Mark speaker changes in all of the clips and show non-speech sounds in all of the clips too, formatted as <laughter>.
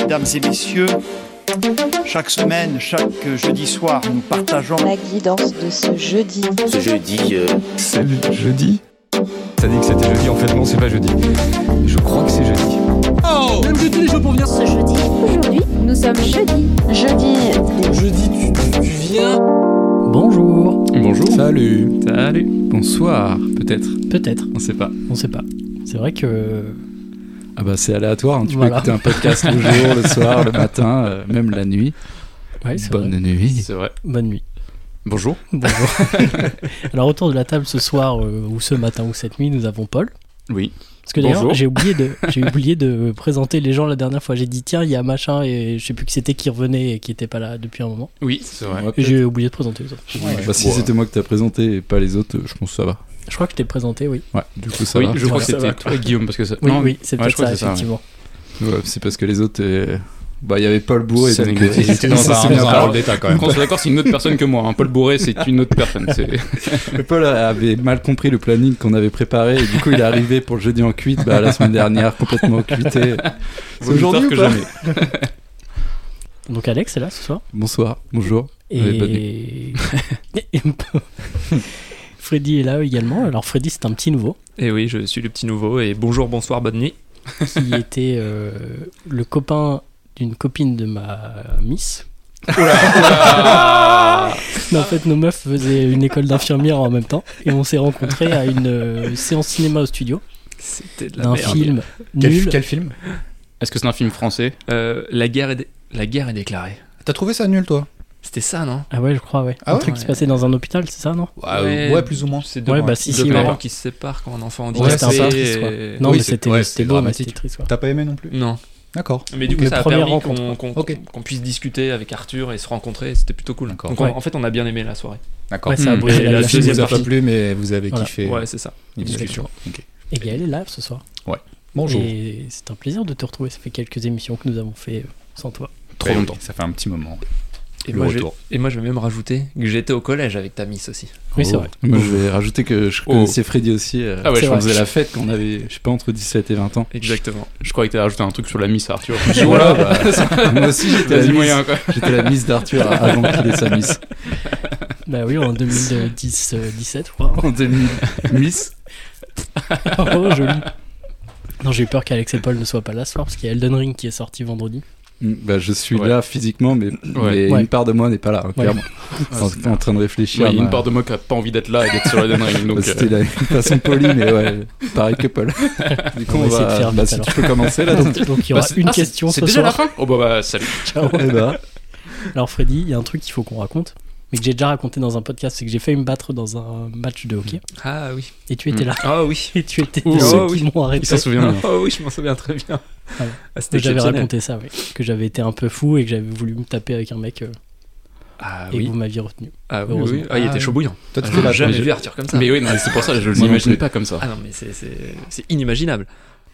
Speaker 1: mesdames et messieurs. Chaque semaine, chaque jeudi soir, nous partageons
Speaker 2: La guidance de ce jeudi.
Speaker 3: Ce jeudi, euh,
Speaker 4: C'est le jeudi Ça dit que c'était jeudi, en fait non c'est pas jeudi. Je crois que c'est jeudi.
Speaker 5: Ce jeudi, aujourd'hui, nous sommes jeudi.
Speaker 2: Jeudi,
Speaker 6: Bonjour.
Speaker 7: Bonjour.
Speaker 4: Salut
Speaker 7: Salut. Bonsoir, peut-être.
Speaker 6: Peut-être,
Speaker 7: On sait pas.
Speaker 6: on sait pas. C'est vrai que.
Speaker 7: Ah bah c'est aléatoire. hein. Tu
Speaker 6: Voilà.
Speaker 7: peux écouter un podcast <laughs> le jour, le soir, le matin, euh, même la nuit.
Speaker 6: <laughs> Ouais, c'est
Speaker 7: Bonne
Speaker 6: vrai.
Speaker 7: nuit. C'est vrai.
Speaker 6: Bonne nuit.
Speaker 7: Bonjour. <laughs>
Speaker 6: Bonjour. Alors, autour de la table ce soir, euh, ou ce matin, ou cette nuit, nous avons Paul.
Speaker 7: Oui.
Speaker 6: Parce que d'ailleurs,
Speaker 7: Bonjour.
Speaker 6: j'ai oublié, de,
Speaker 7: <laughs>
Speaker 6: j'ai oublié de présenter les gens la dernière fois. J'ai dit, tiens, il y a machin, et je sais plus qui c'était qui revenait et qui était pas là depuis un moment.
Speaker 7: Oui, c'est vrai.
Speaker 6: Et J'ai oublié de présenter les autres.
Speaker 7: Bah, si c'était moi que t'as présenté et pas les autres, euh, je pense que ça va.
Speaker 6: Je crois que je t'ai présenté, oui.
Speaker 7: Ouais, du coup ça
Speaker 6: Oui,
Speaker 7: va.
Speaker 6: je crois que
Speaker 7: c'était toi et Guillaume parce que ça.
Speaker 6: Oui, oui, c'est
Speaker 7: ouais,
Speaker 6: peut-être
Speaker 7: je crois
Speaker 6: ça,
Speaker 7: que c'est ça, ouais.
Speaker 6: effectivement.
Speaker 7: Ouais, c'est parce que les autres. euh, Bah il y avait Paul Bourré.
Speaker 8: C'est
Speaker 7: donc, <laughs> euh,
Speaker 8: anecdotique. Ils étaient dans
Speaker 7: ça,
Speaker 8: un-
Speaker 7: c'est bien.
Speaker 8: dans un
Speaker 7: Alors,
Speaker 8: rôle d'état quand
Speaker 7: Qu'on
Speaker 8: même.
Speaker 7: soit d'accord, c'est une autre personne que moi. hein. Paul Bourré, c'est une autre personne. c'est- Mais Paul avait mal compris le planning qu'on avait préparé et du coup il est arrivé pour le jeudi en cuite bah, la semaine dernière, complètement cuité. C'est
Speaker 8: Vaut mieux
Speaker 7: aujourd'hui
Speaker 8: tard
Speaker 7: ou
Speaker 8: que
Speaker 7: pas
Speaker 8: jamais.
Speaker 6: Donc, Alex est là ce soir.
Speaker 7: Bonsoir, bonjour. Ouais, bonne <laughs>
Speaker 6: <laughs> Et. Freddy est là également. Alors, Freddy, c'est un petit nouveau.
Speaker 9: Et Eh oui, je suis le petit nouveau et bonjour, bonsoir, bonne nuit.
Speaker 6: qui était euh, le copain d'une copine de ma miss. Non, en fait, nos meufs faisaient une école d'infirmière en même temps et on s'est rencontrés à une euh, séance cinéma au studio
Speaker 9: C'était de la
Speaker 6: d'un
Speaker 9: merde.
Speaker 6: film
Speaker 8: Quel,
Speaker 6: nul.
Speaker 8: quel film
Speaker 7: Est-ce que c'est un film français
Speaker 9: Euh, la, guerre est dé- la guerre est déclarée.
Speaker 8: T'as trouvé ça nul, toi
Speaker 9: C'était ça, non
Speaker 6: Ah ouais, je crois, ouais.
Speaker 8: Ah
Speaker 6: un
Speaker 8: ouais
Speaker 6: truc qui se passait dans un hôpital, c'est ça, non
Speaker 8: ouais,
Speaker 9: Ouais.
Speaker 8: ouais, plus ou moins.
Speaker 9: C'est deux,
Speaker 6: Ouais, bah si,
Speaker 9: deux
Speaker 6: si, ouais.
Speaker 9: parents qui se séparent quand un enfant en
Speaker 8: Ouais,
Speaker 6: c'était un peu
Speaker 9: handicapé
Speaker 6: triste, quoi.
Speaker 9: et-
Speaker 6: Non,
Speaker 8: Oui,
Speaker 6: mais
Speaker 8: c'est-
Speaker 6: c'était
Speaker 8: ouais,
Speaker 6: c'était
Speaker 8: c'est
Speaker 6: beau, mais
Speaker 8: dramatique.
Speaker 6: c'était triste, quoi.
Speaker 8: T'as pas aimé non plus
Speaker 9: Non.
Speaker 8: D'accord.
Speaker 9: Mais du coup,
Speaker 6: Les
Speaker 9: ça a
Speaker 6: premières
Speaker 9: permis qu'on
Speaker 6: rencontres,
Speaker 9: qu'on-
Speaker 8: Ok.
Speaker 9: qu'on puisse discuter avec Arthur et se rencontrer. C'était plutôt cool.
Speaker 8: D'accord.
Speaker 9: Donc, on-
Speaker 6: Ouais.
Speaker 9: en fait, on a bien aimé la soirée.
Speaker 8: D'accord.
Speaker 6: Ouais, ça a
Speaker 7: Hmm.
Speaker 6: brisé
Speaker 9: Et
Speaker 6: la
Speaker 9: la
Speaker 8: Le film
Speaker 6: glace.
Speaker 9: deuxième
Speaker 8: vous a pas
Speaker 9: partie.
Speaker 8: plu, mais vous avez
Speaker 6: Voilà.
Speaker 8: kiffé
Speaker 9: Ouais, c'est ça.
Speaker 8: les discussions. Ok.
Speaker 6: Et Gaël est là ce soir.
Speaker 8: Bonjour.
Speaker 6: Et c'est un plaisir de te retrouver. Ça fait quelques émissions que nous avons fait euh, sans toi.
Speaker 7: Trop
Speaker 8: Ouais,
Speaker 7: longtemps.
Speaker 8: Ça fait un petit moment.
Speaker 9: Et
Speaker 8: Le
Speaker 9: moi, je vais,
Speaker 8: retour.
Speaker 9: et moi, je vais même rajouter que j'étais au collège avec ta miss aussi.
Speaker 6: Oui, c'est vrai.
Speaker 7: Moi je vais rajouter que je
Speaker 9: Oh.
Speaker 7: connaissais Freddy aussi. euh,
Speaker 8: Ah
Speaker 6: ouais, C'est je
Speaker 7: on
Speaker 6: vrai.
Speaker 7: faisait la fête quand on avait, je sais pas, entre 17 et 20
Speaker 8: <laughs>
Speaker 7: ans.
Speaker 9: Exactement.
Speaker 8: Je croyais que t'avais rajouté un truc sur la Miss <laughs> Arthur.
Speaker 7: Voilà, bah, moi aussi j'étais la
Speaker 9: Vas-y,
Speaker 7: miss-
Speaker 9: moyen,
Speaker 8: <laughs>
Speaker 9: quoi.
Speaker 7: j'étais la miss d'Arthur avant qu'il ait sa miss.
Speaker 6: Bah oui, en 2010, euh, 17, je crois.
Speaker 7: En 2000, miss.
Speaker 6: Oh, joli. <laughs> Non, j'ai eu peur qu'Alex et Paul ne soient pas là ce soir parce qu'il y a Elden Ring qui est sorti vendredi.
Speaker 7: Mm, Bah, je suis
Speaker 8: Ouais.
Speaker 7: là physiquement, mais, mais
Speaker 6: Ouais.
Speaker 7: une part de moi n'est pas là, hein, clairement. Je suis en, en train de réfléchir.
Speaker 8: Ouais, Il y a
Speaker 7: bah,
Speaker 8: une part de moi qui a pas envie d'être là et d'être sur la Ring.
Speaker 7: bah,
Speaker 8: Donc, euh.
Speaker 7: C'était la- une façon polie, mais
Speaker 8: <laughs>
Speaker 7: ouais, pareil que Paul. Du coup, on,
Speaker 6: On va essayer de
Speaker 7: va.
Speaker 6: faire
Speaker 7: bah,
Speaker 6: vite,
Speaker 7: si
Speaker 6: alors.
Speaker 7: tu peux commencer
Speaker 6: <laughs>
Speaker 7: là.
Speaker 6: Donc, donc il y aura une question
Speaker 8: C'est
Speaker 6: ce
Speaker 8: déjà la
Speaker 6: soir.
Speaker 8: fin Oh bah, bah salut.
Speaker 6: <laughs> Ciao.
Speaker 7: Eh bah,
Speaker 6: Alors Freddy, il y a un truc qu'il faut qu'on raconte, mais que j'ai déjà raconté dans un podcast, c'est que j'ai failli me battre dans un match de hockey.
Speaker 9: Ah oui.
Speaker 6: Et tu étais
Speaker 7: Mm.
Speaker 6: là. <laughs>
Speaker 9: Ah oui.
Speaker 6: Et tu étais
Speaker 9: Ouh.
Speaker 6: de ceux
Speaker 9: Oh,
Speaker 6: qui
Speaker 9: oui.
Speaker 6: m'ont arrêté.
Speaker 7: il s'en
Speaker 9: <laughs>
Speaker 7: souvient bien.
Speaker 9: Ah oui, je m'en souviens très bien.
Speaker 6: Ah ouais.
Speaker 9: Ah,
Speaker 6: Que
Speaker 9: c'était
Speaker 6: j'avais
Speaker 9: exceptionnel.
Speaker 6: raconté ça, oui. Que j'avais été un peu fou et que j'avais voulu me taper avec un mec euh,
Speaker 9: Ah
Speaker 6: et que
Speaker 9: oui.
Speaker 6: vous m'aviez retenu.
Speaker 9: Ah oui,
Speaker 6: Heureusement.
Speaker 9: oui. Ah, il
Speaker 8: Ah,
Speaker 9: était chaud bouillant.
Speaker 8: Toi,
Speaker 9: Ah,
Speaker 8: tu
Speaker 9: Je
Speaker 8: t'es
Speaker 9: l'ai
Speaker 8: pas
Speaker 9: jamais vu Arthur
Speaker 6: Ah.
Speaker 9: comme ça.
Speaker 8: Mais oui, non, mais c'est pour ça, je
Speaker 7: Moi non
Speaker 8: l'imagine
Speaker 7: plus.
Speaker 8: pas comme ça.
Speaker 9: Ah non, mais c'est- c'est c'est inimaginable.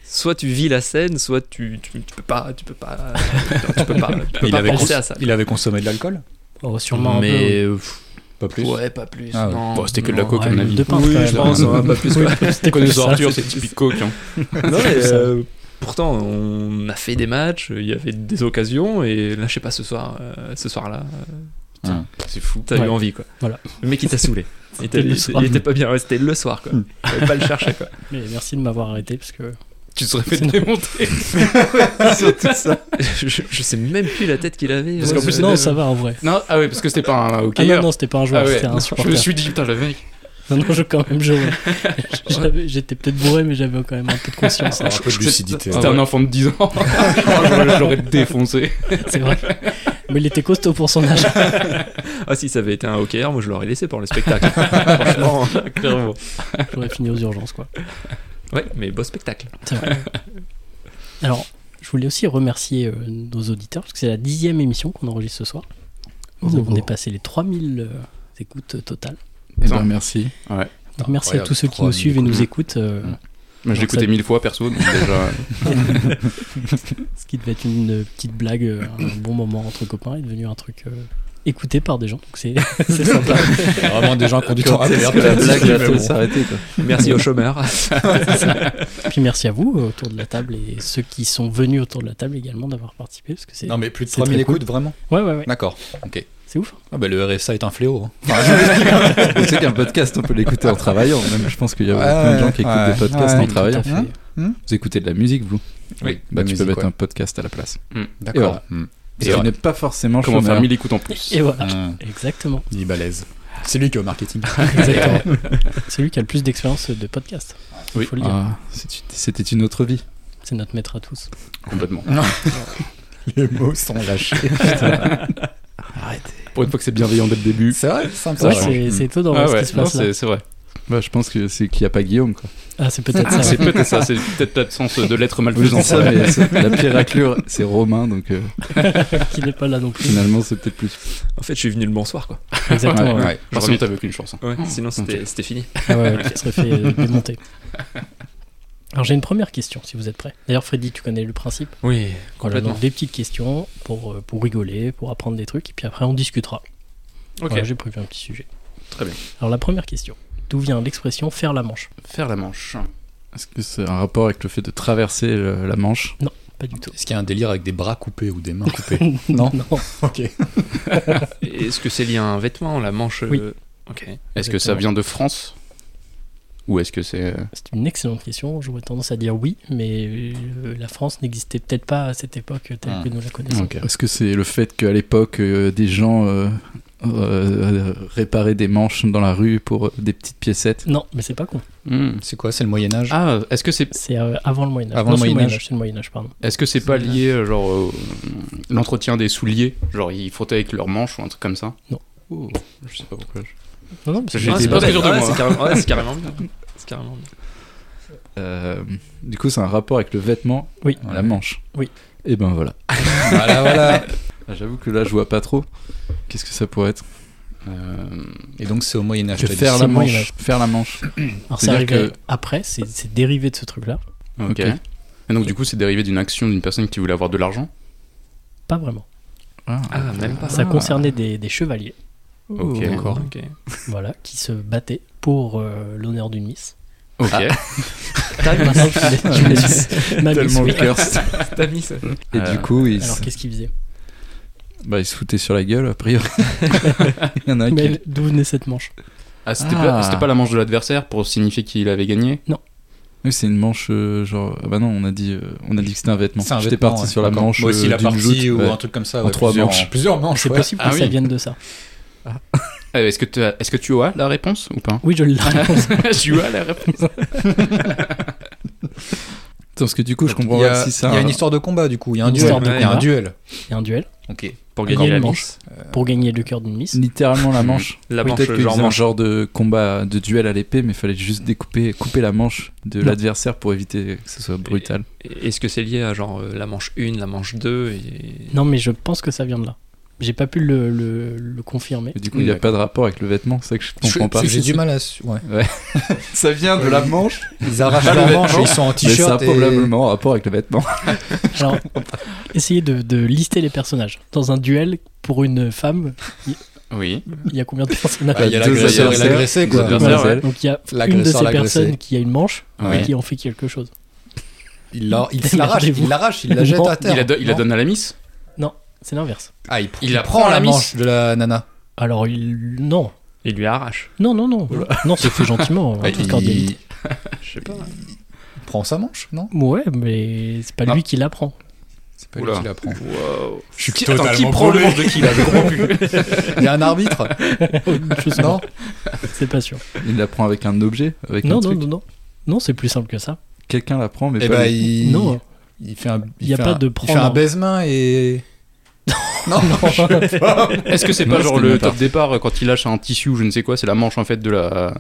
Speaker 9: Soit tu vis la scène, soit tu, tu, tu peux pas, tu peux pas, euh, tu peux pas, tu peux
Speaker 8: Il
Speaker 9: pas
Speaker 8: avait
Speaker 9: penser
Speaker 8: cons-
Speaker 9: à ça.
Speaker 8: Il avait consommé de l'alcool
Speaker 6: Oh, sûrement un peu.
Speaker 9: mais pff,
Speaker 8: Pas plus
Speaker 9: ouais, pas plus.
Speaker 8: Ah ouais.
Speaker 9: non,
Speaker 8: Bon, c'était que de la
Speaker 9: non.
Speaker 8: coke, hein. à mon
Speaker 6: ouais,
Speaker 8: avis.
Speaker 6: deux pintes, quand
Speaker 8: Oui,
Speaker 6: même.
Speaker 8: je pense, hein, pas plus.
Speaker 6: Oui, c'était plus
Speaker 8: Connaissant
Speaker 6: ça.
Speaker 8: Arthur, c'est typique coke. hein.
Speaker 9: Non,
Speaker 6: C'est
Speaker 9: mais,
Speaker 6: ça.
Speaker 9: euh, pourtant, on a fait des matchs, il y avait des occasions, et là, je sais pas, ce soir, euh, ce soir-là, euh, putain,
Speaker 8: Ah. C'est fou.
Speaker 9: t'as
Speaker 6: Ouais.
Speaker 9: eu envie, quoi.
Speaker 6: Voilà.
Speaker 9: Le mec, il t'a saoulé. Il, t'a-
Speaker 6: C'était le
Speaker 9: il-
Speaker 6: soir.
Speaker 9: il était pas bien, ouais, c'était le soir,
Speaker 8: Hmm.
Speaker 9: quoi. Fallait pas le chercher, quoi.
Speaker 6: Mais merci de m'avoir arrêté parce que
Speaker 8: Tu te serais fait
Speaker 6: C'est
Speaker 8: démonter. <laughs>
Speaker 9: je, je sais même plus la tête qu'il avait.
Speaker 8: Parce
Speaker 9: euh,
Speaker 8: qu'en plus,
Speaker 6: non,
Speaker 8: euh,
Speaker 6: ça va en vrai.
Speaker 8: Non, ah ouais, parce que c'était pas un
Speaker 6: Ah non,
Speaker 8: hockeyeur.
Speaker 6: non, c'était pas un joueur,
Speaker 8: Ah ouais,
Speaker 6: c'était un supporter.
Speaker 8: je me suis dit, putain, le mec.
Speaker 6: Non, non, je quand même jouais. J'avais- J'étais peut-être bourré, mais j'avais quand même un peu de conscience. hein.
Speaker 8: peu de
Speaker 7: lucidité.
Speaker 8: C'était
Speaker 7: Ah
Speaker 8: un
Speaker 7: ouais.
Speaker 8: enfant de
Speaker 9: <laughs>
Speaker 8: 10 ans. Oh, Je l'aurais défoncé.
Speaker 6: C'est vrai. Mais il était costaud pour son âge.
Speaker 9: Ah si ça avait été un hockeyeur, moi je l'aurais laissé pour
Speaker 8: <laughs>
Speaker 9: le spectacle. Franchement, clairement.
Speaker 6: J'aurais fini aux urgences, quoi.
Speaker 9: Ouais, mais beau spectacle.
Speaker 6: C'est vrai. Alors, je voulais aussi remercier euh, nos auditeurs parce que c'est la dixième émission qu'on enregistre ce soir. Nous
Speaker 7: Oh.
Speaker 6: avons dépassé les 3000 euh, écoutes euh, totales.
Speaker 7: Eh ben, merci.
Speaker 6: Donc, merci à
Speaker 8: Incroyable,
Speaker 6: tous ceux qui nous
Speaker 8: 3000
Speaker 6: suivent et nous écoutent. euh,
Speaker 8: Mais je
Speaker 6: Donc ça-
Speaker 8: l'écoutais mille fois perso, <laughs> donc déjà.
Speaker 6: Ce qui devait être une euh, petite blague, euh, un bon moment entre copains est devenu un truc euh, écouté par des gens, donc c'est <laughs> c'est sympa.
Speaker 10: Vraiment des gens qui ont du temps à
Speaker 9: Quand est-ce
Speaker 10: perdre.
Speaker 9: que la blague
Speaker 10: Mais
Speaker 9: va
Speaker 10: bon.
Speaker 9: s'arrêter Merci aux chômeurs.
Speaker 6: Puis merci à vous euh, autour de la table et ceux qui sont venus autour de la table également d'avoir participé. Parce que c'est...
Speaker 10: Non, mais plus de
Speaker 6: C'est
Speaker 10: 3000
Speaker 6: très cool.
Speaker 10: écoutes, vraiment
Speaker 6: Ouais, ouais, ouais.
Speaker 10: D'accord, ok.
Speaker 6: C'est ouf. hein.
Speaker 10: Ah bah, le RSA est un fléau. hein.
Speaker 7: Tu sais qu'un podcast, on peut l'écouter en travaillant. Même, je pense qu'il y a
Speaker 10: Ouais,
Speaker 7: plein de gens qui écoutent
Speaker 10: ouais,
Speaker 7: des podcasts
Speaker 10: ouais.
Speaker 7: en travaillant.
Speaker 6: Tout à
Speaker 10: Hein
Speaker 6: fait.
Speaker 7: Vous écoutez de la musique, vous
Speaker 8: Oui,
Speaker 7: Bah,
Speaker 10: la
Speaker 7: tu
Speaker 10: musique,
Speaker 7: peux mettre
Speaker 10: ouais.
Speaker 7: un podcast à la place.
Speaker 10: D'accord.
Speaker 7: voilà.
Speaker 10: Hmm.
Speaker 7: Et
Speaker 10: Et
Speaker 7: tu
Speaker 10: ouais.
Speaker 7: n'es pas forcément
Speaker 8: <laughs> Comment
Speaker 7: chômeur.
Speaker 8: faire 1000 écoutes en plus
Speaker 6: Et voilà.
Speaker 8: Euh. Ah, <laughs>
Speaker 10: Hmm.
Speaker 6: Exactement.
Speaker 10: Il est balèze. C'est lui qui est au marketing.
Speaker 6: Exactement. c'est lui qui a le plus d'expérience de podcast. Il
Speaker 8: Oui.
Speaker 6: faut le dire.
Speaker 7: Ah, c'est- C'était une autre vie.
Speaker 6: C'est notre maître à tous.
Speaker 8: Ah, Complètement.
Speaker 10: Les mots sont lâchés.
Speaker 8: Pour une fois que c'est bienveillant dès le début.
Speaker 10: C'est vrai, simple.
Speaker 6: Ouais, c'est, c'est étonnant
Speaker 8: Ah
Speaker 6: ce
Speaker 8: ouais,
Speaker 6: qui se
Speaker 8: non,
Speaker 6: passe là.
Speaker 8: c'est c'est vrai.
Speaker 7: Bah, je pense que c'est qu'il n'y a pas Guillaume. Quoi.
Speaker 6: Ah, c'est peut-être
Speaker 8: <laughs>
Speaker 6: ça.
Speaker 8: C'est peut-être ça, c'est peut-être l'absence de l'être
Speaker 7: Oui,
Speaker 8: malfaisant.
Speaker 7: c'est ça, mais c'est- la pire raclure, c'est Romain, donc euh,
Speaker 6: Qui n'est pas là non plus.
Speaker 7: finalement, c'est peut-être plus.
Speaker 9: En fait, je suis venu le bonsoir, quoi.
Speaker 6: Exactement. ouais.
Speaker 7: Ouais.
Speaker 8: Je reviens, t'avais aucune chance. hein.
Speaker 9: Sinon, c'était c'était fini.
Speaker 6: Ah ouais, ouais, qui serait fait euh, démonter. Alors j'ai une première question, si vous êtes prêts. D'ailleurs, Freddy, tu connais le principe.
Speaker 9: Oui,
Speaker 6: Voilà,
Speaker 9: complètement.
Speaker 6: donc des petites questions pour, euh, pour rigoler, pour apprendre des trucs, et puis après on discutera.
Speaker 8: Ok.
Speaker 6: Voilà, j'ai prévu un petit sujet.
Speaker 8: Très bien.
Speaker 6: Alors la première question, d'où vient l'expression faire la manche
Speaker 8: Faire la manche.
Speaker 7: Est-ce que c'est un rapport avec le fait de traverser le- la Manche
Speaker 6: Pas du tout.
Speaker 10: Est-ce qu'il y a un délire avec des bras coupés ou des mains coupées
Speaker 6: <laughs> Non.
Speaker 10: Ok.
Speaker 9: Est-ce que c'est lié à un vêtement, la manche euh,
Speaker 6: Oui.
Speaker 9: Ok.
Speaker 8: Est-ce que ça
Speaker 6: Exactement.
Speaker 8: vient de France Ou est-ce que c'est. euh,
Speaker 6: C'est une excellente question. J'aurais tendance à dire oui, mais euh, la France n'existait peut-être pas à cette époque telle
Speaker 8: Hmm.
Speaker 6: que
Speaker 10: Ah.
Speaker 6: nous la connaissons.
Speaker 7: Est-ce que c'est le fait qu'à l'époque, euh, des gens euh, euh, réparaient des manches dans la rue pour euh, des petites piécettes
Speaker 6: Non, mais c'est pas con.
Speaker 8: hmm.
Speaker 10: C'est quoi C'est le Moyen-Âge
Speaker 8: Ah, est-ce que c'est
Speaker 6: C'est euh, avant le Moyen Âge.
Speaker 10: Avant
Speaker 6: Non,
Speaker 10: le
Speaker 6: c'est
Speaker 10: Moyen Âge.
Speaker 6: C'est le Moyen Âge, pardon.
Speaker 8: Est-ce que c'est pas lié, euh, genre, au- l'entretien des souliers Genre, ils frottaient avec leurs manches ou un truc comme ça
Speaker 6: Non.
Speaker 8: Oh, je sais pas pourquoi. je-
Speaker 6: Non, non, mais c'est
Speaker 8: J'ai
Speaker 9: Ah,
Speaker 8: été
Speaker 9: c'est pas
Speaker 8: pas
Speaker 9: bête.
Speaker 8: sûr de
Speaker 9: Ouais,
Speaker 8: moi.
Speaker 9: c'est carrément- ouais, c'est
Speaker 8: <laughs>
Speaker 9: carrément bien. C'est carrément bien.
Speaker 7: Euh, Du coup, c'est un rapport avec le vêtement,
Speaker 6: Oui.
Speaker 7: la Manche.
Speaker 6: Oui.
Speaker 7: Et ben voilà.
Speaker 10: <laughs> Voilà, voilà.
Speaker 7: Ah, J'avoue que là, je vois pas trop. Qu'est-ce que ça pourrait être
Speaker 8: Euh,
Speaker 10: Et donc c'est au Moyen-Âge.
Speaker 7: Que
Speaker 10: t'as dit.
Speaker 7: Faire la
Speaker 6: c'est moyen
Speaker 7: manche.
Speaker 6: âge.
Speaker 7: Faire la manche.
Speaker 6: Alors ça
Speaker 7: C'est-à-dire
Speaker 6: arrivait
Speaker 7: que-
Speaker 6: après, c'est c'est dérivé de ce truc-là.
Speaker 8: ok.
Speaker 7: Ok.
Speaker 8: Et donc, du coup, c'est dérivé d'une action d'une personne qui voulait avoir de l'argent
Speaker 6: Pas vraiment.
Speaker 9: Ah, même pas.
Speaker 6: Ça hein. concernait des, des chevaliers,
Speaker 8: Ok.
Speaker 9: D'accord.
Speaker 6: Ah, voilà, qui se battaient pour euh, l'honneur d'une miss.
Speaker 8: Ok.
Speaker 6: T'arrives maintenant que tu l'as- tu l'as su. Ma miss,
Speaker 7: Tellement
Speaker 6: oui.
Speaker 7: le
Speaker 6: <laughs>
Speaker 7: curse.
Speaker 9: T'as mis ça.
Speaker 7: Et
Speaker 8: Euh,
Speaker 7: du coup, ils,
Speaker 6: Alors qu'est-ce qu'ils faisaient
Speaker 7: bah, ils se foutaient sur la gueule, a
Speaker 6: <laughs>
Speaker 7: priori. Il y en a un qui
Speaker 6: Mais D'où venait cette manche
Speaker 8: Ah, c'était,
Speaker 7: Ah.
Speaker 8: Pas, c'était pas la manche de l'adversaire pour signifier qu'il avait gagné
Speaker 7: Oui, c'est une manche euh, genre. Ah bah non, on a dit, euh, on a dit que c'était un vêtement.
Speaker 10: C'est un
Speaker 7: J'étais
Speaker 10: vêtement,
Speaker 7: parti
Speaker 10: ouais.
Speaker 7: sur la
Speaker 10: D'accord.
Speaker 7: manche
Speaker 10: Moi aussi
Speaker 7: euh,
Speaker 10: la
Speaker 7: d'une
Speaker 10: partie
Speaker 7: joute,
Speaker 10: ou
Speaker 7: ouais.
Speaker 10: un truc comme ça.
Speaker 7: En
Speaker 10: ouais,
Speaker 7: trois
Speaker 10: plusieurs-
Speaker 7: manches.
Speaker 10: en Plusieurs manches.
Speaker 6: C'est
Speaker 10: ouais.
Speaker 6: possible que
Speaker 8: Ah
Speaker 6: ça
Speaker 8: oui.
Speaker 6: vienne de ça.
Speaker 8: Ah, Est-ce que, t'as- est-ce que tu as la réponse ou pas
Speaker 6: Oui, je
Speaker 10: <laughs>
Speaker 6: l'ai.
Speaker 8: Tu as la réponse
Speaker 7: Attends, Parce que du coup, je comprends
Speaker 10: Il y
Speaker 7: pas
Speaker 10: a,
Speaker 7: si ça.
Speaker 10: il y a une histoire de combat du coup. Il y a un
Speaker 6: Une
Speaker 10: duel.
Speaker 6: histoire de
Speaker 10: Il y a un
Speaker 6: combat.
Speaker 10: duel.
Speaker 6: Il y a un duel
Speaker 10: Ok.
Speaker 9: Pour
Speaker 6: Il y
Speaker 9: gagner
Speaker 6: a
Speaker 9: la
Speaker 6: une
Speaker 9: manche.
Speaker 6: manche pour gagner le cœur d'une miss.
Speaker 7: Littéralement la manche.
Speaker 9: La manche,
Speaker 7: Peut-être que
Speaker 9: genre
Speaker 7: c'est un
Speaker 9: manche.
Speaker 7: genre de combat, de duel à l'épée, mais fallait juste découper, couper la manche de
Speaker 6: Non.
Speaker 7: l'adversaire pour éviter que ce soit brutal.
Speaker 9: Est-ce que c'est lié à genre euh, la manche 1, la manche 2 et...
Speaker 6: Non, mais je pense que ça vient de là. J'ai pas pu le, le- le confirmer.
Speaker 7: Et du coup, il n'y a pas de rapport avec le vêtement, c'est ça que je comprends pas.
Speaker 10: Je- J'ai du mal à. su- Ouais.
Speaker 7: <laughs> Ça vient de la manche,
Speaker 10: Ils arrachent
Speaker 7: Pas le
Speaker 10: leurs manches. et
Speaker 7: vêtement,
Speaker 10: Ils sont en
Speaker 7: mais ça a
Speaker 10: t-shirt. et-
Speaker 7: probablement un rapport avec le vêtement. <laughs>
Speaker 10: <laughs>
Speaker 6: Alors, essayez de, de lister les personnages. Dans un duel pour une femme,
Speaker 8: Oui.
Speaker 6: il y a combien de personnages
Speaker 10: Bah, Il y a
Speaker 7: Deux
Speaker 10: l'agresseur et
Speaker 7: adversaires,
Speaker 10: l'agressé
Speaker 7: deux
Speaker 10: quoi.
Speaker 7: adversaires,
Speaker 8: Ouais.
Speaker 7: elle.
Speaker 6: Donc il y a une de
Speaker 10: L'agresseur,
Speaker 6: ces
Speaker 10: l'agressé.
Speaker 6: personnes qui a une manche et
Speaker 8: Ouais.
Speaker 6: qui en fait quelque chose.
Speaker 10: Il la- il
Speaker 6: Il
Speaker 10: l'arrache,
Speaker 6: l'arrachez-vous.
Speaker 10: il l'arrache, il la jette
Speaker 6: Non.
Speaker 10: à
Speaker 8: Il
Speaker 10: terre.
Speaker 8: la, do- il la
Speaker 10: Non
Speaker 8: donne à la miss
Speaker 6: C'est l'inverse.
Speaker 10: Ah, il,
Speaker 8: il
Speaker 10: il
Speaker 8: la
Speaker 10: prend
Speaker 8: prend,
Speaker 10: la
Speaker 8: la
Speaker 10: manche de la nana.
Speaker 6: Alors il non
Speaker 9: Il lui arrache.
Speaker 6: non non non non c'est fait
Speaker 10: <laughs>
Speaker 6: gentiment hein, en
Speaker 10: Ah,
Speaker 6: toute
Speaker 10: il-
Speaker 6: cordialité.
Speaker 9: Je sais pas.
Speaker 10: il prend sa manche, non
Speaker 6: Ouais mais c'est pas
Speaker 8: Ah.
Speaker 6: lui qui l'apprend.
Speaker 10: C'est pas
Speaker 8: Oula.
Speaker 10: lui qui la prend.
Speaker 8: Wow.
Speaker 10: Je suis
Speaker 8: Qui, attends, qui prend le manche de qui là Je comprends plus.
Speaker 10: <laughs> Il y a un arbitre
Speaker 6: Je sais
Speaker 10: Non
Speaker 6: pas, c'est pas sûr.
Speaker 7: Il la prend avec un objet, avec un
Speaker 6: Non non
Speaker 7: truc.
Speaker 6: non non non c'est plus simple que ça.
Speaker 7: Quelqu'un la prend, mais
Speaker 10: Eh
Speaker 7: pas
Speaker 10: ben,
Speaker 7: lui.
Speaker 10: il.
Speaker 6: Non hein.
Speaker 10: Il fait un.
Speaker 6: Il y a
Speaker 10: fait
Speaker 6: pas
Speaker 10: un-
Speaker 6: de
Speaker 10: Il fait un
Speaker 6: prendre.
Speaker 10: baise-main et. Non, non, je-
Speaker 8: Est-ce que c'est
Speaker 7: Non,
Speaker 8: pas genre
Speaker 7: c'était une
Speaker 8: le top
Speaker 7: tarte.
Speaker 8: départ euh, quand il lâche un tissu ou je ne sais quoi C'est la manche en fait de la.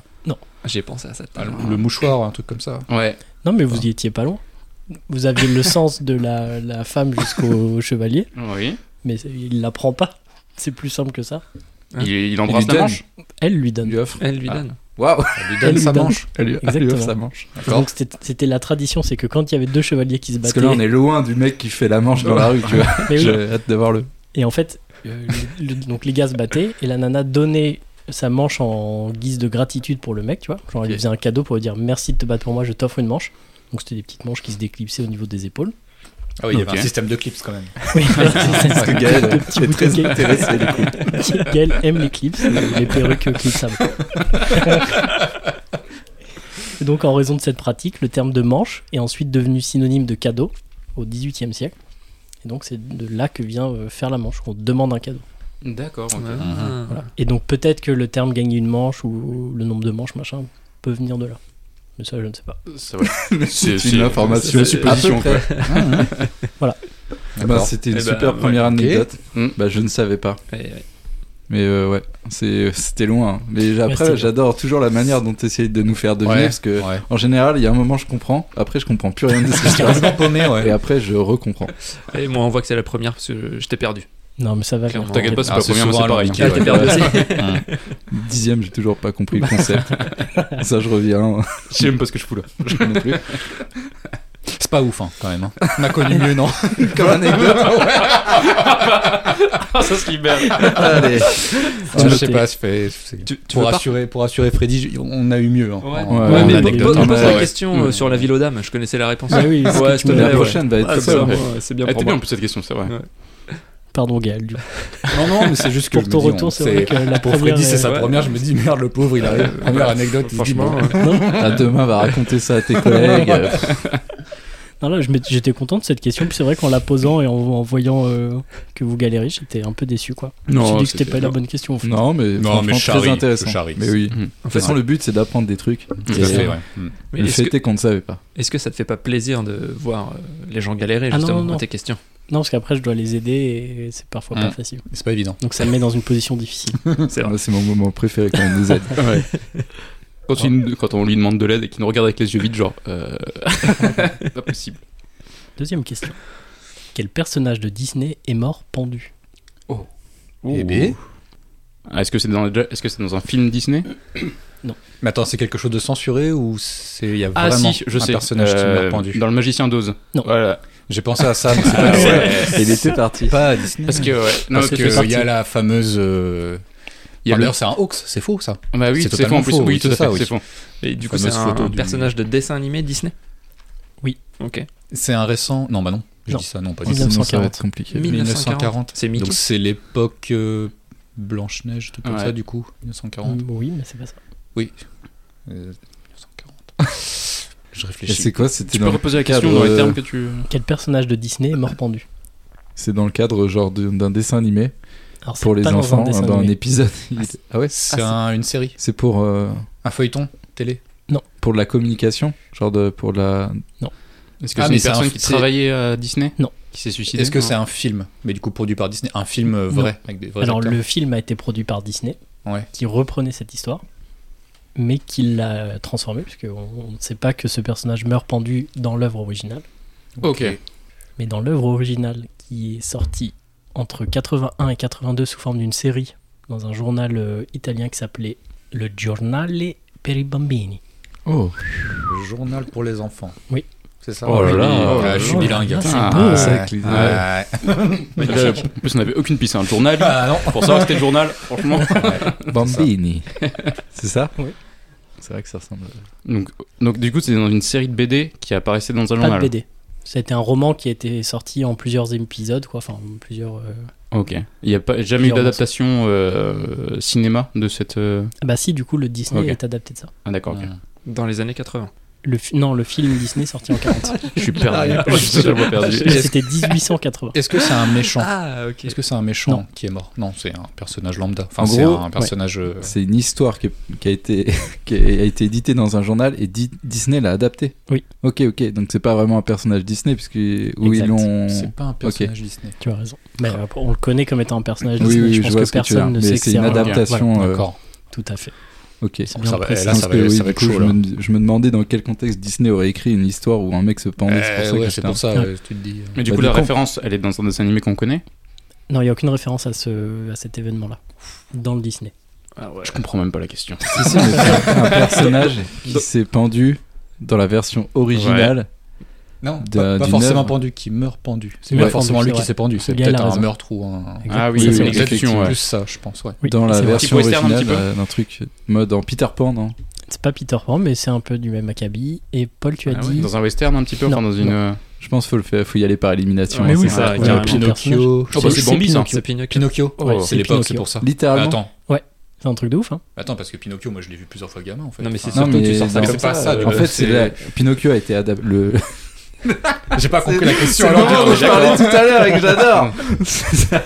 Speaker 9: J'ai pensé à ça. tout à
Speaker 10: Ah,
Speaker 9: l'heure.
Speaker 10: le, le mouchoir, un truc comme ça.
Speaker 8: Ouais.
Speaker 6: non mais
Speaker 7: Ah.
Speaker 6: vous y étiez pas loin. Vous aviez le sens de la, la femme
Speaker 7: <laughs>
Speaker 6: jusqu'au chevalier
Speaker 8: Oui.
Speaker 6: mais c'est- il l'apprend pas. C'est plus simple que ça.
Speaker 8: Il, il embrasse
Speaker 7: Il lui
Speaker 8: la
Speaker 7: donne.
Speaker 8: manche
Speaker 6: Elle lui
Speaker 7: Il
Speaker 6: donne.
Speaker 7: lui offre.
Speaker 9: Elle lui
Speaker 7: Ah.
Speaker 9: donne.
Speaker 10: <laughs>
Speaker 7: Waouh
Speaker 10: Elle lui
Speaker 6: Elle
Speaker 10: donne
Speaker 6: lui
Speaker 10: sa
Speaker 6: donne.
Speaker 10: manche. Bah,
Speaker 7: Elle lui elle lui offre
Speaker 6: Exactement.
Speaker 7: sa manche.
Speaker 10: D'accord.
Speaker 6: Donc c'était c'était la tradition c'est que quand il y avait deux chevaliers qui se
Speaker 7: Parce
Speaker 6: battaient.
Speaker 7: que là, on est loin du mec qui fait la manche dans la rue, tu vois.
Speaker 6: Mais oui.
Speaker 7: J'ai hâte d'avoir le.
Speaker 6: Et en fait euh, le- le- donc les gars se battaient et la nana donnait sa manche en guise de gratitude pour le mec, tu vois. Genre, elle lui
Speaker 8: Ok.
Speaker 6: faisait un cadeau pour lui dire merci de te battre pour moi, je t'offre une manche. Donc c'était des petites manches qui se déclipsaient au niveau des épaules.
Speaker 10: Ah oui, il y
Speaker 8: Ok.
Speaker 10: avait un système de clips quand même.
Speaker 11: <laughs>
Speaker 6: Oui, c'est ce
Speaker 11: Parce que Gaël
Speaker 6: de petits
Speaker 11: est
Speaker 6: boutons
Speaker 11: très
Speaker 6: de Gaël.
Speaker 11: intéressé du coup.
Speaker 6: <laughs> Gaël aime les clips, les perruques euh, clipsables. Et <laughs> donc, en raison de cette pratique, le terme de manche est ensuite devenu synonyme de cadeau au XVIIIe siècle. Et donc, c'est de là que vient euh, faire la manche, qu'on demande un cadeau.
Speaker 8: D'accord. ok.
Speaker 9: Ah.
Speaker 6: Voilà. Et donc, peut-être que le terme gagner une manche ou le nombre de manches, machin, peut venir de là. Mais ça, je ne sais pas.
Speaker 8: C'est <laughs> vrai. C'est
Speaker 7: C'est une information,
Speaker 8: c'est une supposition.
Speaker 7: à peu près.
Speaker 6: Voilà.
Speaker 7: Eh ben,
Speaker 11: D'accord.
Speaker 7: C'était une
Speaker 9: Eh ben,
Speaker 7: super
Speaker 9: ouais.
Speaker 7: première
Speaker 9: Ok.
Speaker 7: anecdote.
Speaker 8: Mm.
Speaker 7: Bah, je ne savais pas.
Speaker 9: Ouais, ouais.
Speaker 7: Mais euh, ouais, c'est- c'était loin. hein. Mais
Speaker 6: Ouais, c'était
Speaker 7: après,
Speaker 6: loin.
Speaker 7: j'adore toujours la manière dont tu essayes de nous faire deviner.
Speaker 10: Ouais,
Speaker 7: Parce que,
Speaker 10: ouais.
Speaker 7: en général, il y a un moment, je comprends. Après, je comprends plus rien de ce qui
Speaker 10: C'est
Speaker 7: se
Speaker 10: <laughs>
Speaker 7: passe.
Speaker 10: carrément paumé,
Speaker 7: Et
Speaker 10: ouais.
Speaker 7: après, je recomprends.
Speaker 9: Et moi, on voit que c'est la première parce que je t'ai perdu.
Speaker 6: Non, mais ça va.
Speaker 9: Clairement,
Speaker 6: venir.
Speaker 8: T'inquiète pas, c'est
Speaker 10: Ah,
Speaker 8: pas la
Speaker 10: c'est
Speaker 8: première, mais
Speaker 10: souvent
Speaker 8: c'est pareil.
Speaker 10: à
Speaker 9: Ah, je t'ai perdu aussi.
Speaker 7: Dixième, j'ai toujours pas compris le
Speaker 10: <laughs>
Speaker 7: concept. Ça, je reviens. <laughs>
Speaker 8: Je sais même pas ce que je fous là.
Speaker 7: Non plus.
Speaker 10: C'est pas ouf, hein, quand même. hein. On a connu mieux, non
Speaker 7: Comme anecdote.
Speaker 10: <laughs>
Speaker 9: Ah, <laughs> ça se libère.
Speaker 7: Allez.
Speaker 10: Je sais pas, je fais- c'est-
Speaker 9: Tu, tu
Speaker 10: pour,
Speaker 9: veux pas
Speaker 10: rassurer, pour rassurer Freddy, je- on a eu mieux. hein.
Speaker 9: Ouais,
Speaker 10: En-
Speaker 7: Ouais,
Speaker 9: Ouais,
Speaker 7: on
Speaker 9: mais
Speaker 7: a
Speaker 9: po-
Speaker 7: anecdote.
Speaker 9: po- je pose
Speaker 7: Ouais,
Speaker 9: la
Speaker 7: ouais.
Speaker 9: question euh, sur la ville aux dames. Je connaissais la réponse.
Speaker 6: Ah oui, c'est ce
Speaker 9: ouais,
Speaker 6: que
Speaker 9: je te
Speaker 6: tu
Speaker 9: l'avais,
Speaker 7: La
Speaker 6: m'avais
Speaker 9: ouais.
Speaker 6: dit.
Speaker 7: prochaine va être
Speaker 9: <laughs> Ah,
Speaker 7: comme
Speaker 9: c'est
Speaker 7: ça.
Speaker 9: bien,
Speaker 7: ouais.
Speaker 9: moi, c'est bien
Speaker 8: Elle
Speaker 9: pour
Speaker 8: était
Speaker 9: moi.
Speaker 8: bien en plus cette question, c'est vrai.
Speaker 9: Ouais.
Speaker 6: Pardon, Gaël. du coup.
Speaker 10: Non, non, mais c'est juste que
Speaker 6: Pour
Speaker 10: je
Speaker 6: ton
Speaker 10: me dis, on-
Speaker 6: retour, c'est vrai que la
Speaker 10: Pour
Speaker 6: première.
Speaker 10: Freddy, c'est
Speaker 6: euh,
Speaker 10: sa
Speaker 9: ouais.
Speaker 10: première. Je me dis, merde, le pauvre, il arrive. Première anecdote, il se dit,
Speaker 9: Franchement,
Speaker 10: bon.
Speaker 9: euh,
Speaker 7: Ah, demain, va raconter ça à tes collègues. Euh,
Speaker 6: Non, là, je m'étais- j'étais content de cette question. Puis c'est vrai qu'en la posant et en, en voyant euh, que vous galériez, j'étais un peu déçu, quoi. je me suis dit que c'était pas la bonne question. au fond.
Speaker 7: Non, mais
Speaker 10: Non,
Speaker 7: franchement,
Speaker 10: mais je
Speaker 7: très
Speaker 10: charrie,
Speaker 7: intéressant.
Speaker 10: je charrie. Hum.
Speaker 7: Mais oui. De
Speaker 9: En
Speaker 7: toute
Speaker 9: fait,
Speaker 7: façon, le but, c'est d'apprendre des trucs.
Speaker 10: Tout à fait, ouais. Hmm.
Speaker 9: mais
Speaker 7: Le
Speaker 9: est-ce
Speaker 7: fait
Speaker 9: que,
Speaker 7: est qu'on ne savait pas.
Speaker 9: est-ce que ça te fait pas plaisir de voir euh, les gens
Speaker 6: Ah
Speaker 9: galérer
Speaker 6: non,
Speaker 9: justement
Speaker 6: non,
Speaker 9: dans
Speaker 6: non.
Speaker 9: tes questions
Speaker 6: Non, parce qu'après, je dois les aider et c'est parfois pas
Speaker 10: Mm.
Speaker 6: facile.
Speaker 10: C'est pas évident.
Speaker 6: Donc ça me met dans une
Speaker 7: <laughs>
Speaker 6: position difficile.
Speaker 9: C'est vrai.
Speaker 7: Moi, C'est mon moment préféré quand on nous
Speaker 8: <laughs>
Speaker 7: aide.
Speaker 8: Quand, il- quand on lui demande de l'aide et qu'il nous regarde avec les yeux vides, genre. Euh... <laughs> pas possible.
Speaker 6: Deuxième question. Quel personnage de Disney est mort pendu
Speaker 10: Eh ben. Euh,
Speaker 8: Ah, Est-ce que c'est dans, est -ce dans un film Disney
Speaker 10: Mais attends, c'est quelque chose de censuré ou c'est il y a
Speaker 8: Ah
Speaker 10: vraiment
Speaker 8: si, je
Speaker 10: un
Speaker 8: sais.
Speaker 10: personnage qui
Speaker 8: Euh,
Speaker 10: m'a pendu
Speaker 8: Dans le Magicien d'Oz.
Speaker 6: Non.
Speaker 8: Voilà.
Speaker 10: J'ai pensé à ça, mais c'est
Speaker 8: Ah
Speaker 10: pas,
Speaker 8: ouais.
Speaker 7: Il était parti.
Speaker 10: pas à Disney.
Speaker 8: Parce que ouais. Non, parce
Speaker 10: Parce que
Speaker 8: que
Speaker 10: il y a la fameuse. euh,
Speaker 8: il y a
Speaker 7: Ah,
Speaker 8: le.
Speaker 10: enfin, D'ailleurs, c'est un hoax, c'est faux ça.
Speaker 8: Bah oui, c'est
Speaker 10: c'est
Speaker 8: faux
Speaker 10: totalement
Speaker 8: en plus.
Speaker 10: faux,
Speaker 8: Oui,
Speaker 10: oui,
Speaker 8: tout à
Speaker 10: c'est
Speaker 8: fait,
Speaker 10: ça, oui.
Speaker 8: c'est faux.
Speaker 9: Et du coup, c'est
Speaker 10: Fameuse
Speaker 9: un,
Speaker 10: photo du-
Speaker 9: personnage de dessin animé Disney
Speaker 6: Oui.
Speaker 9: Ok.
Speaker 10: C'est un récent. Non, bah non, je
Speaker 6: Non.
Speaker 10: dis ça, non, pas du tout.
Speaker 6: 1940.
Speaker 7: Sinon, ça va être compliqué.
Speaker 10: 1940.
Speaker 9: C'est Mickey.
Speaker 10: Donc c'est l'époque euh, Blanche-Neige, tout comme
Speaker 8: Ouais.
Speaker 10: ça, du coup, 1940.
Speaker 6: Mm, Oui, mais c'est pas ça.
Speaker 10: Euh, 1940.
Speaker 7: <laughs>
Speaker 10: je
Speaker 7: Et
Speaker 10: réfléchis.
Speaker 7: c'est Mm. quoi C'était
Speaker 8: Tu peux
Speaker 7: dans,
Speaker 8: reposer la
Speaker 7: cadre,
Speaker 8: question dans les
Speaker 7: euh,
Speaker 8: termes que tu.
Speaker 6: Quel personnage de Disney est mort pendu
Speaker 7: c'est dans le cadre genre de- d'un dessin animé
Speaker 6: Alors, c'est
Speaker 7: pour les
Speaker 6: pas
Speaker 7: enfants ah bah,
Speaker 6: dans un dessin
Speaker 7: dans un
Speaker 6: animé.
Speaker 7: épisode. Il- Ah ouais
Speaker 10: C'est un- une série,
Speaker 7: C'est pour euh,
Speaker 10: un feuilleton télé.
Speaker 7: pour de la communication, genre de pour de la.
Speaker 8: Est-ce que
Speaker 10: Ah,
Speaker 8: c'est
Speaker 10: mais
Speaker 8: une
Speaker 10: c'est un-
Speaker 8: personne qui
Speaker 10: c'est-
Speaker 8: travaillait euh, à Disney
Speaker 6: Non.
Speaker 8: Qui s'est suicidée
Speaker 10: Est-ce que c'est
Speaker 8: Non.
Speaker 10: un film Mais du coup, produit par Disney, un film euh, vrai, avec des vrais
Speaker 6: Alors
Speaker 10: acteurs.
Speaker 6: le film a été produit par Disney,
Speaker 10: Ouais.
Speaker 6: qui reprenait cette histoire, mais qui l'a transformé, puisque on- on ne sait pas que ce personnage meurt pendu dans l'œuvre originale.
Speaker 8: Ok.
Speaker 6: Mais dans l'œuvre originale qui est sortie entre 81 et 82 sous forme d'une série dans un journal euh, italien qui s'appelait Le Giornale per i Bambini.
Speaker 7: Oh,
Speaker 10: Le journal pour les enfants.
Speaker 6: Oui.
Speaker 10: C'est ça
Speaker 7: Oh là là.
Speaker 10: Oh là, je suis
Speaker 6: Oh là
Speaker 10: bilingue.
Speaker 6: là, c'est euh,
Speaker 8: Ah,
Speaker 6: beau.
Speaker 10: Ouais.
Speaker 7: c'est avec les-
Speaker 10: Ouais.
Speaker 8: Là, en plus, on n'avait aucune piste. C'est un journal.
Speaker 10: <laughs> Ah non.
Speaker 8: Pour savoir c'était le journal, franchement.
Speaker 10: <laughs>
Speaker 7: Bambini. C'est ça
Speaker 6: Oui.
Speaker 7: C'est vrai que ça ressemble.
Speaker 8: Donc, donc du coup, c'est dans une série de BD qui apparaissait dans un
Speaker 6: Pas de
Speaker 8: journal.
Speaker 6: BD. C'était un roman qui a été sorti en plusieurs épisodes, quoi. Enfin, en plusieurs. euh,
Speaker 8: Ok. Il n'y a pas, jamais eu
Speaker 6: Plusieurs
Speaker 8: d'adaptation euh, cinéma de cette. euh,
Speaker 6: Ah Bah, si, du coup, le Disney
Speaker 8: Ok.
Speaker 6: est adapté de ça.
Speaker 8: Ah d'accord. ok.
Speaker 9: Dans les années 80.
Speaker 6: Le fi- non, le film Disney sorti
Speaker 7: <laughs>
Speaker 6: en
Speaker 7: Ah,
Speaker 6: 40.
Speaker 8: Je suis <laughs> perdu. Je suis totalement perdu.
Speaker 6: C'était 1880.
Speaker 10: Est-ce que c'est un méchant
Speaker 9: Ah, ok.
Speaker 10: Est-ce que c'est un méchant
Speaker 6: Non.
Speaker 10: qui est mort Non, c'est un personnage lambda.
Speaker 7: En
Speaker 10: Enfin, c'est
Speaker 7: gros,
Speaker 10: un personnage. euh,
Speaker 7: C'est une histoire qui, est- qui a été <laughs> qui a été éditée dans un journal et Di- Disney l'a adaptée.
Speaker 6: Oui.
Speaker 7: Ok, ok. Donc c'est pas vraiment un personnage Disney puisque où ils
Speaker 6: Exact.
Speaker 7: l'ont.
Speaker 10: C'est pas un personnage Disney.
Speaker 6: Tu as raison. Mais euh, on le connaît comme étant un personnage
Speaker 7: Oui,
Speaker 6: Disney.
Speaker 7: oui,
Speaker 6: je
Speaker 7: je
Speaker 6: pense
Speaker 7: vois
Speaker 6: que
Speaker 7: ce que tu veux
Speaker 6: personne
Speaker 7: dire,
Speaker 6: ne
Speaker 7: mais
Speaker 6: sait que
Speaker 7: c'est
Speaker 6: c'est
Speaker 7: une
Speaker 6: un-
Speaker 7: adaptation. euh,
Speaker 10: D'accord.
Speaker 6: Tout à fait.
Speaker 7: Ok.
Speaker 6: C'est bien
Speaker 10: Ça va-
Speaker 6: précisé.
Speaker 10: là, ça
Speaker 7: Parce que,
Speaker 10: va-
Speaker 7: oui,
Speaker 10: va
Speaker 7: du
Speaker 10: être
Speaker 7: coup,
Speaker 10: chaud,
Speaker 7: je,
Speaker 10: là.
Speaker 7: me, je me demandais dans quel contexte Disney aurait écrit une histoire où un mec se pendait.
Speaker 10: Euh,
Speaker 7: c'est pour ça
Speaker 10: ouais,
Speaker 7: que
Speaker 10: c'est
Speaker 7: j'étais
Speaker 10: pour ça,
Speaker 6: Ouais.
Speaker 10: euh, tu te dis. euh,
Speaker 8: Mais du
Speaker 7: Bah,
Speaker 8: coup,
Speaker 7: du
Speaker 8: la
Speaker 7: coup-
Speaker 8: référence, elle est dans un dessin animé qu'on connaît.
Speaker 6: Non, il n'y a aucune référence à, ce, à cet événement-là, dans le Disney.
Speaker 8: Je comprends même pas la question.
Speaker 7: Si, si, mais
Speaker 10: <laughs>
Speaker 7: c'est un personnage qui s'est pendu dans la version originale
Speaker 10: Non,
Speaker 7: De-
Speaker 10: pas, pas
Speaker 7: d'une
Speaker 10: forcément
Speaker 7: œuvre.
Speaker 10: pendu, qui meurt pendu. C'est
Speaker 6: Ouais,
Speaker 10: pas
Speaker 6: pendu,
Speaker 10: forcément
Speaker 6: c'est
Speaker 10: lui qui
Speaker 6: vrai.
Speaker 10: s'est pendu, c'est
Speaker 6: Bien, elle
Speaker 10: peut-être
Speaker 6: a
Speaker 10: un
Speaker 6: raison.
Speaker 10: meurtre ou un.
Speaker 8: Ah oui,
Speaker 7: Oui,
Speaker 8: c'est
Speaker 7: oui,
Speaker 8: une exception,
Speaker 10: C'est
Speaker 8: ouais.
Speaker 10: plus ça, je pense, ouais.
Speaker 6: Oui,
Speaker 7: Dans la
Speaker 6: c'est vrai.
Speaker 7: version
Speaker 8: Petit western, un
Speaker 7: originale,
Speaker 8: petit peu.
Speaker 7: euh, d'un truc mode en Peter Pan, non
Speaker 6: C'est pas Peter Pan, mais c'est un peu du même acabit. Et Paul, tu as
Speaker 8: Ah ouais,
Speaker 6: dit.
Speaker 8: Dans un western un petit peu,
Speaker 6: Non,
Speaker 8: enfin dans une.
Speaker 6: non.
Speaker 8: euh,
Speaker 7: Je pense qu'il faut, le faire- faut y aller par élimination.
Speaker 6: Mais
Speaker 7: hein,
Speaker 6: oui,
Speaker 7: c'est
Speaker 6: ça,
Speaker 7: ça.
Speaker 6: il y a un
Speaker 7: Tiens,
Speaker 6: Pinocchio.
Speaker 8: Oh, bah, c'est
Speaker 6: c'est
Speaker 8: Bambi, ça.
Speaker 6: Pinocchio.
Speaker 9: C'est Pinocchio.
Speaker 10: Pinocchio
Speaker 6: Ouais,
Speaker 10: Oh, C'est
Speaker 6: c'est
Speaker 10: l'époque, c'est
Speaker 6: Pinocchio.
Speaker 10: pour ça.
Speaker 7: Littéralement.
Speaker 10: Attends,
Speaker 6: C'est un truc de ouf, hein.
Speaker 10: attends, parce que Pinocchio, moi je l'ai vu plusieurs fois gamin en fait.
Speaker 9: Non, mais c'est
Speaker 10: Enfin,
Speaker 7: Non,
Speaker 9: surtout,
Speaker 7: mais
Speaker 9: tu sors ça
Speaker 7: non,
Speaker 9: comme
Speaker 10: c'est pas
Speaker 9: ça.
Speaker 10: ça, du
Speaker 9: euh,
Speaker 7: en fait, c'est la- Pinocchio a été adapté. Le...
Speaker 10: J'ai pas compris la question
Speaker 7: le moment
Speaker 10: alors
Speaker 7: dont
Speaker 10: que
Speaker 7: je parlais tout à l'heure et que
Speaker 10: <laughs>
Speaker 7: j'adore. <laughs> C'est ça.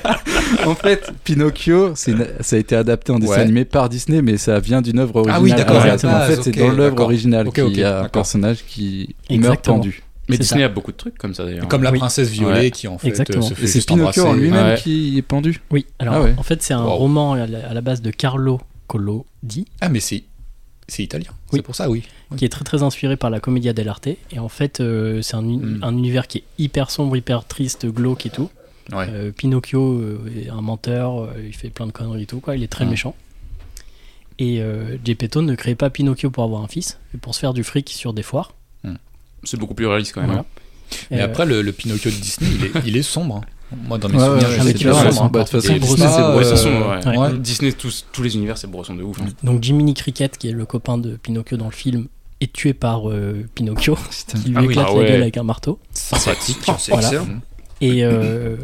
Speaker 7: en fait, Pinocchio, c'est une- ça a été adapté en dessin
Speaker 10: Ouais.
Speaker 7: animé par Disney, mais ça vient d'une œuvre originale.
Speaker 10: Ah oui, d'accord,
Speaker 7: Ouais,
Speaker 10: à la
Speaker 7: En
Speaker 10: base,
Speaker 7: fait, c'est
Speaker 10: ok,
Speaker 7: dans l'œuvre
Speaker 10: d'accord.
Speaker 7: originale
Speaker 10: Ok,
Speaker 7: qu'il
Speaker 10: ok,
Speaker 7: y a un
Speaker 10: d'accord.
Speaker 7: personnage qui meurt
Speaker 6: Exactement.
Speaker 7: pendu.
Speaker 8: Mais
Speaker 6: C'est
Speaker 8: Disney a beaucoup de trucs comme ça d'ailleurs.
Speaker 10: hein. Comme la
Speaker 6: Oui.
Speaker 10: princesse Violet
Speaker 8: Ouais.
Speaker 10: qui en fait
Speaker 6: Exactement.
Speaker 10: euh, se
Speaker 7: Et
Speaker 10: fait
Speaker 7: c'est
Speaker 10: juste
Speaker 7: Pinocchio en
Speaker 10: embrasser.
Speaker 7: lui-même
Speaker 8: Ouais.
Speaker 7: qui est pendu.
Speaker 6: Oui, alors
Speaker 7: Ah ouais.
Speaker 6: en fait, c'est un
Speaker 10: Wow.
Speaker 6: roman à la, à la base de Carlo Collodi,
Speaker 10: Ah mais c'est c'est italien.
Speaker 6: Oui.
Speaker 10: C'est pour ça, oui.
Speaker 6: qui est très très inspiré par la Commedia dell'arte. Et en fait, euh, c'est un, uni-
Speaker 10: Hmm.
Speaker 6: un univers qui est hyper sombre, hyper triste, glauque et tout.
Speaker 10: Ouais.
Speaker 6: Euh, Pinocchio euh, est un menteur, euh, il fait plein de conneries et tout, quoi. Il est très
Speaker 10: Ah.
Speaker 6: méchant. Et euh, Geppetto ne crée pas Pinocchio pour avoir un fils, mais pour se faire du fric sur des foires.
Speaker 8: C'est beaucoup plus réaliste quand même.
Speaker 6: Voilà.
Speaker 10: Mais
Speaker 6: Euh,
Speaker 10: après le, le Pinocchio de Disney, il est, il est sombre. hein. Moi dans mes
Speaker 7: Ouais,
Speaker 10: souvenirs,
Speaker 7: ouais,
Speaker 10: je
Speaker 6: ouais,
Speaker 10: sais
Speaker 6: c'est
Speaker 10: qu'il est
Speaker 6: vrai,
Speaker 10: sombre.
Speaker 6: hein. Bah, de toute
Speaker 10: Et
Speaker 6: façon,
Speaker 10: Brosma,
Speaker 6: Disney, c'est
Speaker 10: euh,
Speaker 8: Ah, Ouais, ça sombre, ouais.
Speaker 6: ouais.
Speaker 10: ouais.
Speaker 8: Disney, tous, tous les univers, c'est brosson de ouf. hein.
Speaker 6: Donc Jiminy Cricket, qui est le copain de Pinocchio dans le film, est tué par euh, Pinocchio, <laughs> qui lui
Speaker 8: Ah oui.
Speaker 6: éclate
Speaker 8: Ah
Speaker 6: la
Speaker 8: ouais.
Speaker 6: gueule avec un marteau.
Speaker 10: Sympathique.
Speaker 6: Voilà. Et euh,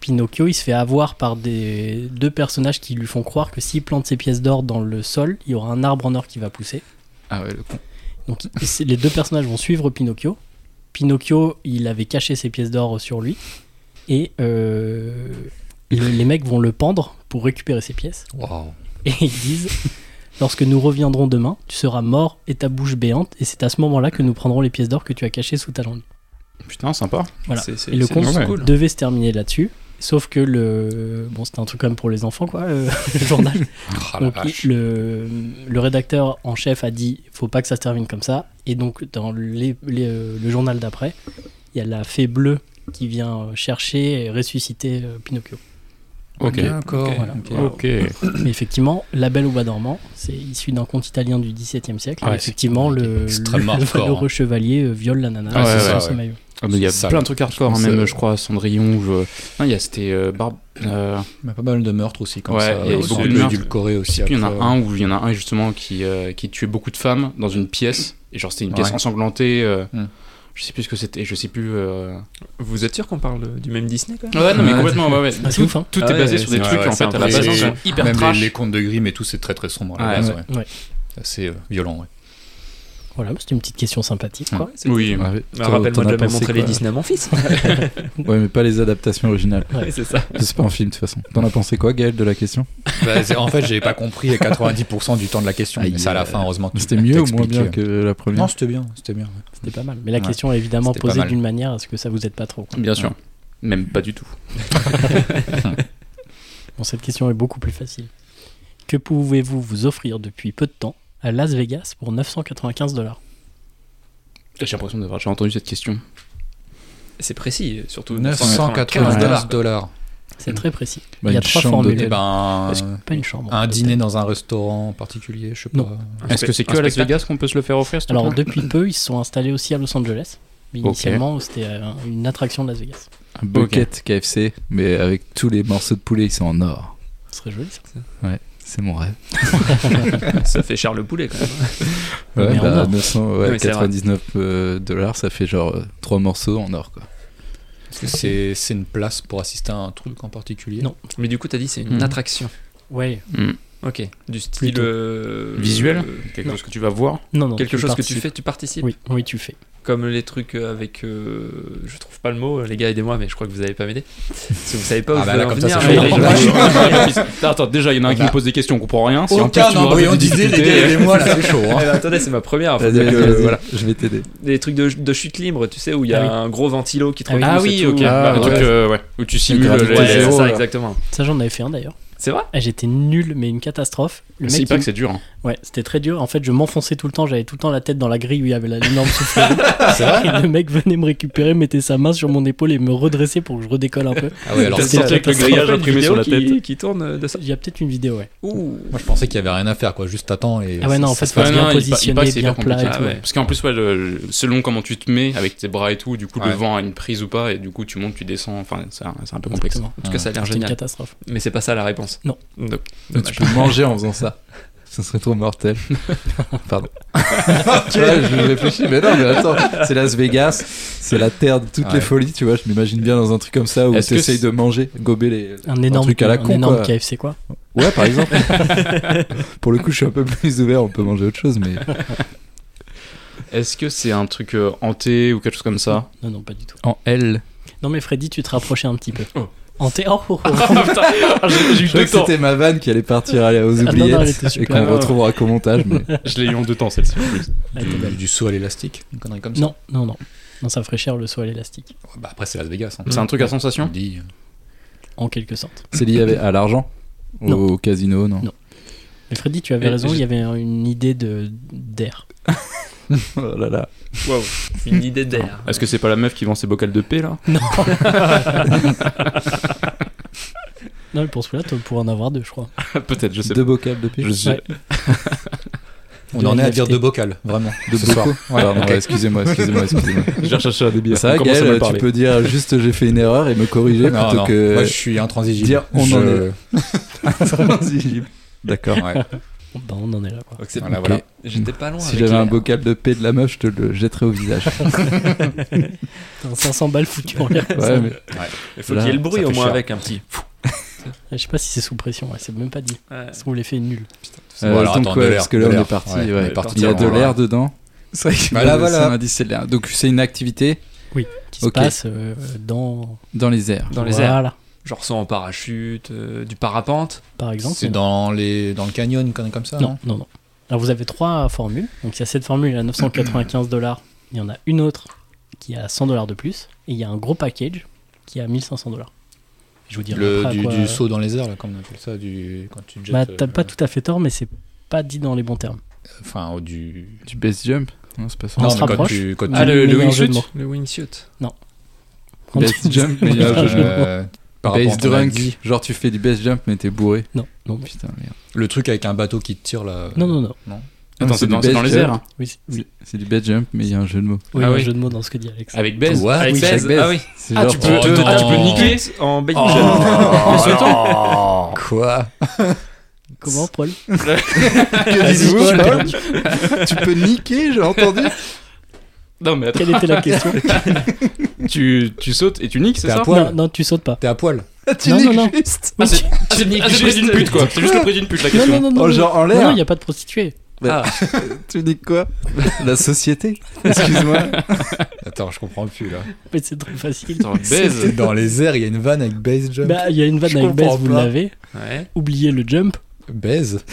Speaker 6: Pinocchio, il se fait avoir par des deux personnages qui lui font croire que s'il plante ses pièces d'or dans le sol, il y aura un arbre en or qui va pousser.
Speaker 7: Ah ouais, le con.
Speaker 6: Donc il- c'est- les deux personnages vont suivre Pinocchio. Pinocchio, il avait caché ses pièces d'or sur lui. Et euh, le- les mecs vont le pendre pour récupérer ses pièces.
Speaker 10: Waouh.
Speaker 6: Et ils disent Lorsque nous reviendrons demain, tu seras mort et ta bouche béante. Et c'est à ce moment-là que nous prendrons les pièces d'or que tu as cachées sous ta langue.
Speaker 8: Putain, sympa.
Speaker 6: Voilà.
Speaker 9: c'est- c'est-
Speaker 6: Et le
Speaker 9: c'est
Speaker 6: conte
Speaker 9: vraiment cool.
Speaker 6: devait se terminer là-dessus. Sauf que le. Bon, c'était un truc quand même pour les enfants, quoi,
Speaker 9: <laughs>
Speaker 6: euh, le journal.
Speaker 9: Oh
Speaker 10: Ah, la
Speaker 6: donc,
Speaker 10: vache.
Speaker 6: le, le rédacteur en chef a dit faut pas que ça se termine comme ça. Et donc, dans les- les, euh, le journal d'après, il y a la fée bleue qui vient euh, chercher et ressusciter euh, Pinocchio.
Speaker 8: Ok.
Speaker 10: D'accord.
Speaker 9: Ok.
Speaker 10: voilà.
Speaker 9: Ok.
Speaker 8: Ok.
Speaker 6: Mais effectivement, La Belle au Bois dormant, c'est issu d'un conte italien du XVIIe siècle.
Speaker 10: Ouais,
Speaker 6: Et effectivement,
Speaker 10: c'est
Speaker 6: le, <laughs>
Speaker 10: extrêmement
Speaker 6: le
Speaker 10: hardcore, hein.
Speaker 6: valeureux chevalier euh, viole la nana
Speaker 8: Ah,
Speaker 6: sans
Speaker 8: ouais,
Speaker 6: son
Speaker 10: ouais,
Speaker 6: sommeil.
Speaker 8: Ah, mais Il y a
Speaker 10: Ça,
Speaker 8: plein de trucs hardcore, hein,
Speaker 10: je pense,
Speaker 8: même
Speaker 10: euh,
Speaker 8: je crois Cendrillon. ou, euh, Non, il y a c'était euh, Barbe. euh,
Speaker 10: Mais pas mal de meurtres aussi comme
Speaker 8: Ouais,
Speaker 10: ça.
Speaker 8: il y a
Speaker 10: Ils
Speaker 8: beaucoup
Speaker 10: sont
Speaker 8: de
Speaker 10: un peu
Speaker 8: meurtres.
Speaker 10: édulcorés
Speaker 8: Je
Speaker 10: aussi.
Speaker 8: sais plus, il y en
Speaker 10: après.
Speaker 8: a un où il y en a un justement qui, euh, qui tuait beaucoup de femmes dans une pièce. Et genre, c'était une pièce
Speaker 10: Ouais.
Speaker 8: ensanglantée. euh,
Speaker 10: Hmm.
Speaker 8: Je sais plus ce que c'était, je sais plus. euh,
Speaker 9: Vous êtes sûr qu'on parle euh, du même Disney quand même
Speaker 8: Ouais, non, mais complètement, ouais, ouais.
Speaker 6: Ah, c'est
Speaker 8: tout
Speaker 6: ouf, hein.
Speaker 8: tout
Speaker 9: Ah
Speaker 8: est
Speaker 9: ouais,
Speaker 8: basé
Speaker 9: ouais,
Speaker 8: sur
Speaker 9: c'est-
Speaker 8: des
Speaker 10: ouais,
Speaker 8: trucs
Speaker 10: ouais,
Speaker 8: en fait
Speaker 10: c'est
Speaker 8: à la
Speaker 10: un
Speaker 8: base
Speaker 10: peu-
Speaker 8: ils sont hyper
Speaker 10: Même
Speaker 8: trash.
Speaker 10: les, les contes de Grimm et tout, c'est très très sombre à la
Speaker 8: Ouais,
Speaker 10: base.
Speaker 8: ouais.
Speaker 10: ouais.
Speaker 6: Ouais.
Speaker 10: C'est assez euh, violent. Ouais.
Speaker 6: Voilà, c'est une petite question sympathique.
Speaker 10: Mm.
Speaker 6: quoi.
Speaker 9: Ouais, c'est
Speaker 8: Oui,
Speaker 9: cool.
Speaker 7: Ouais,
Speaker 9: Bah,
Speaker 7: t'en- t'en
Speaker 9: Rappelle-moi de
Speaker 7: as
Speaker 9: jamais
Speaker 7: pensé
Speaker 9: montrer les
Speaker 7: quoi
Speaker 9: Disney à
Speaker 8: <laughs>
Speaker 9: mon fils.
Speaker 7: <laughs> Ouais, mais pas les adaptations
Speaker 10: <laughs>
Speaker 7: originales.
Speaker 6: Ouais.
Speaker 9: c'est ça.
Speaker 7: C'est pas un film de toute façon. T'en as pensé quoi, Gaël, de la question
Speaker 10: Bah, c'est- en fait, j'ai pas compris les 90% du temps de la question.
Speaker 7: Aïe,
Speaker 10: mais c'est à la
Speaker 7: euh,
Speaker 10: fin, heureusement. tu-
Speaker 7: C'était mieux ou moins
Speaker 10: t'expliques,
Speaker 7: bien
Speaker 10: euh.
Speaker 7: que la première
Speaker 10: Non, c'était bien. C'était bien. ouais.
Speaker 6: C'était pas mal. Mais la
Speaker 10: Ouais.
Speaker 6: question est évidemment
Speaker 10: C'était pas
Speaker 6: posée
Speaker 10: mal. Mm.
Speaker 6: d'une manière à ce que ça vous aide pas trop. quoi.
Speaker 8: bien sûr. Même pas du tout.
Speaker 6: Bon, cette question est beaucoup plus facile. Que pouvez-vous vous offrir depuis peu de temps à Las Vegas pour 995 dollars
Speaker 8: J'ai l'impression d'avoir déjà entendu cette question.
Speaker 9: C'est précis, euh, surtout.
Speaker 10: 995 dollars. dollars.
Speaker 6: C'est très précis.
Speaker 7: Bah,
Speaker 6: Il y a
Speaker 7: une
Speaker 6: trois
Speaker 7: chambre
Speaker 6: formules.
Speaker 7: d'hôtel.
Speaker 10: Eh ben, Mm. un,
Speaker 6: Est-ce que- Pas une chambre.
Speaker 10: un
Speaker 6: d'hôtel.
Speaker 10: dîner dans un restaurant en particulier, je sais
Speaker 6: Non.
Speaker 10: pas.
Speaker 8: Est-ce que c'est que
Speaker 9: un
Speaker 8: à Las
Speaker 9: spectacle
Speaker 8: Vegas qu'on peut se le faire offrir ce truc-là
Speaker 6: Alors, depuis peu, ils se sont installés aussi à Los Angeles. Mais
Speaker 8: Ok.
Speaker 6: initialement, c'était euh, une attraction de Las Vegas.
Speaker 7: Un bucket KFC, mais avec tous les morceaux de poulet, ils sont en or.
Speaker 6: Ce serait joli, ça.
Speaker 7: C'est mon rêve.
Speaker 9: <laughs> Ça fait cher le poulet quand même.
Speaker 6: Ouais,
Speaker 7: Ouais,
Speaker 6: mais en
Speaker 7: bah,
Speaker 6: or.
Speaker 7: 900, ouais,
Speaker 9: Oui, c'est vrai.
Speaker 7: 99 euh, dollars, ça fait genre 3 morceaux en or, quoi.
Speaker 10: Est-ce que c'est c'est une place pour assister à un truc en particulier
Speaker 6: Non.
Speaker 9: Mais du coup, t'as dit c'est une
Speaker 8: Mhm.
Speaker 9: attraction.
Speaker 6: Ouais,
Speaker 8: Mm.
Speaker 9: Ok. Du style
Speaker 6: Plutôt.
Speaker 9: euh,
Speaker 8: Visuel
Speaker 9: euh,
Speaker 8: Quelque
Speaker 9: non.
Speaker 8: chose que tu vas voir
Speaker 6: non, non.
Speaker 9: Quelque
Speaker 6: tu
Speaker 9: chose que tu
Speaker 6: participes.
Speaker 9: fais, tu participes.
Speaker 6: Oui, oui, tu fais.
Speaker 9: Comme les trucs avec. euh, je trouve pas le mot, les gars, aidez-moi, mais je crois que vous allez pas m'aider. Si vous savez pas où
Speaker 10: Ah
Speaker 9: vous
Speaker 10: bah
Speaker 9: allez
Speaker 10: là,
Speaker 9: en
Speaker 10: comme ça,
Speaker 9: venir,
Speaker 10: ça
Speaker 9: mais
Speaker 10: change.
Speaker 9: les gens-
Speaker 10: Ouais.
Speaker 8: Attends, déjà, il y en a un qui
Speaker 10: On a-
Speaker 8: nous pose des questions, on comprend rien. Si en plus,
Speaker 10: Aucun
Speaker 8: tu nous
Speaker 10: embryon
Speaker 8: rajoutes des
Speaker 10: d'idée, les
Speaker 8: difficultés-
Speaker 10: gars, et moi là, c'est chaud.
Speaker 9: Ah, <laughs>
Speaker 10: hein. euh,
Speaker 9: mais attendez, c'est ma première. faut
Speaker 7: Vas-y,
Speaker 9: dire
Speaker 7: vas-y,
Speaker 9: que,
Speaker 7: vas-y,
Speaker 9: voilà.
Speaker 7: je vais t'aider.
Speaker 9: Des trucs de, de chute libre, tu sais, où il y a
Speaker 6: Ah oui.
Speaker 9: un gros ventilo qui te
Speaker 6: Ah
Speaker 9: repousse
Speaker 8: Ah
Speaker 9: et
Speaker 8: oui,
Speaker 9: tout. Bah,
Speaker 8: ok.
Speaker 7: Ah,
Speaker 8: Un truc,
Speaker 7: ouais.
Speaker 8: euh, ouais, Où tu simules
Speaker 7: Ouais,
Speaker 8: les-
Speaker 9: Ouais, c'est
Speaker 7: zéro,
Speaker 9: ça,
Speaker 7: là.
Speaker 9: exactement.
Speaker 6: Ça, j'en avais fait un d'ailleurs.
Speaker 9: C'est vrai
Speaker 6: Ah, J'étais nul, mais une catastrophe. Le
Speaker 8: C'est
Speaker 6: mec,
Speaker 8: pas
Speaker 6: il-
Speaker 8: que c'est dur. hein.
Speaker 6: ouais, c'était très dur. En fait, je m'enfonçais tout le temps. J'avais tout le temps la tête dans la grille où il y avait la- l'énorme soufflerie. Et le mec venait me récupérer, mettait sa main sur mon épaule et me redressait pour que je redécolle un
Speaker 10: <laughs>
Speaker 6: peu.
Speaker 3: Ah ouais, alors
Speaker 9: T'as
Speaker 6: c'est
Speaker 9: sorti
Speaker 6: la
Speaker 9: avec le
Speaker 6: catastrophe.
Speaker 9: grillage
Speaker 6: Une
Speaker 9: imprimé sur
Speaker 6: vidéo
Speaker 9: la tête
Speaker 6: qui-
Speaker 9: qui, tourne euh, de ça.
Speaker 6: Il y a peut-être une vidéo, ouais.
Speaker 9: Ouh.
Speaker 3: moi je pensais qu'il y avait rien à faire quoi, juste t'attends et.
Speaker 6: Ah ouais, non, en fait, faut
Speaker 8: Ouais,
Speaker 6: bien
Speaker 8: non, il pa- il
Speaker 6: positionner,
Speaker 8: passe, c'est
Speaker 6: bien
Speaker 8: hyper
Speaker 6: plat et
Speaker 8: compliqué.
Speaker 6: tout.
Speaker 9: Ah ouais.
Speaker 8: Parce qu'en plus, ouais, le- selon comment tu te mets avec tes bras et tout, du coup,
Speaker 3: Ouais.
Speaker 8: le vent a une prise ou pas, et du coup, tu montes, tu descends. Enfin, c'est un, c'est un peu complexe.
Speaker 6: Exactement.
Speaker 9: En tout cas, ça a l'air
Speaker 6: C'était Ah, une
Speaker 9: génial.
Speaker 6: catastrophe.
Speaker 9: Mais c'est pas ça la réponse.
Speaker 6: Non.
Speaker 9: Donc,
Speaker 7: Mais
Speaker 9: dommage.
Speaker 7: tu peux
Speaker 9: <laughs>
Speaker 7: manger en faisant <laughs> ça. Ça serait trop <laughs> mortel. Pardon. tu vois, je réfléchis, mais non, mais attends, c'est Las Vegas, c'est la terre de toutes
Speaker 12: Ouais.
Speaker 7: les folies, tu vois. Je m'imagine bien dans un truc comme ça où
Speaker 8: Est-ce que
Speaker 7: t'essayes
Speaker 8: c'est-
Speaker 7: de manger, gober les.
Speaker 6: Un énorme,
Speaker 7: truc à la con,
Speaker 6: énorme
Speaker 7: quoi.
Speaker 6: KFC, quoi.
Speaker 7: Ouais, par exemple. <laughs> Pour le coup, je suis un peu plus ouvert, on peut manger autre chose, mais.
Speaker 8: Est-ce que c'est un truc euh, hanté ou quelque chose comme ça
Speaker 6: Non, non, pas du tout.
Speaker 12: En L.
Speaker 6: Non, mais Freddy, tu te rapprochais un petit peu.
Speaker 8: Oh.
Speaker 6: En thé- oh, oh, oh.
Speaker 9: Ah,
Speaker 7: Je crois que c'était ma vanne qui allait partir aller aux
Speaker 6: non, non, elle
Speaker 7: oubliettes
Speaker 6: était
Speaker 7: et
Speaker 6: super.
Speaker 7: qu'on retrouvera qu'au montage, mais.
Speaker 8: Je l'ai eu en deux temps, celle-ci. en plus.
Speaker 6: Elle était belle.
Speaker 3: Bah, Du, du saut à l'élastique, une connerie comme ça.
Speaker 6: Non, non, non. Non, ça ferait cher le saut à l'élastique,
Speaker 3: Ouais, Bah, après, c'est Las Vegas. hein.
Speaker 10: Mm.
Speaker 8: C'est un truc à
Speaker 3: On
Speaker 8: sensation
Speaker 3: dit. euh,
Speaker 6: en quelque sorte.
Speaker 7: C'est lié avec- à l'argent
Speaker 6: Non.
Speaker 7: Au casino, non.
Speaker 6: Mais Freddy, tu avais
Speaker 8: Et
Speaker 6: raison,
Speaker 8: je-
Speaker 6: il y avait une idée de d'air.
Speaker 7: Oh là là.
Speaker 9: une idée d'air.
Speaker 8: Est-ce que c'est pas la meuf qui vend ses bocals de paix là
Speaker 6: Non. non, mais pour celui-là, tu pourrais en avoir deux, je crois.
Speaker 8: <laughs> Peut-être, je sais
Speaker 7: Deux bocales de
Speaker 8: pas.
Speaker 7: pêche.
Speaker 8: Je sais-
Speaker 6: Ouais.
Speaker 3: On
Speaker 6: De
Speaker 3: en est à
Speaker 6: NFT.
Speaker 3: dire deux bocales, vraiment.
Speaker 7: De
Speaker 3: ce soir.
Speaker 7: beaucoup. Pardon,
Speaker 3: ok.
Speaker 7: ouais, excusez-moi, excusez-moi, excusez-moi.
Speaker 8: Je cherche à chercher des billets.
Speaker 7: Ça,
Speaker 8: On commence à mal
Speaker 7: Gaël, tu
Speaker 8: parler.
Speaker 7: peux dire juste j'ai fait une erreur et me corriger
Speaker 3: Non,
Speaker 7: plutôt
Speaker 3: non.
Speaker 7: que <laughs>
Speaker 3: Moi, je suis intransigible.
Speaker 7: dire on
Speaker 3: Je-
Speaker 7: en est. Intransigible. D'accord.
Speaker 3: Ouais.
Speaker 6: Bah, on en est là, quoi.
Speaker 3: Voilà,
Speaker 7: Ok.
Speaker 3: voilà.
Speaker 9: J'étais pas loin.
Speaker 7: Si
Speaker 9: avec
Speaker 7: j'avais
Speaker 9: l'air.
Speaker 7: un bocal de paix de la meuf, je te le jetterais au visage.
Speaker 6: Putain, 500 balles foutues en l'air. comme ça.
Speaker 7: Ouais, mais euh,
Speaker 9: Il faut qu'il y ait le bruit
Speaker 3: ça
Speaker 9: au
Speaker 3: fait
Speaker 9: moins
Speaker 3: cher.
Speaker 9: avec un petit.
Speaker 6: Je sais pas si c'est sous pression, ouais, c'est même pas dit.
Speaker 9: Ouais.
Speaker 6: Ça se trouve, l'effet est nul.
Speaker 7: euh,
Speaker 3: Bon, alors,
Speaker 7: donc
Speaker 3: attends,
Speaker 7: ouais,
Speaker 3: de l'air,
Speaker 7: parce que
Speaker 3: de
Speaker 7: là on
Speaker 3: l'air.
Speaker 7: est parti.
Speaker 3: Ouais, on
Speaker 7: ouais.
Speaker 3: est parti,
Speaker 7: Il y a
Speaker 3: on
Speaker 7: de
Speaker 3: va voir.
Speaker 7: l'air dedans. Bah C'est vrai que
Speaker 3: Voilà,
Speaker 7: le-
Speaker 3: voilà.
Speaker 7: c'est un indice, c'est de l'air. Donc c'est une activité
Speaker 6: Qui se
Speaker 7: Ok.
Speaker 6: passe euh, dans...
Speaker 7: dans les airs.
Speaker 9: Dans les
Speaker 6: voilà,
Speaker 9: airs.
Speaker 6: là,
Speaker 9: Genre saut en parachute, euh, du parapente.
Speaker 6: par exemple.
Speaker 3: C'est
Speaker 6: mais
Speaker 3: dans, les... dans le canyon, une connerie comme ça.
Speaker 10: hein.
Speaker 3: hein
Speaker 6: Non, non, non. Alors vous avez trois formules. Donc il y a cette formule à 995 dollars. Il y en a une autre qui a 100 dollars de plus. Et il y a un gros package qui a 1500 dollars. Je vous dirai
Speaker 3: Le,
Speaker 6: après à
Speaker 3: du,
Speaker 6: quoi-
Speaker 3: du saut dans les airs, là, comme on appelle ça, du, quand tu te jettes.
Speaker 6: Bah, t'as
Speaker 3: euh,
Speaker 6: pas tout à fait tort, mais c'est pas dit dans les bons termes.
Speaker 3: Enfin, au- du.
Speaker 7: Du base jump Non, c'est pas ça.
Speaker 6: On
Speaker 3: Non,
Speaker 6: se
Speaker 3: mais quand
Speaker 6: rapproche.
Speaker 3: tu. Quand
Speaker 6: Ah,
Speaker 3: tu-
Speaker 6: le- le meilleur jeu de mots.
Speaker 9: Le wingsuit.
Speaker 7: Base jump,
Speaker 6: <laughs>
Speaker 7: mais il y a un jeu de mots.
Speaker 3: euh, par rapport
Speaker 7: Base
Speaker 3: à ton
Speaker 7: drunk.
Speaker 3: indice,
Speaker 7: Genre tu fais du base jump mais t'es bourré.
Speaker 6: Non, non, non.
Speaker 7: Putain merde.
Speaker 3: Le truc avec un bateau qui te tire là.
Speaker 6: non, non,
Speaker 3: Ah
Speaker 6: non.
Speaker 8: Attends, c'est
Speaker 7: Ah, du
Speaker 8: dans, c'est
Speaker 7: base
Speaker 8: dans les
Speaker 7: jump.
Speaker 8: airs hein.
Speaker 6: Oui, c'est- oui,
Speaker 7: C'est- C'est du base jump mais il y a un jeu de mots.
Speaker 6: oui,
Speaker 8: Ah
Speaker 6: un
Speaker 8: oui.
Speaker 6: jeu de mots dans ce que dit Alex.
Speaker 3: Ah,
Speaker 8: Avec Bez
Speaker 3: What
Speaker 9: Avec
Speaker 7: Oui,
Speaker 9: Bez.
Speaker 7: avec Bez.
Speaker 9: Ah oui. Oh.
Speaker 7: C'est
Speaker 9: Ah,
Speaker 7: genre
Speaker 9: tu peux,
Speaker 3: Oh,
Speaker 9: tu-
Speaker 3: non.
Speaker 9: tu peux niquer en baby jump. En sautant.
Speaker 3: Quoi
Speaker 6: Comment, Paul
Speaker 7: Que dites-vous, Paul Ah, Tu peux niquer, j'ai entendu.
Speaker 8: Non, mais
Speaker 6: Quelle était
Speaker 3: <laughs>
Speaker 6: la question
Speaker 8: attends, tu, tu sautes et tu niques, c'est
Speaker 3: T'es à
Speaker 8: ça
Speaker 3: poil.
Speaker 6: non, non, tu sautes pas.
Speaker 3: T'es à poil
Speaker 7: Tu
Speaker 6: Non,
Speaker 7: niques
Speaker 6: non, non.
Speaker 7: juste.
Speaker 8: Ah,
Speaker 6: Oui,
Speaker 8: c'est
Speaker 6: tu-
Speaker 8: ah, c'est- ah, c'est le prix d'une pute quoi. C'est juste le prix d'une pute la
Speaker 6: Non,
Speaker 8: question.
Speaker 6: non, non, non.
Speaker 7: Oh, genre en
Speaker 6: Non,
Speaker 7: l'air.
Speaker 6: il n'y a pas de prostituée.
Speaker 7: Tu niques quoi <laughs> La société. Excuse-moi.
Speaker 6: <laughs>
Speaker 3: Attends, je comprends plus <laughs> là.
Speaker 6: Mais c'est trop facile.
Speaker 8: Attends,
Speaker 10: <laughs>
Speaker 3: C'était
Speaker 8: baise.
Speaker 3: dans les airs, il y a une vanne avec base jump.
Speaker 6: Bah, il y a une vanne
Speaker 3: Je
Speaker 6: avec Bez,
Speaker 3: comprends
Speaker 6: vous
Speaker 3: pas.
Speaker 6: l'avez.
Speaker 9: Ouais.
Speaker 6: Oubliez le jump.
Speaker 3: Baise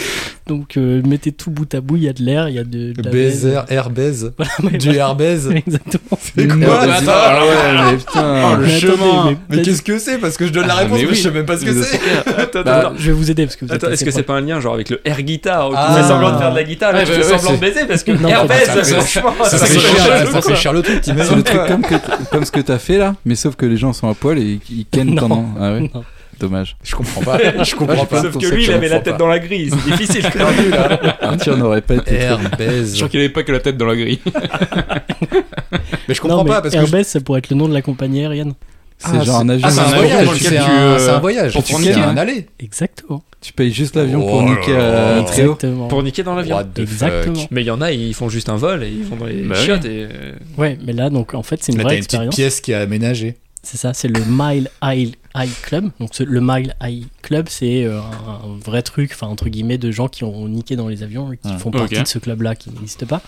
Speaker 6: Donc euh, mettez tout bout à bout, il y a de l'air, il y a de, de la
Speaker 3: Baiser, air baise.
Speaker 6: <laughs> Voilà, mais
Speaker 3: Du air baise.
Speaker 6: <laughs> Exactement.
Speaker 3: Mais
Speaker 7: Merde,
Speaker 3: quoi
Speaker 7: vas-y.
Speaker 8: attends,
Speaker 7: Ah ouais, mais putain.
Speaker 8: le
Speaker 6: Mais attendez,
Speaker 8: chemin.
Speaker 6: mais
Speaker 3: Mais
Speaker 6: peut-être-
Speaker 3: qu'est-ce que c'est Parce que je donne la
Speaker 8: Ah,
Speaker 3: réponse,
Speaker 8: mais
Speaker 3: mais
Speaker 8: oui.
Speaker 3: je sais même pas ce que
Speaker 8: Mais
Speaker 3: c'est.
Speaker 9: Attends,
Speaker 7: Bah,
Speaker 9: attends, attends.
Speaker 6: je vais vous aider parce que vous êtes
Speaker 9: Attends, est-ce
Speaker 6: assez
Speaker 9: que c'est
Speaker 6: proche.
Speaker 9: pas un lien genre avec le air guitar où
Speaker 3: Ah.
Speaker 9: tu fais semblant de faire de la guitare
Speaker 8: Ouais,
Speaker 9: et tu fais
Speaker 8: ouais, ouais,
Speaker 9: semblant de baiser parce que
Speaker 6: Non,
Speaker 9: air
Speaker 6: mais
Speaker 9: baise,
Speaker 3: ça fait-
Speaker 9: franchement,
Speaker 3: Ça,
Speaker 9: fait
Speaker 3: c'est
Speaker 9: chelou,
Speaker 3: cher, ça,
Speaker 9: quoi.
Speaker 3: c'est cher le truc,
Speaker 7: C'est le
Speaker 3: t'imagines
Speaker 7: truc comme, que t- comme ce que t'as fait là, mais sauf que les gens sont à poil et ils kennent
Speaker 6: Non.
Speaker 7: pendant. Ah ouais,
Speaker 6: Non.
Speaker 7: dommage.
Speaker 3: Je comprends pas. <laughs> Je comprends pas.
Speaker 9: Sauf que lui, il avait la tête dans la grille, c'est difficile quand même.
Speaker 7: Arthur n'aurait pas été.
Speaker 3: Air
Speaker 8: Je
Speaker 3: baise.
Speaker 8: suis sûr qu'il avait pas que la tête dans la grille.
Speaker 3: Mais je comprends
Speaker 6: non, mais
Speaker 3: pas parce que. je-
Speaker 6: Airbus, ça pourrait être le nom de la compagnie aérienne.
Speaker 7: C'est
Speaker 3: Ah,
Speaker 7: genre un avion.
Speaker 8: ah, c'est un
Speaker 7: dans
Speaker 3: C'est un
Speaker 7: lequel
Speaker 8: voyage
Speaker 3: voyage,
Speaker 8: dans
Speaker 7: tu-
Speaker 8: lequel
Speaker 3: c'est
Speaker 8: tu,
Speaker 3: un,
Speaker 8: euh,
Speaker 3: c'est un voyage.
Speaker 8: pour
Speaker 3: Tu
Speaker 8: prendre
Speaker 3: fais
Speaker 7: Ikea.
Speaker 3: un aller.
Speaker 6: Exactement.
Speaker 7: Tu payes juste l'avion
Speaker 3: Oh
Speaker 7: pour
Speaker 3: là
Speaker 7: niquer
Speaker 3: là.
Speaker 7: euh, très haut.
Speaker 6: Exactement.
Speaker 9: Pour niquer dans l'avion.
Speaker 3: What the
Speaker 6: Exactement.
Speaker 3: fuck.
Speaker 9: Mais il y en a, ils font juste un vol et ils font dans les
Speaker 8: Bah oui.
Speaker 9: chiottes et. euh,
Speaker 6: Ouais, mais là donc en fait c'est une
Speaker 3: Là, t'as
Speaker 6: vraie
Speaker 3: une petite
Speaker 6: expérience.
Speaker 3: pièce qui est aménagée.
Speaker 6: C'est ça, c'est le Mile High, High Club. Donc ce- le Mile High Club, c'est euh, un, un vrai truc, enfin entre guillemets, de gens qui ont niqué dans les avions et qui
Speaker 3: Ah,
Speaker 6: font
Speaker 8: ok.
Speaker 6: partie de ce club-là qui n'existe pas.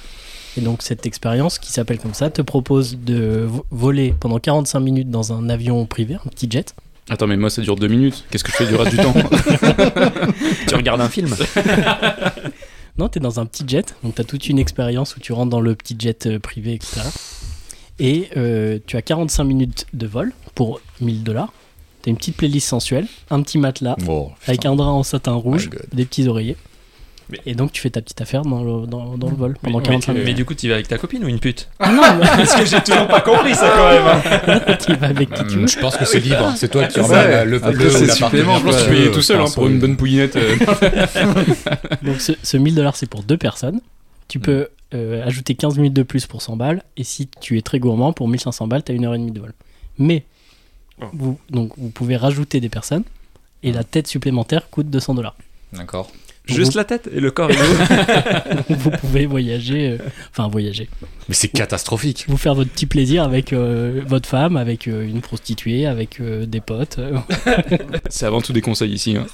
Speaker 6: Et donc cette expérience qui s'appelle comme ça te propose de vo- voler pendant 45 minutes dans un avion privé, un petit jet.
Speaker 8: Attends, mais moi ça dure deux minutes. Qu'est-ce que je fais du reste du temps
Speaker 9: Tu regardes un film.
Speaker 6: Non, t'es dans un petit jet, donc t'as toute une expérience où tu rentres dans le petit jet euh, privé, etc. Et euh, tu as 45 minutes de vol pour 1000 dollars. T'as une petite playlist sensuelle, un petit matelas,
Speaker 10: Oh, putain.
Speaker 6: avec un drap en satin
Speaker 3: Ah,
Speaker 6: rouge,
Speaker 10: My God.
Speaker 6: des petits oreillers.
Speaker 9: Mais-
Speaker 6: Et donc tu fais ta petite affaire dans le, dans, dans le vol
Speaker 9: Mais,
Speaker 6: pendant 45
Speaker 9: mais
Speaker 6: minutes.
Speaker 9: du coup, tu vas avec ta copine ou une pute
Speaker 6: Ah non, mais-
Speaker 9: <laughs> Parce que j'ai toujours pas compris ça quand même. hein.
Speaker 6: tu vas avec qui tu veux.
Speaker 10: Hum, Je pense que c'est libre. C'est toi qui
Speaker 7: Ouais.
Speaker 10: emmènes le
Speaker 7: Après,
Speaker 10: le-
Speaker 7: c'est
Speaker 10: ou la
Speaker 7: supplément,
Speaker 10: partenaire.
Speaker 7: je pense que tu
Speaker 8: payé tout seul hein,
Speaker 10: Enfin,
Speaker 8: pour une bonne pouillinette. euh.
Speaker 6: Donc ce, ce 1000 dollars c'est pour deux personnes. Tu peux
Speaker 9: Mm.
Speaker 6: euh, ajouter 15 minutes de plus pour 100 balles. Et si tu es très gourmand, pour 1500 balles, tu as une heure et demie de vol. Mais
Speaker 9: Oh. Ah.
Speaker 6: vous, donc, vous pouvez rajouter des personnes. Et la tête supplémentaire coûte 200 dollars.
Speaker 10: D'accord.
Speaker 9: Juste la tête et le corps. il est où <laughs>
Speaker 6: vous pouvez voyager, euh, enfin voyager.
Speaker 10: Mais c'est catastrophique.
Speaker 6: Vous faire votre petit plaisir avec euh, votre femme, avec euh, une prostituée, avec euh, des potes. <laughs> euh,
Speaker 8: <laughs> C'est avant tout des conseils ici. hein.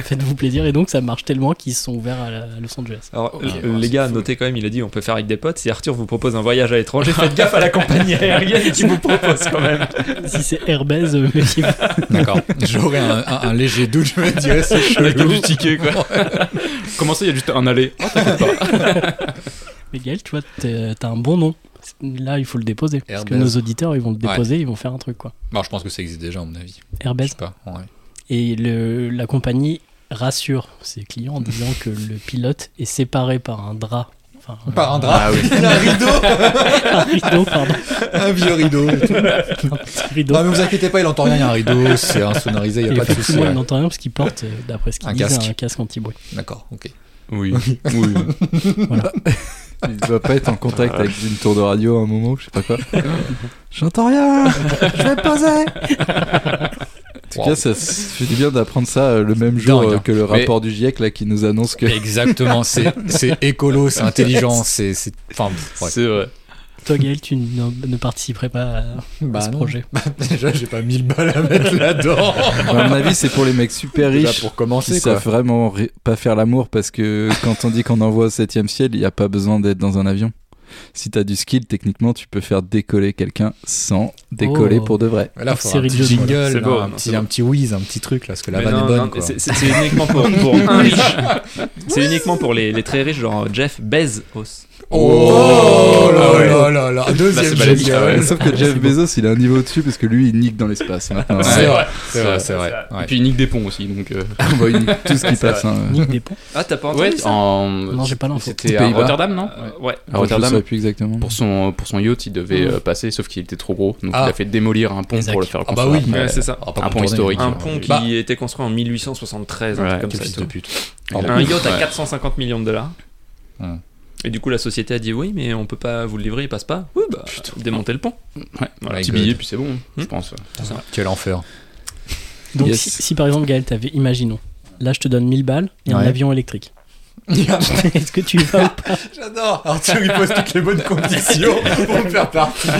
Speaker 6: Faites-vous plaisir. Et donc ça marche tellement qu'ils sont ouverts à, la- à Los Angeles.
Speaker 9: Alors,
Speaker 10: Ok.
Speaker 9: l-
Speaker 10: Ah,
Speaker 9: les
Speaker 10: c'est
Speaker 9: gars, notez quand même, il a dit on peut faire avec des potes. Si Arthur vous propose un voyage à l'étranger, faites gaffe à la compagnie aérienne qui vous propose quand même.
Speaker 6: si c'est Airbase, euh, <laughs> méfiez-vous.
Speaker 10: D'accord. J'aurais un, un- un léger doute. Je me dirais c'est
Speaker 8: Avec
Speaker 10: chelou.
Speaker 8: du ticket, quoi. Comment ça, il y a juste un aller
Speaker 6: Mais Gaël, tu vois, t'es- t'as un bon nom. Là, il faut le déposer. Parce que nos
Speaker 10: Airbase.
Speaker 6: auditeurs, ils vont le
Speaker 10: Ouais.
Speaker 6: déposer, ils vont faire un truc, quoi.
Speaker 10: Bon, je pense que ça existe déjà à mon avis. Je
Speaker 6: Airbase.
Speaker 10: sais pas. ouais.
Speaker 6: Et le, la compagnie rassure ses clients en disant que le pilote est séparé par un drap. Enfin, <laughs>
Speaker 10: Par un drap, <laughs> un rideau,
Speaker 6: un rideau, pardon.
Speaker 10: un vieux rideau. et tout.
Speaker 6: Un petit rideau.
Speaker 10: Non Ah, mais vous inquiétez pas, il entend rien. Il y a un rideau, c'est insonorisé, il
Speaker 6: Et
Speaker 10: n'y a pas de souci.
Speaker 6: effectivement, il
Speaker 10: ouais.
Speaker 6: n'entend rien parce qu'il porte, euh, d'après ce qu'il
Speaker 10: Un
Speaker 6: disait,
Speaker 10: casque.
Speaker 6: un casque anti-bruit.
Speaker 10: D'accord. Ok.
Speaker 8: Oui.
Speaker 7: <laughs>
Speaker 8: oui.
Speaker 7: Il doit pas être en contact avec une tour de radio à un moment, je sais pas quoi. J'entends rien Je vais me poser En tout
Speaker 10: Wow.
Speaker 7: cas, ça se fait du bien d'apprendre ça euh, le même jour
Speaker 10: Dingue, hein.
Speaker 7: euh, que le
Speaker 10: Mais-
Speaker 7: rapport du GIEC là, qui nous annonce que.
Speaker 10: Exactement. C'est c'est écolo, c'est intelligent, c'est c'est. Enfin. pff, ouais.
Speaker 9: C'est vrai.
Speaker 6: Toi, Gaël, tu ne, ne participerais pas à, à
Speaker 10: Bah
Speaker 6: ce
Speaker 10: non.
Speaker 6: projet.
Speaker 10: <laughs> Déjà, j'ai pas 1000 balles à mettre <laughs> là-dedans.
Speaker 7: À mon avis, c'est pour les mecs super
Speaker 10: Déjà
Speaker 7: riches
Speaker 10: pour
Speaker 7: qui
Speaker 10: commencer, quoi.
Speaker 7: savent vraiment ri- pas faire l'amour parce que quand on dit qu'on envoie au 7 ciel, il n'y a pas besoin d'être dans un avion. Si t'as du skill, techniquement, tu peux faire décoller quelqu'un sans décoller
Speaker 6: Oh.
Speaker 7: pour de vrai.
Speaker 10: Là, faut un
Speaker 6: Série de
Speaker 10: petit
Speaker 6: jeux de
Speaker 10: jingle,
Speaker 8: mots, là.
Speaker 10: là,
Speaker 8: C'est beau, non,
Speaker 10: un, petit,
Speaker 8: c'est
Speaker 10: un
Speaker 8: beau.
Speaker 10: petit whiz, un petit truc, là, parce que la
Speaker 9: Mais
Speaker 10: vanne
Speaker 9: non,
Speaker 10: est bonne.
Speaker 9: non,
Speaker 10: quoi.
Speaker 9: c'est- C'est c'est uniquement <laughs> pour, pour un riche. C'est uniquement pour les, les très riches, genre Jeff Bezos.
Speaker 10: Oh là
Speaker 9: Ah ouais.
Speaker 10: là là là,
Speaker 9: Là,
Speaker 10: deuxième
Speaker 9: c'est balèze, ah ouais.
Speaker 10: jingle.
Speaker 7: Sauf que
Speaker 10: <laughs>
Speaker 7: Jeff Bezos, il a un niveau au-dessus parce que lui, il nique dans l'espace maintenant.
Speaker 10: C'est
Speaker 7: Ouais.
Speaker 10: vrai, c'est vrai, c'est vrai.
Speaker 8: Et
Speaker 10: Ouais.
Speaker 8: puis, il nique des ponts aussi. Donc, euh,
Speaker 7: Bah, il nique tout ce
Speaker 10: <laughs>
Speaker 7: qui passe. hein.
Speaker 6: Nick Despont.
Speaker 9: Ah, t'as pas entendu
Speaker 8: ouais,
Speaker 9: ça
Speaker 8: en...
Speaker 6: Non, j'ai pas l'info.
Speaker 8: C'était
Speaker 7: Aux
Speaker 8: à
Speaker 7: Pays-Bas.
Speaker 8: Rotterdam, non
Speaker 9: Euh,
Speaker 7: Alors,
Speaker 9: Ouais.
Speaker 7: je ne
Speaker 8: Rotterdam.
Speaker 7: saurais plus exactement.
Speaker 8: Pour son, pour son yacht, il devait euh, passer, sauf qu'il était trop gros. Donc,
Speaker 10: Ah.
Speaker 8: il a fait démolir un pont
Speaker 6: Exact.
Speaker 8: pour le faire
Speaker 10: Ah bah
Speaker 8: construire
Speaker 10: oui.
Speaker 8: après.
Speaker 9: Ouais, c'est ça.
Speaker 10: On va pas
Speaker 8: Un pont
Speaker 10: contourner.
Speaker 8: historique.
Speaker 9: Un pont qui
Speaker 10: Bah,
Speaker 9: était construit en 1873, un
Speaker 8: Ouais,
Speaker 9: truc comme
Speaker 10: quel
Speaker 9: ça. et
Speaker 10: fils
Speaker 9: euh, tout.
Speaker 10: de pute.
Speaker 9: Un
Speaker 8: Ouais.
Speaker 9: yacht à 450 millions de dollars.
Speaker 10: Hum.
Speaker 9: Et du coup, la société a dit oui, mais on peut pas vous le livrer, il passe pas. Oui, bah, démontez <laughs> le pont.
Speaker 8: Ouais, voilà,
Speaker 10: My
Speaker 8: petit
Speaker 10: God.
Speaker 8: billet, puis c'est bon, je
Speaker 9: Hmm.
Speaker 8: pense.
Speaker 10: Quel enfer.
Speaker 6: Donc,
Speaker 7: Yes.
Speaker 6: si, si par exemple, Gaël, t'avais, imaginons, là, je te donne 1000 balles et un
Speaker 7: Ouais.
Speaker 6: avion électrique. <laughs> Est-ce que tu y vas ou pas
Speaker 10: J'adore. Arthur, il pose toutes les <laughs> bonnes conditions pour me faire partir.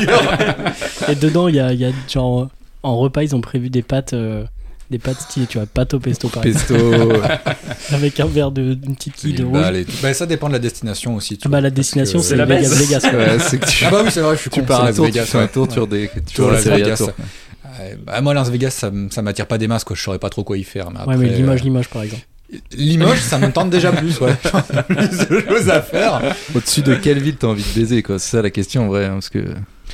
Speaker 6: Et dedans, il y a, il y a genre euh, en repas, ils ont prévu des pâtes, euh, des pâtes stylées, tu vois, pâtes au pesto par exemple,
Speaker 7: Pesto.
Speaker 6: avec un verre de une petite quille de rouge.
Speaker 10: Bah, les- bah, ça dépend de la destination aussi. tu
Speaker 6: Ah bah,
Speaker 10: vois,
Speaker 6: la
Speaker 10: parce
Speaker 6: destination,
Speaker 10: que-
Speaker 6: c'est
Speaker 9: la
Speaker 6: Vegas,
Speaker 9: baisse.
Speaker 6: Vegas. quoi.
Speaker 7: Ouais,
Speaker 10: <laughs>
Speaker 7: c'est que tu,
Speaker 10: Ah bah oui, c'est vrai, je suis
Speaker 7: tu
Speaker 10: con,
Speaker 7: pars
Speaker 10: c'est
Speaker 7: à
Speaker 10: Las
Speaker 7: tour,
Speaker 10: Vegas,
Speaker 7: tu fais un
Speaker 10: ouais.
Speaker 7: tour, tu des, tu
Speaker 10: Tour
Speaker 7: vois la
Speaker 10: Las
Speaker 7: série à
Speaker 10: Vegas.
Speaker 7: tour.
Speaker 10: Ouais, bah, moi, Las Vegas, ça, m- ça m'attire pas des masses, quoi. Je saurais pas trop quoi y faire. Mais
Speaker 6: ouais, mais
Speaker 10: après,
Speaker 6: Limoges, Limoges par exemple.
Speaker 10: euh, Limoges, ça me tente déjà
Speaker 6: <laughs>
Speaker 10: plus, ouais. plus de choses à faire.
Speaker 7: Au-dessus de quelle ville t'as envie de baiser, quoi C'est ça la question, en vrai. hein, parce que...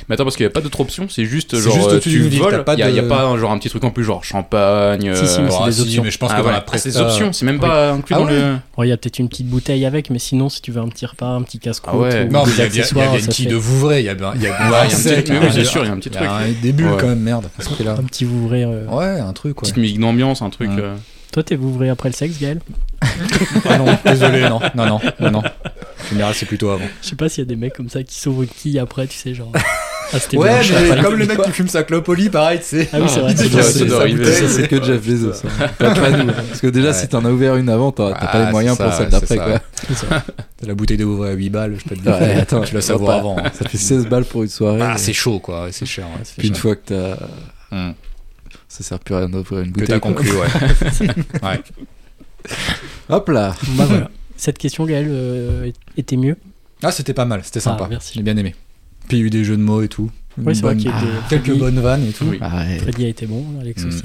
Speaker 8: Mais attends, parce qu'il n'y a pas d'autre option, c'est juste
Speaker 10: C'est
Speaker 8: genre
Speaker 10: juste
Speaker 8: euh,
Speaker 10: au-dessus
Speaker 8: tu
Speaker 10: d'une ville,
Speaker 8: voles,
Speaker 10: t'as pas
Speaker 8: il n'y a,
Speaker 10: de-
Speaker 8: y a pas un, genre un petit truc en plus, genre champagne.
Speaker 6: Si, si,
Speaker 8: euh,
Speaker 6: mais c'est des
Speaker 10: Bon, oh, si,
Speaker 6: options.
Speaker 10: mais je pense
Speaker 8: ah
Speaker 10: que euh, dans
Speaker 8: ouais,
Speaker 10: la
Speaker 8: c'est des
Speaker 10: presta-
Speaker 8: options, c'est même pas inclus
Speaker 10: Ah
Speaker 8: dans
Speaker 10: ouais.
Speaker 8: le.
Speaker 6: Bon, Il y a peut-être une petite bouteille avec, mais sinon, si tu veux un petit repas, un petit casse-croûte,
Speaker 8: Ah ouais.
Speaker 6: ou
Speaker 10: Non, mais
Speaker 6: des
Speaker 10: il y a, il y a- il y a
Speaker 6: accessoires,
Speaker 10: des
Speaker 6: ça
Speaker 10: petits
Speaker 6: fait
Speaker 10: de Vouvray, il y a bien. Il y a,
Speaker 8: Ouais, il y a un
Speaker 10: Marseille,
Speaker 8: petit-
Speaker 10: il y a-
Speaker 8: oui, c'est sûr, il y a un petit
Speaker 10: il y a
Speaker 8: truc.
Speaker 10: un- des bulles
Speaker 8: Ouais.
Speaker 10: quand même, merde. à
Speaker 6: <laughs>
Speaker 10: ce prix-là.
Speaker 6: un petit vouvray. euh.
Speaker 10: Ouais, un truc, ouais.
Speaker 8: Petite musique d'ambiance, un truc.
Speaker 10: Ouais.
Speaker 8: euh,
Speaker 6: Toi, t'es vouvray après le sexe, Gaël
Speaker 10: Ah non, désolé, non, non, non, non, non. En général, c'est plutôt avant.
Speaker 6: Je sais pas s'il y a des mecs comme ça qui s'ouvrent une quille après, tu sais, genre. Ah, c'était bien,
Speaker 10: Ouais,
Speaker 6: je savais <laughs>
Speaker 10: mais
Speaker 6: pas.
Speaker 10: comme le mec qui fume sa clope au lit, pareil, tu sais.
Speaker 6: Ah oui, c'est vrai.
Speaker 10: Il dit,
Speaker 7: Ouais,
Speaker 10: tiens,
Speaker 7: ça,
Speaker 10: <laughs> c'est
Speaker 7: doit
Speaker 10: sa
Speaker 7: arriver.
Speaker 10: bouteille.
Speaker 7: Ça, c'est que Jeff Bezos.
Speaker 10: <laughs>
Speaker 7: hein. Pas, pas nous. Parce que déjà,
Speaker 10: Ouais.
Speaker 7: si t'en as ouvert une avant, t'as t'as pas
Speaker 10: Ah,
Speaker 7: les moyens
Speaker 10: c'est
Speaker 7: pour
Speaker 10: ça,
Speaker 7: celle
Speaker 10: ouais,
Speaker 7: d'après.
Speaker 10: c'est ça,
Speaker 7: quoi.
Speaker 10: T'as la bouteille de Vouvray à 8 balles, je peux te dire.
Speaker 7: <laughs> Ouais, attends,
Speaker 10: tu vas savoir avant. hein.
Speaker 7: Ça fait 16 balles pour une soirée.
Speaker 10: Ah,
Speaker 7: et
Speaker 10: c'est chaud, quoi, ouais, c'est cher. ouais, c'est
Speaker 7: Puis une
Speaker 10: cher.
Speaker 7: fois que t'as.
Speaker 10: Hum.
Speaker 7: Ça sert plus à rien d'ouvrir une
Speaker 10: Que
Speaker 7: bouteille.
Speaker 10: t'as
Speaker 7: quoi.
Speaker 10: conclu, ouais.
Speaker 7: Hop là
Speaker 6: Bah voilà. Cette question, Gaël, euh, était mieux.
Speaker 10: Ah, c'était pas mal, c'était sympa.
Speaker 6: Ah, merci.
Speaker 10: J'ai bien aimé. Puis il y a eu des jeux de mots et tout. Une
Speaker 6: Ouais, c'est vrai
Speaker 10: bonne- Ah,
Speaker 6: qu'il y a des-
Speaker 10: Quelques bonnes vannes et tout.
Speaker 8: Oui.
Speaker 7: Ah ouais,
Speaker 6: Freddy a été bon, Alex
Speaker 10: Mm.
Speaker 6: aussi.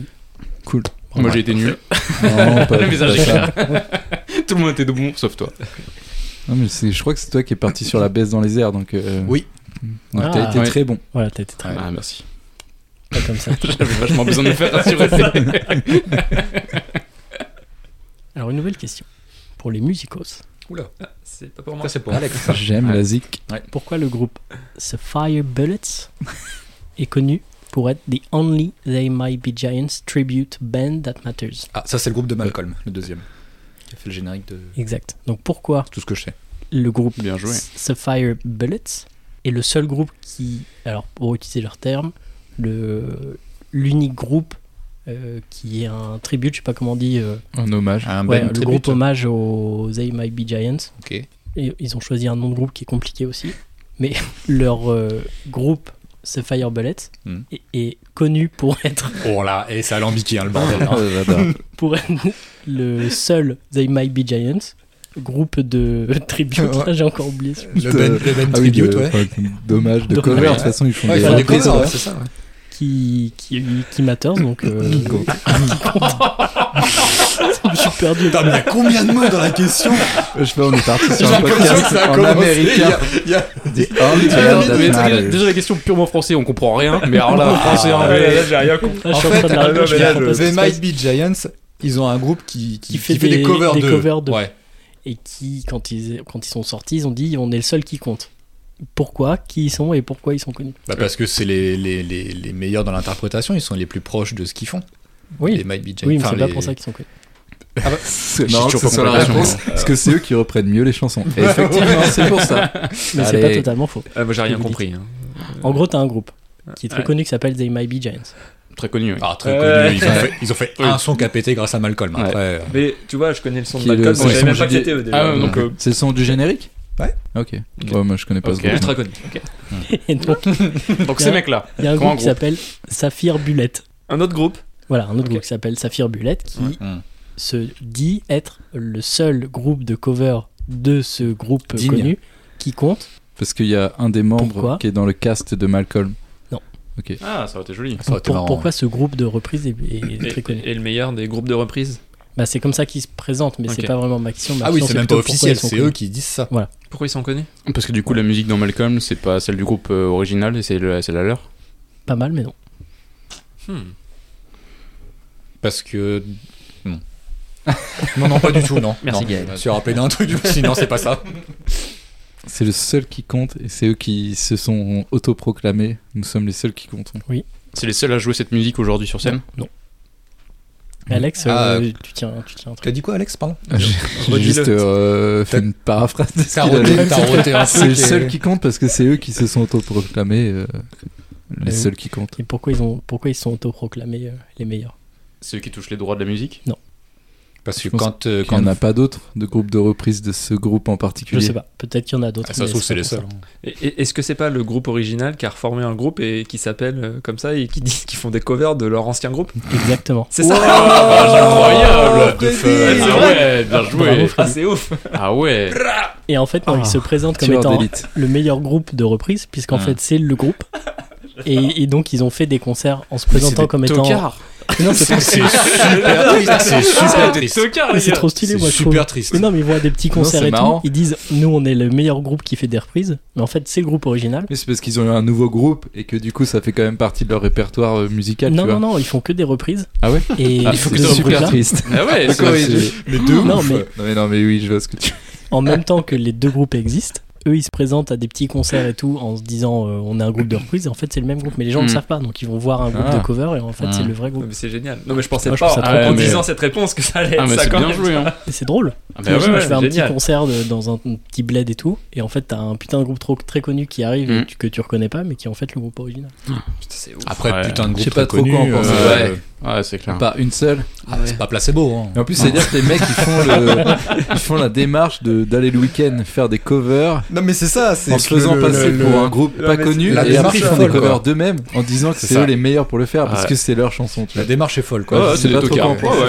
Speaker 7: cool.
Speaker 8: Moi j'ai été nul.
Speaker 7: Non, pas-
Speaker 8: Le message
Speaker 7: pas
Speaker 8: est
Speaker 7: ça.
Speaker 8: clair. Tout le monde était de bon, sauf toi.
Speaker 7: Non, mais c'est- je crois que c'est toi qui es parti sur la baisse dans les airs, donc. euh,
Speaker 10: Oui.
Speaker 7: donc
Speaker 6: Ah,
Speaker 7: t'as été
Speaker 8: ouais.
Speaker 7: très bon.
Speaker 6: Voilà, t'as été très
Speaker 8: Ah merci.
Speaker 6: Pas comme ça.
Speaker 9: J'avais vachement besoin de me faire rassurer.
Speaker 6: Alors, une nouvelle question. Pour les musicos,
Speaker 9: <laughs> c'est pas pour moi. c'est pour
Speaker 12: Alex.
Speaker 7: J'aime
Speaker 12: Ouais.
Speaker 7: la
Speaker 6: <laughs>
Speaker 7: zik.
Speaker 6: pourquoi le groupe The Fire Bullets est connu pour être The Only They Might Be Giants tribute band that matters
Speaker 10: Ah, ça, c'est le groupe de Malcolm, le deuxième. Qui a fait le générique de
Speaker 6: Exact. Donc, pourquoi
Speaker 10: tout ce que je sais.
Speaker 6: le groupe
Speaker 8: Bien joué.
Speaker 6: Sapphire Bullets est le seul groupe qui, alors pour utiliser leur terme, le l'unique groupe euh, qui est un tribute, je sais pas comment on dit, euh,
Speaker 7: En hommage.
Speaker 10: Un
Speaker 6: ouais,
Speaker 10: band
Speaker 6: le
Speaker 10: tribute.
Speaker 6: groupe hommage aux They Might Be Giants.
Speaker 10: Ok.
Speaker 6: Et ils ont choisi un nom de groupe qui est compliqué aussi, mais <laughs> leur euh, groupe Sapphire Bullets
Speaker 10: Mhm.
Speaker 6: est, est connu pour être
Speaker 10: Oh là, et ça a l'ambiqué, hein, le bordel. hein.
Speaker 7: Euh, j'adore.
Speaker 6: pour être le seul They Might Be Giants groupe de <laughs> tribute. Ah, J'ai encore oublié. ce-
Speaker 10: le Ben, le ben
Speaker 7: Ah oui, de-
Speaker 10: Tribute, ouais.
Speaker 7: enfin, dommage de
Speaker 6: Dommage.
Speaker 7: cover. De
Speaker 10: Ouais.
Speaker 7: toute façon, ils font
Speaker 10: Ouais,
Speaker 7: des
Speaker 10: ils font des
Speaker 7: reprises.
Speaker 10: covers, ouais, c'est ça. ouais.
Speaker 6: qui, qui, qui matters, donc euh, <laughs> je me suis perdu.
Speaker 10: Putain, mais il y a combien de mots dans la question
Speaker 7: Je sais pas, on est
Speaker 10: <laughs>
Speaker 7: parti sur
Speaker 10: J'ai
Speaker 7: un
Speaker 10: l'impression que
Speaker 7: podcast
Speaker 10: ça a
Speaker 7: en
Speaker 10: commencé, il y
Speaker 7: américain.
Speaker 10: a- il
Speaker 7: <laughs>
Speaker 10: y a-
Speaker 7: The Hunter That
Speaker 9: Ah, Mais
Speaker 7: Matters.
Speaker 9: déjà la question purement français, on comprend rien. Mais alors <laughs> Ah, là, français, hein. anglais,
Speaker 10: ouais,
Speaker 9: j'ai rien compris.
Speaker 6: Là, je
Speaker 10: En
Speaker 6: suis en
Speaker 10: fait,
Speaker 6: train de la
Speaker 10: ah non,
Speaker 6: je
Speaker 10: mais là,
Speaker 6: comprends pas ce qui
Speaker 10: The
Speaker 6: se
Speaker 10: Might
Speaker 6: passe.
Speaker 10: Be Giants, ils ont un groupe qui, qui,
Speaker 6: Qui fait
Speaker 10: qui fait des,
Speaker 6: des-
Speaker 10: covers
Speaker 6: des
Speaker 10: de.
Speaker 6: covers d'eux.
Speaker 10: Ouais.
Speaker 6: et qui, quand ils, quand ils sont sortis, ils ont dit on est le seul qui compte. Pourquoi Qui ils sont et pourquoi ils sont connus
Speaker 10: Bah, parce que c'est les, les, les, les meilleurs dans l'interprétation, ils sont les plus proches de ce qu'ils font. Les
Speaker 6: Oui,
Speaker 10: Might Be Giants.
Speaker 6: oui mais
Speaker 10: Enfin,
Speaker 6: c'est pas
Speaker 10: les-
Speaker 6: pour ça qu'ils sont connus.
Speaker 7: C'est
Speaker 10: J'ai
Speaker 7: marrant que
Speaker 10: toujours
Speaker 7: ce
Speaker 10: pas
Speaker 7: soit la
Speaker 10: compris la
Speaker 7: réponse, parce que c'est eux qui reprennent mieux les chansons. Et effectivement, c'est pour ça.
Speaker 6: <laughs> Mais c'est pas
Speaker 7: Allez.
Speaker 6: totalement faux.
Speaker 9: Ah, moi, j'ai rien
Speaker 6: Vous
Speaker 9: compris. hein.
Speaker 6: En gros, t'as un groupe qui est très
Speaker 9: Ouais.
Speaker 6: connu qui s'appelle They Might Be Giants. <laughs>
Speaker 9: Très connu. oui.
Speaker 10: Ah, très
Speaker 9: Euh,
Speaker 10: connu. Ils ont fait, ils ont <laughs> fait
Speaker 9: Oui.
Speaker 10: un son qu'a pété grâce à Malcolm.
Speaker 9: Ouais.
Speaker 10: Après, euh,
Speaker 13: Mais tu vois, je connais le son de
Speaker 7: Qui est le-
Speaker 13: Malcolm,
Speaker 7: ouais,
Speaker 13: je savais
Speaker 7: son
Speaker 13: même pas que
Speaker 7: judier.
Speaker 13: c'était eux déjà.
Speaker 9: Ah, ouais, donc euh,
Speaker 7: C'est le son du générique
Speaker 10: Ouais.
Speaker 7: Ok. Ouais, moi, je connais pas
Speaker 9: Ok.
Speaker 7: ce groupe.
Speaker 9: Ultra
Speaker 13: Très connu.
Speaker 6: Et donc,
Speaker 9: <laughs> donc ces mecs-là.
Speaker 6: il y a un
Speaker 9: Comment
Speaker 6: groupe qui
Speaker 9: groupe
Speaker 6: s'appelle Saphir Bullette.
Speaker 13: Un autre groupe,
Speaker 6: Voilà, un autre groupe qui s'appelle Saphir Bullette qui
Speaker 10: hum.
Speaker 6: se dit être le seul groupe de cover de ce groupe
Speaker 10: Digne. Ah,
Speaker 6: connu qui compte.
Speaker 7: Parce qu'il y a un des membres
Speaker 6: Pourquoi
Speaker 7: qui est dans le cast de Malcolm.
Speaker 9: Ah, ça aurait été joli.
Speaker 10: Ça aurait été
Speaker 6: Pour-
Speaker 10: marrant,
Speaker 6: pourquoi ce groupe de reprises est, est très
Speaker 13: et,
Speaker 6: connu
Speaker 13: et le meilleur des groupes de reprise.
Speaker 6: bah, C'est comme ça qu'ils se présentent, mais
Speaker 13: Ok.
Speaker 6: c'est pas vraiment ma question. Ma
Speaker 10: Ah oui,
Speaker 6: question,
Speaker 10: c'est même pas
Speaker 6: plutôt pourquoi
Speaker 10: officiel,
Speaker 6: ils sont
Speaker 10: c'est
Speaker 6: connus.
Speaker 10: eux qui disent ça.
Speaker 13: Pourquoi ils sont connus
Speaker 9: Parce que du coup, la musique dans Malcolm, c'est pas celle du groupe euh, original et c'est le- c'est la leur.
Speaker 6: Pas mal, mais non.
Speaker 10: Parce que. Non. non, non, pas du tout, non.
Speaker 13: Merci,
Speaker 10: non.
Speaker 13: Gaël.
Speaker 10: Je me suis rappelé d'un truc, sinon c'est pas ça.
Speaker 7: C'est le seul qui compte et c'est eux qui se sont autoproclamés. Nous sommes les seuls qui comptons.
Speaker 9: C'est les seuls à jouer cette musique aujourd'hui sur scène.
Speaker 6: Mais Alex,
Speaker 10: Ah,
Speaker 6: euh, tu, tiens, tu tiens un truc.
Speaker 10: T'as dit quoi, Alex Pardon
Speaker 7: J'ai juste euh, fait une paraphrase de ce <laughs>
Speaker 10: T'as
Speaker 7: qu'il a dit.
Speaker 10: roté, t'as roté un
Speaker 7: C'est le
Speaker 10: truc
Speaker 7: seul
Speaker 10: et-
Speaker 7: qui compte parce que c'est eux qui se sont autoproclamés euh, les
Speaker 6: Euh,
Speaker 7: seuls qui comptent.
Speaker 6: Et pourquoi ils, ont, pourquoi ils sont autoproclamés euh, les meilleurs
Speaker 9: C'est eux qui touchent les droits de la musique.
Speaker 10: Parce que
Speaker 7: Je pense
Speaker 10: quand. euh,
Speaker 7: Il n'y
Speaker 10: quand
Speaker 7: en a pas d'autres de groupes de reprises de ce groupe en
Speaker 6: Je
Speaker 7: particulier.
Speaker 6: sais pas, peut-être qu'il y en a d'autres.
Speaker 10: Ah, ça
Speaker 6: mais
Speaker 10: se trouve, c'est
Speaker 6: pas
Speaker 10: les
Speaker 6: pour ça.
Speaker 10: seuls.
Speaker 13: Et- et- Est-ce que c'est pas le groupe original qui a reformé un groupe et qui s'appelle euh, comme ça et qui <laughs> disent qu'ils font des covers de leur ancien groupe
Speaker 6: Exactement.
Speaker 13: C'est ça <laughs>
Speaker 10: Incroyable de feu.
Speaker 9: Ah ouais, bien joué.
Speaker 13: Ah, c'est ouf
Speaker 9: Ah ouais.
Speaker 6: Et en fait, non, ils se présentent comme
Speaker 7: Tueur
Speaker 6: étant
Speaker 7: d'élite.
Speaker 6: le meilleur groupe de reprises, puisqu'en
Speaker 10: Ah.
Speaker 6: fait, c'est le groupe. Et, et donc, ils ont fait des concerts en se présentant comme étant.
Speaker 9: Tocard.
Speaker 6: Non, c'est pas-
Speaker 10: <laughs> C'est super triste. C'est super triste.
Speaker 6: Mais c'est trop stylé,
Speaker 10: C'est
Speaker 6: moi, je trouve.
Speaker 10: super triste.
Speaker 6: Mais non, mais ils vont à des petits concerts
Speaker 7: c'est
Speaker 6: et
Speaker 7: marrant.
Speaker 6: tout. Ils disent, nous, on est le meilleur groupe qui fait des reprises. Mais en fait, c'est le groupe original.
Speaker 7: Mais c'est parce qu'ils ont eu un nouveau groupe et que du coup ça fait quand même partie de leur répertoire euh, musical.
Speaker 6: non,
Speaker 7: tu
Speaker 6: non,
Speaker 7: vois.
Speaker 6: non, ils font que des reprises.
Speaker 7: Ah ouais
Speaker 6: Et
Speaker 7: Ah,
Speaker 6: ils font
Speaker 7: c'est
Speaker 6: que des
Speaker 7: super
Speaker 6: reprises.
Speaker 7: triste.
Speaker 9: Ah ouais.
Speaker 7: D'accord,
Speaker 9: c'est-
Speaker 7: oui,
Speaker 9: c'est-
Speaker 10: Mais de
Speaker 6: Non,
Speaker 10: ouf.
Speaker 6: mais
Speaker 7: Non mais non mais oui, je vois ce que tu.
Speaker 6: en même temps que les deux groupes existent, eux, ils se présentent à des petits concerts et tout en se disant, euh, on est un groupe de reprises. Et en fait, c'est le même groupe. Mais les gens ne
Speaker 9: Hmm.
Speaker 6: savent pas. Donc, ils vont voir un groupe
Speaker 7: Ah.
Speaker 6: de cover et en fait, c'est le vrai
Speaker 13: Non,
Speaker 6: groupe.
Speaker 13: mais c'est génial. Non, mais je pensais
Speaker 6: Moi, je
Speaker 13: pas
Speaker 6: trouve ça
Speaker 13: en-
Speaker 9: trop
Speaker 13: en
Speaker 9: cool.
Speaker 13: disant cette réponse que ça allait
Speaker 9: Ah
Speaker 13: être
Speaker 9: mais
Speaker 13: ça
Speaker 9: c'est
Speaker 13: quand
Speaker 9: bien
Speaker 13: même.
Speaker 9: joué. Hein.
Speaker 6: Et c'est drôle.
Speaker 9: Ah
Speaker 6: Moi,
Speaker 9: bah
Speaker 6: je
Speaker 9: ouais,
Speaker 6: fais un
Speaker 9: génial.
Speaker 6: petit concert de- dans un petit bled et tout, et en fait t'as un putain de groupe trop très connu qui arrive et
Speaker 9: Mm.
Speaker 6: tu- que tu reconnais pas, mais qui est en fait le groupe original.
Speaker 13: Putain, c'est ouf.
Speaker 10: Après,
Speaker 9: Ouais.
Speaker 10: putain de
Speaker 7: Je
Speaker 10: groupe
Speaker 7: sais pas
Speaker 10: très
Speaker 7: trop quoi en
Speaker 10: connu.
Speaker 7: penser.
Speaker 10: euh,
Speaker 9: Ouais, Ah, c'est clair.
Speaker 7: Pas une seule.
Speaker 10: ah, C'est pas placebo. hein.
Speaker 7: Et en plus, c'est à dire que les mecs ils font le, ils font la démarche de d'aller le week-end faire des covers
Speaker 10: Non, mais c'est ça. c'est
Speaker 7: en se
Speaker 10: que
Speaker 7: faisant
Speaker 10: le-
Speaker 7: passer
Speaker 10: le-
Speaker 7: pour
Speaker 10: le-
Speaker 7: un groupe pas
Speaker 13: mais
Speaker 7: connu
Speaker 10: la
Speaker 7: et
Speaker 10: démarche
Speaker 7: après ils font
Speaker 10: folle,
Speaker 7: des covers
Speaker 10: quoi.
Speaker 7: d'eux-mêmes en disant que
Speaker 10: C'est
Speaker 7: c'est
Speaker 10: ça.
Speaker 7: eux les meilleurs pour le faire parce
Speaker 9: Ouais.
Speaker 7: que c'est leur chanson. tu
Speaker 10: La
Speaker 7: vois.
Speaker 10: démarche est folle,
Speaker 9: Ouais,
Speaker 10: quoi.
Speaker 9: ouais,
Speaker 7: sais
Speaker 9: c'est
Speaker 7: Ah, pas
Speaker 9: des
Speaker 7: trop
Speaker 9: tocards.
Speaker 7: quoi en
Speaker 9: Ouais, ouais.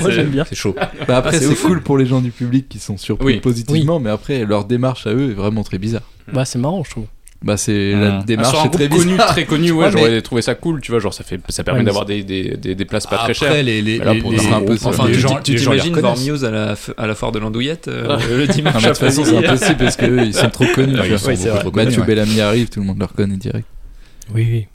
Speaker 6: Moi
Speaker 9: c'est-
Speaker 6: j'aime bien.
Speaker 10: C'est chaud.
Speaker 7: Bah après
Speaker 9: Ah, c'est
Speaker 7: c'est
Speaker 9: ouf.
Speaker 7: cool pour les gens du public qui sont surpris
Speaker 9: Oui.
Speaker 7: positivement, mais après leur démarche à eux est vraiment très bizarre.
Speaker 6: Bah c'est marrant je trouve.
Speaker 7: Bah c'est
Speaker 10: Ah,
Speaker 7: la
Speaker 9: Ah,
Speaker 7: démarche
Speaker 9: sur un
Speaker 7: est
Speaker 9: groupe
Speaker 7: très bizarre.
Speaker 9: connu, très connu, ouais,
Speaker 10: Ouais,
Speaker 9: j'aurais
Speaker 10: mais-
Speaker 9: trouvé ça cool, tu vois, genre ça fait, ça permet
Speaker 6: Ouais, mais
Speaker 9: d'avoir des, des, des, des places pas très chères.
Speaker 10: Après, les, les,
Speaker 9: Voilà,
Speaker 10: les-
Speaker 9: pour
Speaker 10: les-
Speaker 9: dire un peu ça.
Speaker 13: Enfin,
Speaker 10: les
Speaker 13: tu
Speaker 10: gens,
Speaker 13: tu
Speaker 10: les gens les
Speaker 13: t'imagines voir
Speaker 10: reconnaissent.
Speaker 13: Muse à la, f- à la foire de l'Andouillette euh, le dimanche
Speaker 7: Ah, mais de toute façon,
Speaker 13: après-midi <laughs>
Speaker 7: c'est impossible parce qu'ils sont trop connus.
Speaker 10: Ah,
Speaker 7: tu
Speaker 10: ils
Speaker 7: vois.
Speaker 10: sont beaucoup trop connus,
Speaker 7: Mathieu
Speaker 10: ouais.
Speaker 7: Bellamy arrive, tout le monde le reconnaît direct.
Speaker 6: <laughs> Oui, oui.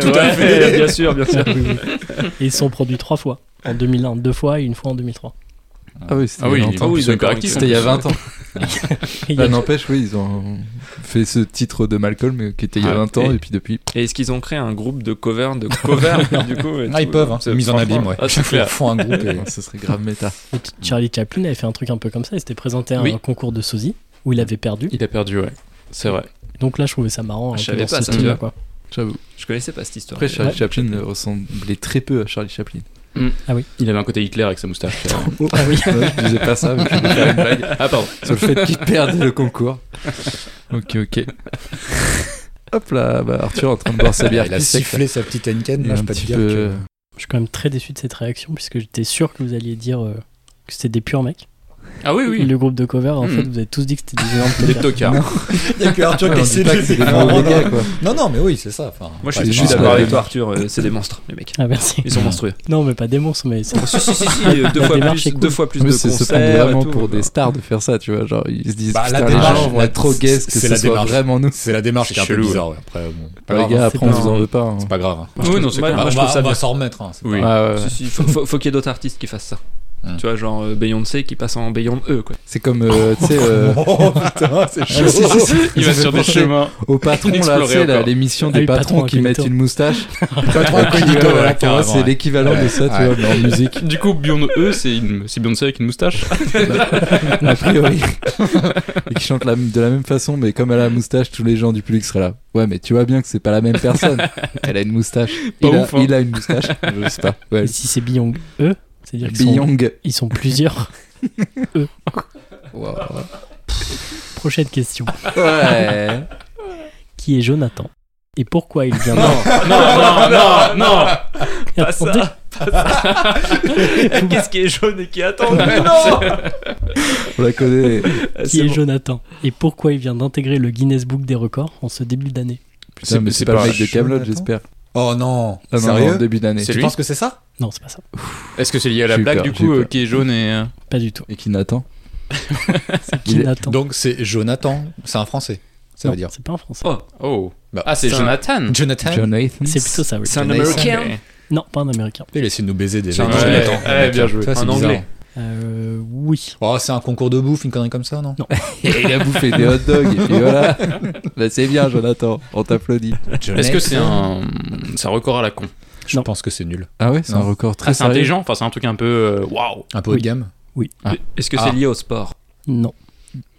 Speaker 9: Tout à
Speaker 6: Ouais,
Speaker 9: fait. bien sûr, bien sûr.
Speaker 6: Ah, Oui, oui. Et ils sont produits trois fois. En 2001, deux fois et une fois en 2003.
Speaker 7: Ah oui, c'était
Speaker 9: Ah
Speaker 7: il y
Speaker 9: oui,
Speaker 7: a
Speaker 9: il est
Speaker 7: longtemps.
Speaker 9: en plus encore actif,
Speaker 7: C'était il y a
Speaker 9: en
Speaker 7: 20
Speaker 9: plus.
Speaker 7: ans.
Speaker 6: Il y a-
Speaker 9: Ah,
Speaker 7: Bah, N'empêche, oui, ils ont fait ce titre de Malcolm euh, qui était il y a
Speaker 9: Ah,
Speaker 7: 20 ans
Speaker 9: et-
Speaker 7: et puis
Speaker 6: <laughs>
Speaker 7: depuis.
Speaker 9: Et est-ce qu'ils ont créé un groupe de cover de cover du coup et
Speaker 10: Ah, ils
Speaker 9: tout,
Speaker 13: euh,
Speaker 10: peuvent, hein.
Speaker 9: c'est-
Speaker 10: Mise en
Speaker 9: franchement,
Speaker 10: abîme, ouais.
Speaker 9: ah, c'est clair.
Speaker 10: Ils font un groupe et-
Speaker 7: Ce serait grave méta.
Speaker 6: Et Ch- Charlie Chaplin avait fait un truc un peu comme ça. Il s'était présenté à un
Speaker 9: Oui.
Speaker 6: concours de sosie où il avait perdu.
Speaker 9: Il a perdu, ouais. C'est vrai.
Speaker 6: Donc là, je trouvais ça marrant. un
Speaker 9: Ah, Je
Speaker 6: peu
Speaker 9: savais
Speaker 6: dans
Speaker 9: pas
Speaker 6: ce
Speaker 9: ça,
Speaker 6: style-là,
Speaker 9: tu
Speaker 6: quoi.
Speaker 7: J'avoue.
Speaker 9: Je connaissais pas cette histoire.
Speaker 7: Après, Charlie
Speaker 6: Ouais.
Speaker 7: Chaplin euh, ressemblait très peu à Charlie Chaplin.
Speaker 9: Il avait un côté Hitler avec sa moustache.
Speaker 6: <laughs> Oh, ah oui.
Speaker 7: Ouais, je disais pas ça, mais je voulais faire une
Speaker 6: <laughs>
Speaker 7: blague
Speaker 9: ah pardon.
Speaker 7: sur le fait qu'il perde le concours. Ok, ok. Hop là, bah, Arthur en train de boire sa bière.
Speaker 10: Il a
Speaker 7: qui sec,
Speaker 10: sifflé sa petite Henken,
Speaker 7: là.
Speaker 10: là,
Speaker 7: Et
Speaker 10: je
Speaker 7: un
Speaker 10: peux te
Speaker 7: petit
Speaker 10: dire
Speaker 7: peu- euh,
Speaker 10: <laughs> que.
Speaker 6: Je suis quand même très déçu de cette réaction puisque j'étais sûr que vous alliez dire euh, que c'était des purs mecs.
Speaker 9: Ah oui, oui.
Speaker 6: Le groupe de cover, en
Speaker 9: Hmm.
Speaker 6: fait, vous avez tous dit que c'était des géants de
Speaker 9: <laughs> Des
Speaker 6: cover.
Speaker 9: tocards.
Speaker 10: Il y a que Arthur
Speaker 7: Ouais,
Speaker 10: qui
Speaker 7: on
Speaker 10: essaie
Speaker 7: dit
Speaker 10: de
Speaker 7: pas que c'est des gros dégâts, quoi.
Speaker 10: Non, non, mais oui, c'est ça. Enfin,
Speaker 9: Moi, je
Speaker 10: ouais,
Speaker 9: suis,
Speaker 10: c'est
Speaker 9: je suis
Speaker 10: pas-
Speaker 9: d'accord
Speaker 7: la
Speaker 9: avec
Speaker 7: même.
Speaker 9: toi, Arthur. euh, c'est des monstres, les mecs.
Speaker 6: Ah merci.
Speaker 9: Ils sont monstrueux.
Speaker 6: Non, mais pas des monstres, mais c'est-
Speaker 9: Oh, si, si, si, si, euh, deux,
Speaker 6: La
Speaker 9: fois
Speaker 6: démarche
Speaker 9: plus,
Speaker 6: est cool.
Speaker 9: deux fois plus
Speaker 7: Mais
Speaker 9: de
Speaker 7: c'est se
Speaker 9: concerts.
Speaker 7: prendre
Speaker 9: et
Speaker 7: vraiment
Speaker 9: tout,
Speaker 7: pour des
Speaker 9: enfin.
Speaker 7: stars de faire ça, tu vois. Genre, ils se disent,
Speaker 10: Bah, la
Speaker 7: putain, les
Speaker 10: démarche,
Speaker 7: gens vont
Speaker 10: la-
Speaker 7: être trop gays que
Speaker 10: c'est
Speaker 7: ce
Speaker 10: la
Speaker 7: soit
Speaker 10: démarche.
Speaker 7: vraiment nous.
Speaker 10: C'est la démarche qui est un peu
Speaker 9: Chelou,
Speaker 10: bizarre. ouais. Après, bon, pas
Speaker 7: Les
Speaker 10: grave.
Speaker 7: gars,
Speaker 6: c'est
Speaker 7: après, on
Speaker 6: pas-
Speaker 7: vous en veut pas. hein.
Speaker 10: C'est pas grave. hein.
Speaker 9: Ah Oui, non, c'est
Speaker 10: On
Speaker 9: clair.
Speaker 10: va-
Speaker 9: Moi, je trouve ça
Speaker 10: on va
Speaker 9: bien.
Speaker 10: s'en remettre. hein, c'est
Speaker 9: Oui.
Speaker 10: pas-
Speaker 7: Ah, Ouais, ouais, ouais.
Speaker 9: Si, si, faut, faut- faut qu'il y ait d'autres artistes qui fassent ça.
Speaker 10: Hmm.
Speaker 9: Tu vois, genre euh, Beyoncé qui passe en Beyoncé E, quoi.
Speaker 7: C'est comme, euh, tu sais,
Speaker 10: <laughs>
Speaker 7: euh,
Speaker 10: Oh putain, c'est chaud.
Speaker 7: si, si, si.
Speaker 9: Il
Speaker 7: Ça
Speaker 9: va
Speaker 7: fait
Speaker 9: sur des
Speaker 7: penser
Speaker 9: chemins.
Speaker 7: au patron, là, tu
Speaker 9: Explorer
Speaker 7: sais, là,
Speaker 9: encore.
Speaker 7: l'émission
Speaker 6: Ah
Speaker 7: des
Speaker 6: oui,
Speaker 7: patrons
Speaker 6: patron
Speaker 7: qui mettent
Speaker 6: incognito.
Speaker 7: une moustache.
Speaker 10: Pas
Speaker 7: <laughs>
Speaker 10: trop hein, incognito,
Speaker 7: Ouais,
Speaker 10: voilà,
Speaker 7: tu vois,
Speaker 10: carrément,
Speaker 7: c'est
Speaker 10: ouais.
Speaker 7: l'équivalent de ça, tu
Speaker 10: Ouais.
Speaker 7: vois, mais en musique, <laughs>
Speaker 8: <laughs> Du coup, Bion E, c'est une... c'est Beyoncé avec une moustache.
Speaker 7: a priori. <laughs> Et qui chante la- de la même façon, mais comme elle a la moustache, tous les gens du public seraient là. Ouais, mais tu vois bien que c'est pas la même personne. Elle a une moustache. Il, a,
Speaker 8: ouf, hein.
Speaker 7: il a une moustache. Je sais pas. Ouais.
Speaker 6: Et si c'est Beyond eux, c'est-à-dire qu'ils sont,
Speaker 7: Beyond.
Speaker 6: ils
Speaker 7: <laughs>
Speaker 6: sont plusieurs.
Speaker 7: Wow.
Speaker 6: Prochaine question.
Speaker 7: Ouais.
Speaker 6: Qui est Jonathan Et pourquoi il vient
Speaker 9: non, non, non.
Speaker 6: Attendez. <laughs>
Speaker 9: Qu'est-ce qui est jaune et qui attend
Speaker 7: On la connaît.
Speaker 6: Qui est Jonathan Et pourquoi il vient d'intégrer le Guinness Book des records en ce début d'année
Speaker 7: Putain, mais c'est pas, le mec de Camelot,
Speaker 10: Jonathan
Speaker 7: j'espère.
Speaker 10: Oh non,
Speaker 7: Ah non, non,
Speaker 10: sérieux
Speaker 7: en début d'année.
Speaker 8: C'est
Speaker 10: Tu
Speaker 8: lui
Speaker 10: penses que c'est ça
Speaker 6: Non, c'est pas ça.
Speaker 8: Est-ce que c'est lié à la
Speaker 7: J'ai eu
Speaker 8: blague
Speaker 7: peur,
Speaker 8: du
Speaker 7: j'ai eu
Speaker 8: coup euh,
Speaker 7: peur.
Speaker 8: qui est jaune et euh,
Speaker 6: Pas du tout.
Speaker 7: Et qui n'attend.
Speaker 6: C'est
Speaker 7: Il est-
Speaker 6: Jonathan.
Speaker 10: Donc c'est Jonathan, c'est un français, ça
Speaker 6: Non,
Speaker 10: veut dire.
Speaker 6: C'est pas un français.
Speaker 8: Oh, oh.
Speaker 10: Bah,
Speaker 8: ah, c'est
Speaker 10: c'est un-
Speaker 8: Jonathan.
Speaker 10: Jonathan
Speaker 7: Jonathan.
Speaker 6: C'est plutôt ça, oui.
Speaker 10: un
Speaker 8: Américain.
Speaker 6: Non, pas un américain.
Speaker 10: Il essaie de nous baiser déjà.
Speaker 9: C'est un
Speaker 10: Ouais.
Speaker 9: Anglais.
Speaker 10: Jonathan.
Speaker 9: Ouais, bien joué.
Speaker 10: Ça, c'est
Speaker 9: Un
Speaker 10: bizarre.
Speaker 9: Anglais.
Speaker 6: Euh, oui.
Speaker 10: Oh, c'est un concours de bouffe, une connerie comme ça, non
Speaker 7: Et il a bouffé des hot dogs. Et puis voilà. <laughs> Bah, c'est bien, Jonathan. On t'applaudit.
Speaker 8: Est-ce que c'est un... c'est un record à la con
Speaker 10: Je
Speaker 6: Non.
Speaker 10: pense que c'est nul.
Speaker 7: Ah ouais, c'est un
Speaker 10: Non.
Speaker 7: record très
Speaker 8: Ah, c'est
Speaker 7: sérieux.
Speaker 8: intelligent. Enfin, c'est un truc un peu. euh, Waouh.
Speaker 10: Un peu haut
Speaker 6: Oui.
Speaker 10: de gamme
Speaker 8: Ah.
Speaker 9: Est-ce que
Speaker 10: Ah.
Speaker 9: c'est lié au sport
Speaker 6: Non.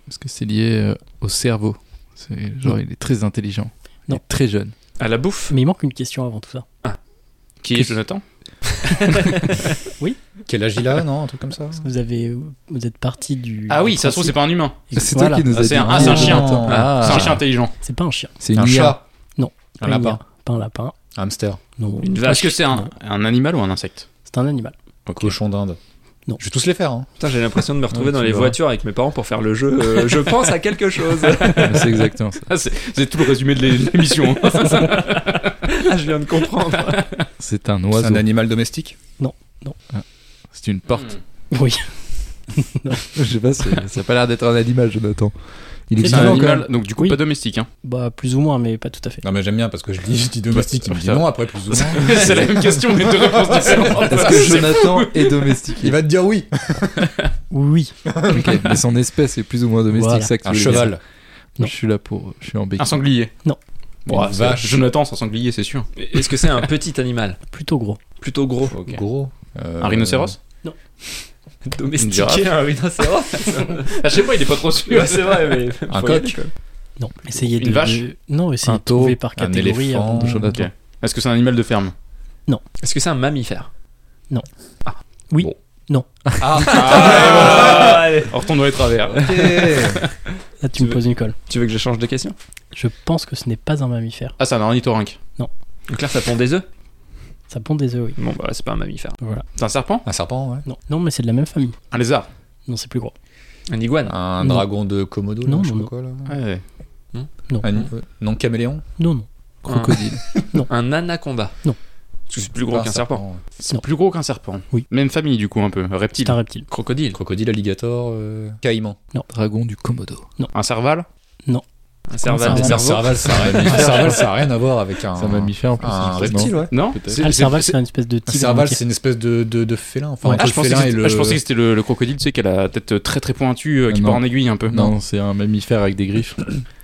Speaker 7: Parce que c'est lié euh, au cerveau. C'est- Genre, il est très intelligent. Il
Speaker 6: Non.
Speaker 7: est très jeune.
Speaker 8: À la bouffe
Speaker 6: Mais il manque une question avant tout ça.
Speaker 8: Qui est Jonathan
Speaker 10: Quel âge il a, non Un truc comme ça
Speaker 6: Vous avez, vous êtes parti du.
Speaker 8: Ah oui, ça se trouve, c'est pas un humain.
Speaker 7: C'est
Speaker 6: Voilà.
Speaker 7: toi qui nous
Speaker 8: Ah,
Speaker 7: as dit.
Speaker 8: c'est un- ah, c'est un
Speaker 7: Jonathan.
Speaker 8: chien.
Speaker 7: Ah,
Speaker 8: c'est un chien intelligent.
Speaker 6: C'est pas un chien.
Speaker 7: C'est
Speaker 10: Un
Speaker 7: une IA.
Speaker 10: chat,
Speaker 6: Pas
Speaker 10: un
Speaker 6: une
Speaker 10: lapin,
Speaker 6: IA, Pas un lapin.
Speaker 10: un hamster,
Speaker 6: Non.
Speaker 8: Ah, Est-ce que c'est un,
Speaker 6: Non.
Speaker 8: un animal ou un insecte
Speaker 6: C'est un animal.
Speaker 10: un cochon d'Inde.
Speaker 6: Non.
Speaker 10: Je vais tous les faire. Hein.
Speaker 9: Putain, j'ai l'impression de me retrouver
Speaker 7: Ouais,
Speaker 9: dans
Speaker 7: tu
Speaker 9: les
Speaker 7: verras.
Speaker 9: voitures avec mes parents pour faire le jeu. euh, <laughs> je pense à quelque <laughs> chose.
Speaker 7: <laughs> C'est exactement ça.
Speaker 8: Ah, c'est c'est tout le résumé de l'é- de l'émission.
Speaker 7: <laughs>
Speaker 8: hein.
Speaker 9: Ah, je viens de comprendre.
Speaker 7: C'est un
Speaker 10: C'est
Speaker 7: oiseau.
Speaker 10: un animal domestique
Speaker 7: C'est une porte.
Speaker 6: Oui.
Speaker 7: <laughs> Je sais pas, c'est- ça a pas l'air d'être un animal, Jonathan. Il est
Speaker 8: C'est un
Speaker 7: vivant quand
Speaker 8: animal,
Speaker 7: même.
Speaker 8: donc du coup
Speaker 6: Oui.
Speaker 8: pas domestique. Hein.
Speaker 6: <laughs> Bah plus ou moins, mais pas tout à fait.
Speaker 10: Non, mais j'aime bien parce que je dis, je dis domestique, il me dit
Speaker 8: Putain.
Speaker 10: non après plus ou moins.
Speaker 8: c'est la même question, les deux réponses
Speaker 9: Oh,
Speaker 8: différentes.
Speaker 7: Est-ce que Jonathan est domestiqué
Speaker 10: Il va te dire oui.
Speaker 6: Oui.
Speaker 7: Ok, mais son espèce est plus ou moins domestique,
Speaker 6: Voilà.
Speaker 7: ça que tu
Speaker 10: Un
Speaker 7: voulais
Speaker 10: cheval.
Speaker 7: dire. Je suis là pour. Je suis en béquille.
Speaker 8: Un sanglier.
Speaker 6: Non.
Speaker 8: Bon,
Speaker 10: Une
Speaker 8: c'est-
Speaker 10: vache.
Speaker 8: Jonathan, c'est un sanglier, c'est sûr.
Speaker 9: Est-ce que c'est un petit animal
Speaker 6: Plutôt gros.
Speaker 9: Plutôt gros.
Speaker 10: Gros. Euh,
Speaker 8: Un rhinocéros
Speaker 9: Domestiqué, un rhinocéros
Speaker 8: Ah, Je sais pas, il est pas trop sûr.
Speaker 9: <laughs> Ouais, C'est vrai, mais.
Speaker 10: Un
Speaker 9: faut y aller,
Speaker 10: coq.
Speaker 9: quoi.
Speaker 6: Non. Essayez
Speaker 8: Une
Speaker 6: de.
Speaker 8: vache
Speaker 6: Non, essayez
Speaker 7: Un
Speaker 6: de trouver
Speaker 7: taureau,
Speaker 6: par
Speaker 10: un
Speaker 6: catégorie. hein.
Speaker 10: éléphant,
Speaker 6: avant de-
Speaker 10: Jonathan.
Speaker 8: Ok. Est-ce que c'est un animal de ferme
Speaker 9: Est-ce que c'est un mammifère
Speaker 6: Oui.
Speaker 8: Ah, Retourne dans les travers.
Speaker 6: Là, tu me
Speaker 9: veux-
Speaker 6: poses une colle.
Speaker 9: Tu veux que je change de question
Speaker 6: Je pense que ce n'est pas un mammifère.
Speaker 8: Ah, c'est un ornithorynque.
Speaker 9: Donc là, ça pond des œufs
Speaker 6: Ça pond des œufs, oui.
Speaker 9: Bon, bah, c'est pas un mammifère.
Speaker 6: Voilà.
Speaker 8: C'est un serpent
Speaker 10: <laughs> Un serpent, ouais.
Speaker 6: Non, non, mais c'est de la même famille.
Speaker 8: Un lézard
Speaker 6: Non, c'est plus gros.
Speaker 9: Un iguane
Speaker 10: Un
Speaker 6: Non.
Speaker 10: dragon de Komodo, là,
Speaker 6: Non,
Speaker 10: je sais
Speaker 6: non,
Speaker 10: pas quoi, là.
Speaker 8: Ouais.
Speaker 6: Non.
Speaker 10: Un- euh, non, caméléon
Speaker 6: Non, non.
Speaker 9: <laughs>
Speaker 7: Crocodile.
Speaker 9: Un anaconda
Speaker 6: Non.
Speaker 9: Parce que c'est plus gros
Speaker 10: Ah,
Speaker 9: qu'un serpent.
Speaker 10: ouais.
Speaker 8: C'est
Speaker 6: Non.
Speaker 8: plus gros qu'un serpent.
Speaker 6: Oui.
Speaker 8: Même famille, du coup, un peu. Reptile.
Speaker 6: C'est un reptile.
Speaker 9: Crocodile.
Speaker 10: Crocodile, alligator, euh, caïman.
Speaker 7: Dragon du Komodo.
Speaker 8: Un serval
Speaker 9: Un serval,
Speaker 10: Un
Speaker 9: des cerveaux.
Speaker 10: serval, ça a rien- un serval, ça a rien à voir avec un-
Speaker 7: C'est un mammifère en plus.
Speaker 10: un
Speaker 7: non
Speaker 10: reptile, ouais.
Speaker 9: Non
Speaker 10: Peut-être.
Speaker 6: Ah, le serval, c'est une espèce de
Speaker 10: Un
Speaker 6: tigre.
Speaker 10: serval,
Speaker 6: ok.
Speaker 10: c'est une espèce de, de, de félin. Enfin,
Speaker 8: Ah,
Speaker 10: entre
Speaker 8: je
Speaker 10: le
Speaker 8: pensais, que
Speaker 10: félin et
Speaker 8: c'était-
Speaker 10: le.
Speaker 8: ah, je pensais que c'était le, le crocodile, tu sais, qui a la tête euh, très très pointue, euh, qui
Speaker 7: Non.
Speaker 8: part en aiguille un peu.
Speaker 7: Non, c'est un mammifère avec des griffes.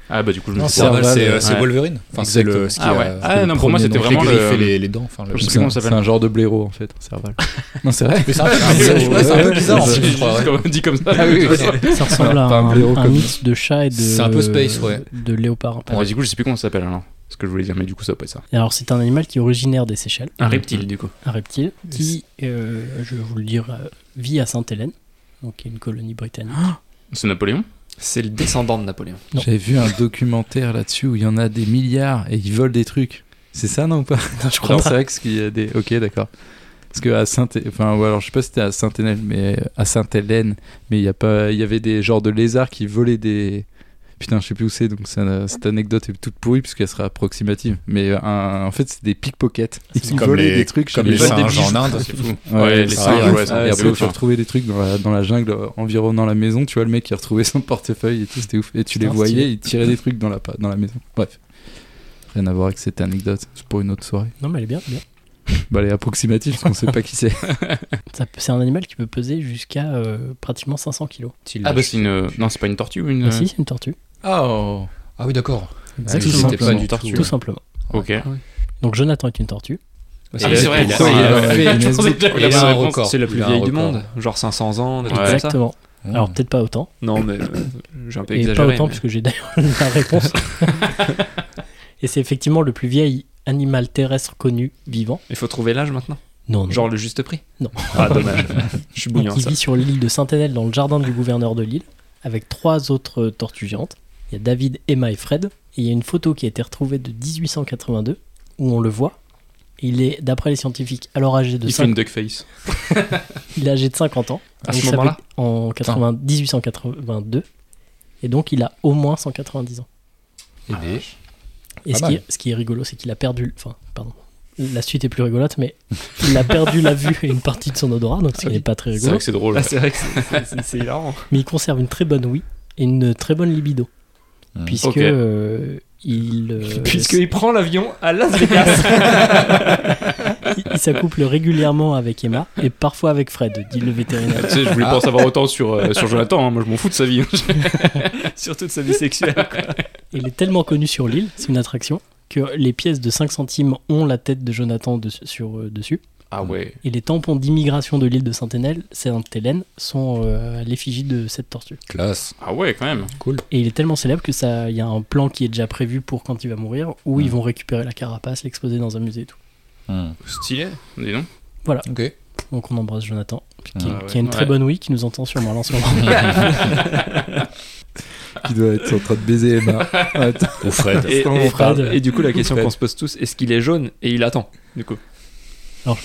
Speaker 8: Ah bah du coup, je
Speaker 10: Non,
Speaker 8: me
Speaker 10: c'est
Speaker 8: suis
Speaker 10: serval,
Speaker 7: serval,
Speaker 10: c'est
Speaker 7: ouais.
Speaker 10: euh, c'est Wolverine. Enfin, c'est le.
Speaker 7: Exactement.
Speaker 10: ce qui
Speaker 8: Ah
Speaker 10: a-
Speaker 8: ouais.
Speaker 10: c'est
Speaker 8: Ah
Speaker 10: le
Speaker 8: non, pour moi
Speaker 10: premier,
Speaker 8: c'était
Speaker 10: donc,
Speaker 8: vraiment
Speaker 10: les griffes et
Speaker 8: le.
Speaker 10: les, les dents. Enfin, le-
Speaker 8: Je sais
Speaker 7: C'est
Speaker 8: comment
Speaker 7: un,
Speaker 8: ça
Speaker 7: c'est
Speaker 8: s'appelle.
Speaker 7: un genre de blaireau en fait, un serval. <laughs> non, c'est vrai
Speaker 10: Mais
Speaker 7: <laughs>
Speaker 10: c'est un- ouais, c'est un peu bizarre en
Speaker 8: C'est
Speaker 10: fait, je crois, ouais.
Speaker 8: quand on dit comme ça.
Speaker 6: Ça ressemble à
Speaker 7: Pas un
Speaker 6: un,
Speaker 7: blaireau
Speaker 6: un
Speaker 7: comme
Speaker 6: mix de chat et de.
Speaker 10: C'est un peu space, ouais.
Speaker 6: De léopard.
Speaker 8: Bon, bah, du coup, je sais plus comment ça s'appelle alors. Ce que je voulais dire, mais du coup, ça peut être ça.
Speaker 6: Et Alors, c'est un animal qui est originaire des Seychelles,
Speaker 8: Un reptile, du coup.
Speaker 6: un reptile, qui, euh, je vais vous le dire, euh, vit à Sainte-Hélène, donc qui est une colonie britannique.
Speaker 8: C'est Napoléon
Speaker 9: C'est le descendant de Napoléon.
Speaker 6: Non.
Speaker 7: J'avais vu un documentaire là-dessus où il y en a des milliards et ils volent des trucs. C'est ça, non ou pas
Speaker 6: non, je
Speaker 7: Non, c'est vrai que ce qu'il y a des. Ok, d'accord. Parce que à Saint, enfin, ou alors je sais pas si c'était à Sainte-Hélène, mais euh, à Sainte-Hélène, mais il y a pas, il y avait des genres de lézards qui volaient des. Putain, je sais plus où c'est, donc ça- cette anecdote est toute pourrie puisqu'elle sera approximative. Mais euh, un- en fait, c'est des pickpockets.
Speaker 10: Ah, C'est
Speaker 7: Ils
Speaker 10: comme
Speaker 7: volaient
Speaker 10: les-
Speaker 7: des trucs chez
Speaker 10: Comme les
Speaker 7: gens.
Speaker 9: des
Speaker 10: singes en
Speaker 9: bijoux.
Speaker 10: Inde.
Speaker 8: C'est fou.
Speaker 7: Ouais, Ah,
Speaker 8: Ouais, les
Speaker 7: ça
Speaker 10: singes,
Speaker 7: arrive.
Speaker 10: Ah, ouais,
Speaker 7: Et
Speaker 8: ça, c'est
Speaker 7: après,
Speaker 8: ouf,
Speaker 7: tu
Speaker 8: hein.
Speaker 7: retrouvais des trucs dans la, dans la jungle euh, environnant la maison. Tu vois le mec qui retrouvait son <laughs> portefeuille et tout, c'était ouf. Et tu les
Speaker 6: Putain,
Speaker 7: voyais,
Speaker 6: stylé.
Speaker 7: il tirait des trucs dans la, pa- dans la maison. Bref. Rien à voir avec cette anecdote, c'est pour une autre soirée.
Speaker 6: Non, mais elle est bien, elle est bien.
Speaker 7: Bah, elle est approximative parce qu'on sait pas qui c'est.
Speaker 6: Ça peut- C'est un animal qui peut peser jusqu'à euh, pratiquement 500 kilos.
Speaker 8: Ah bah c'est une. Non, c'est pas une tortue ou une. euh,
Speaker 6: Ah, si, c'est une tortue.
Speaker 7: Oh
Speaker 10: Ah oui, d'accord.
Speaker 6: Exactement.
Speaker 10: C'était pas
Speaker 7: simplement.
Speaker 10: du
Speaker 6: Tout
Speaker 10: tortue.
Speaker 6: simplement.
Speaker 8: Ok.
Speaker 6: Donc, Jonathan est une tortue.
Speaker 9: Bah,
Speaker 8: Ah, c'est vrai, il a-
Speaker 9: pourquoi
Speaker 8: il a-
Speaker 9: il a-
Speaker 8: il a-
Speaker 9: je pensais déjà-
Speaker 8: il a-
Speaker 9: il a-
Speaker 8: un
Speaker 9: la
Speaker 8: record.
Speaker 9: réponse, C'est la
Speaker 10: Il
Speaker 9: plus
Speaker 10: a un
Speaker 9: vieille du
Speaker 10: record.
Speaker 9: monde, genre 500 ans, des trucs comme ça.
Speaker 6: Exactement. Alors, peut-être pas autant.
Speaker 9: Non, mais euh, j'ai un peu
Speaker 6: Et
Speaker 9: exagéré.
Speaker 6: pas autant,
Speaker 9: mais-
Speaker 6: puisque j'ai d'ailleurs <laughs> la réponse. et c'est effectivement le plus vieil animal terrestre connu vivant.
Speaker 9: Il faut trouver l'âge maintenant.
Speaker 6: Non, non.
Speaker 9: Genre le juste prix.
Speaker 6: Non.
Speaker 9: Ah, dommage. Mmh. <laughs> Je suis bouillant
Speaker 6: qui
Speaker 9: ça.
Speaker 6: vit sur l'île de Saint-Hélène dans le jardin du gouverneur de l'île avec trois autres euh, tortues géantes. Il y a David, Emma et Fred. Et il y a une photo qui a été retrouvée de 1882 où on le voit. Il est, d'après les scientifiques, alors âgé de,
Speaker 8: Il fait
Speaker 6: 5
Speaker 8: une duck face.
Speaker 6: il est âgé de 50 ans.
Speaker 9: À
Speaker 6: Donc
Speaker 9: ce
Speaker 6: ça veut-
Speaker 9: moment-là
Speaker 6: En 80 1882. Et donc il a au moins 190 ans.
Speaker 10: Et les-
Speaker 6: Et
Speaker 10: Pas
Speaker 6: ce qui,
Speaker 10: mal.
Speaker 6: est, ce qui est rigolo, c'est qu'il a perdu. Enfin, pardon. La suite est plus rigolote, mais il a perdu la vue et une partie de son odorat, donc ce qui n'est pas très
Speaker 8: C'est
Speaker 6: rigolo.
Speaker 8: vrai que c'est drôle.
Speaker 9: Ah, c'est vrai que c'est- c'est- c'est- c'est hilarant.
Speaker 6: Mais il conserve une très bonne ouïe et une très bonne libido.
Speaker 10: Hmm.
Speaker 6: Puisque
Speaker 8: Ok.
Speaker 6: euh, il.
Speaker 9: <laughs>
Speaker 6: euh, <laughs>
Speaker 9: Puisqu'il prend l'avion à Las Vegas.
Speaker 6: il, il s'accouple régulièrement avec Emma et parfois avec Fred, dit le
Speaker 8: <laughs>
Speaker 6: vétérinaire.
Speaker 8: Tu sais, je voulais pas en savoir autant sur, euh, sur Jonathan, hein. moi je m'en fous de sa vie.
Speaker 9: <laughs> Sur toute sa vie <laughs> sexuelle.
Speaker 6: Il est tellement connu sur l'île, c'est une attraction, que les pièces de 5 centimes ont la tête de Jonathan de- sur, euh, dessus.
Speaker 8: Ah ouais.
Speaker 6: Et les tampons d'immigration de l'île de Sainte-Hélène Sainte-Hélène sont euh, à l'effigie de cette tortue.
Speaker 10: Classe.
Speaker 8: Ah ouais, quand même.
Speaker 6: Et il est tellement célèbre que ça, il y a un plan qui est déjà prévu pour quand il va mourir, où ils vont récupérer la carapace, l'exposer dans un musée et tout.
Speaker 10: Hmm.
Speaker 8: Stylé, dis donc.
Speaker 10: Ok.
Speaker 6: Donc on embrasse Jonathan, qui,
Speaker 10: Ah
Speaker 6: qui a une
Speaker 8: ouais.
Speaker 6: très bonne ouïe, qui nous entend sûrement là en ce moment.
Speaker 9: <laughs>
Speaker 7: qui doit être en train de baiser Emma. Attends.
Speaker 10: Ou Fred. <laughs>
Speaker 9: Et,
Speaker 7: Instant, mon
Speaker 9: et-
Speaker 7: frère.
Speaker 9: et du coup, la question
Speaker 7: Fred.
Speaker 9: qu'on se pose tous, est-ce qu'il est jaune et il attend Du coup. <laughs>
Speaker 6: non,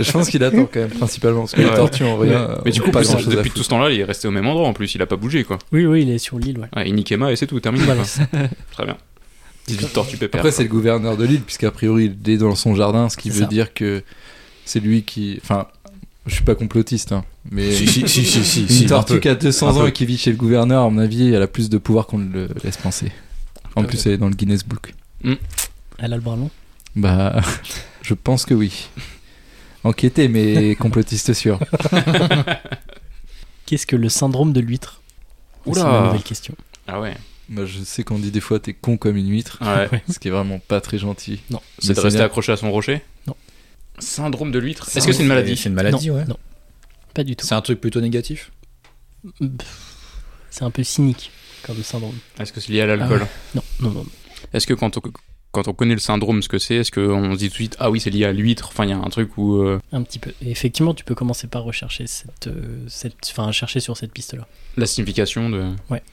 Speaker 7: Je pense qu'il attend quand même principalement parce que
Speaker 8: Ouais.
Speaker 7: les tortues en rien.
Speaker 8: Mais du coup,
Speaker 7: pas
Speaker 8: plus,
Speaker 7: grand chose
Speaker 8: depuis tout ce temps-là, il est resté au même endroit en plus, il a pas bougé quoi.
Speaker 6: oui, oui, il est sur l'île, ouais.
Speaker 8: Ah, il nique Emma et c'est tout, terminé.
Speaker 6: Voilà,
Speaker 8: quoi. Très bien. 18 tortues pépères.
Speaker 7: Après, c'est le gouverneur de l'île, puisqu'a priori, il est dans son jardin, ce qui
Speaker 6: C'est
Speaker 7: veut
Speaker 6: ça.
Speaker 7: dire que c'est lui qui. Enfin, je suis pas complotiste, hein, mais.
Speaker 10: Si, si, si, si, si.
Speaker 7: Une
Speaker 10: si, un
Speaker 7: tortue
Speaker 10: peu.
Speaker 7: qui a 200
Speaker 10: Un
Speaker 7: ans
Speaker 10: peu.
Speaker 7: et qui vit chez le gouverneur, à mon avis, elle a plus de pouvoir qu'on ne le laisse penser. En plus, elle est dans le Guinness Book.
Speaker 6: Elle a le bras long.
Speaker 7: Bah, <laughs> je pense que oui. Enquêtez, mais complotiste sûr.
Speaker 6: Qu'est-ce que le syndrome de l'huître
Speaker 8: Oula.
Speaker 6: C'est ma nouvelle question.
Speaker 8: Ah ouais.
Speaker 7: Bah, je sais qu'on dit des fois t'es con comme une huître,
Speaker 8: ouais.
Speaker 7: <laughs> ce qui est vraiment pas très gentil.
Speaker 6: Non.
Speaker 8: C'est de
Speaker 7: Mais
Speaker 8: rester
Speaker 7: bien.
Speaker 8: accroché à son rocher
Speaker 6: Non.
Speaker 8: Syndrome de l'huître. Ah Est-ce que c'est une maladie
Speaker 10: C'est une maladie,
Speaker 6: non,
Speaker 10: ouais.
Speaker 6: non, pas du tout.
Speaker 10: C'est un truc plutôt négatif
Speaker 6: Pff, C'est un peu cynique comme syndrome.
Speaker 8: Est-ce que c'est lié à l'alcool
Speaker 6: Non, non, non.
Speaker 8: Est-ce que quand on, quand on connaît le syndrome, ce que c'est, est-ce qu'on se dit tout de suite, ah oui, c'est lié à l'huître Enfin, il y a un truc où. euh,
Speaker 6: Un petit peu. Et effectivement, tu peux commencer par rechercher cette, euh, cette, enfin, chercher sur cette piste-là.
Speaker 8: la signification de.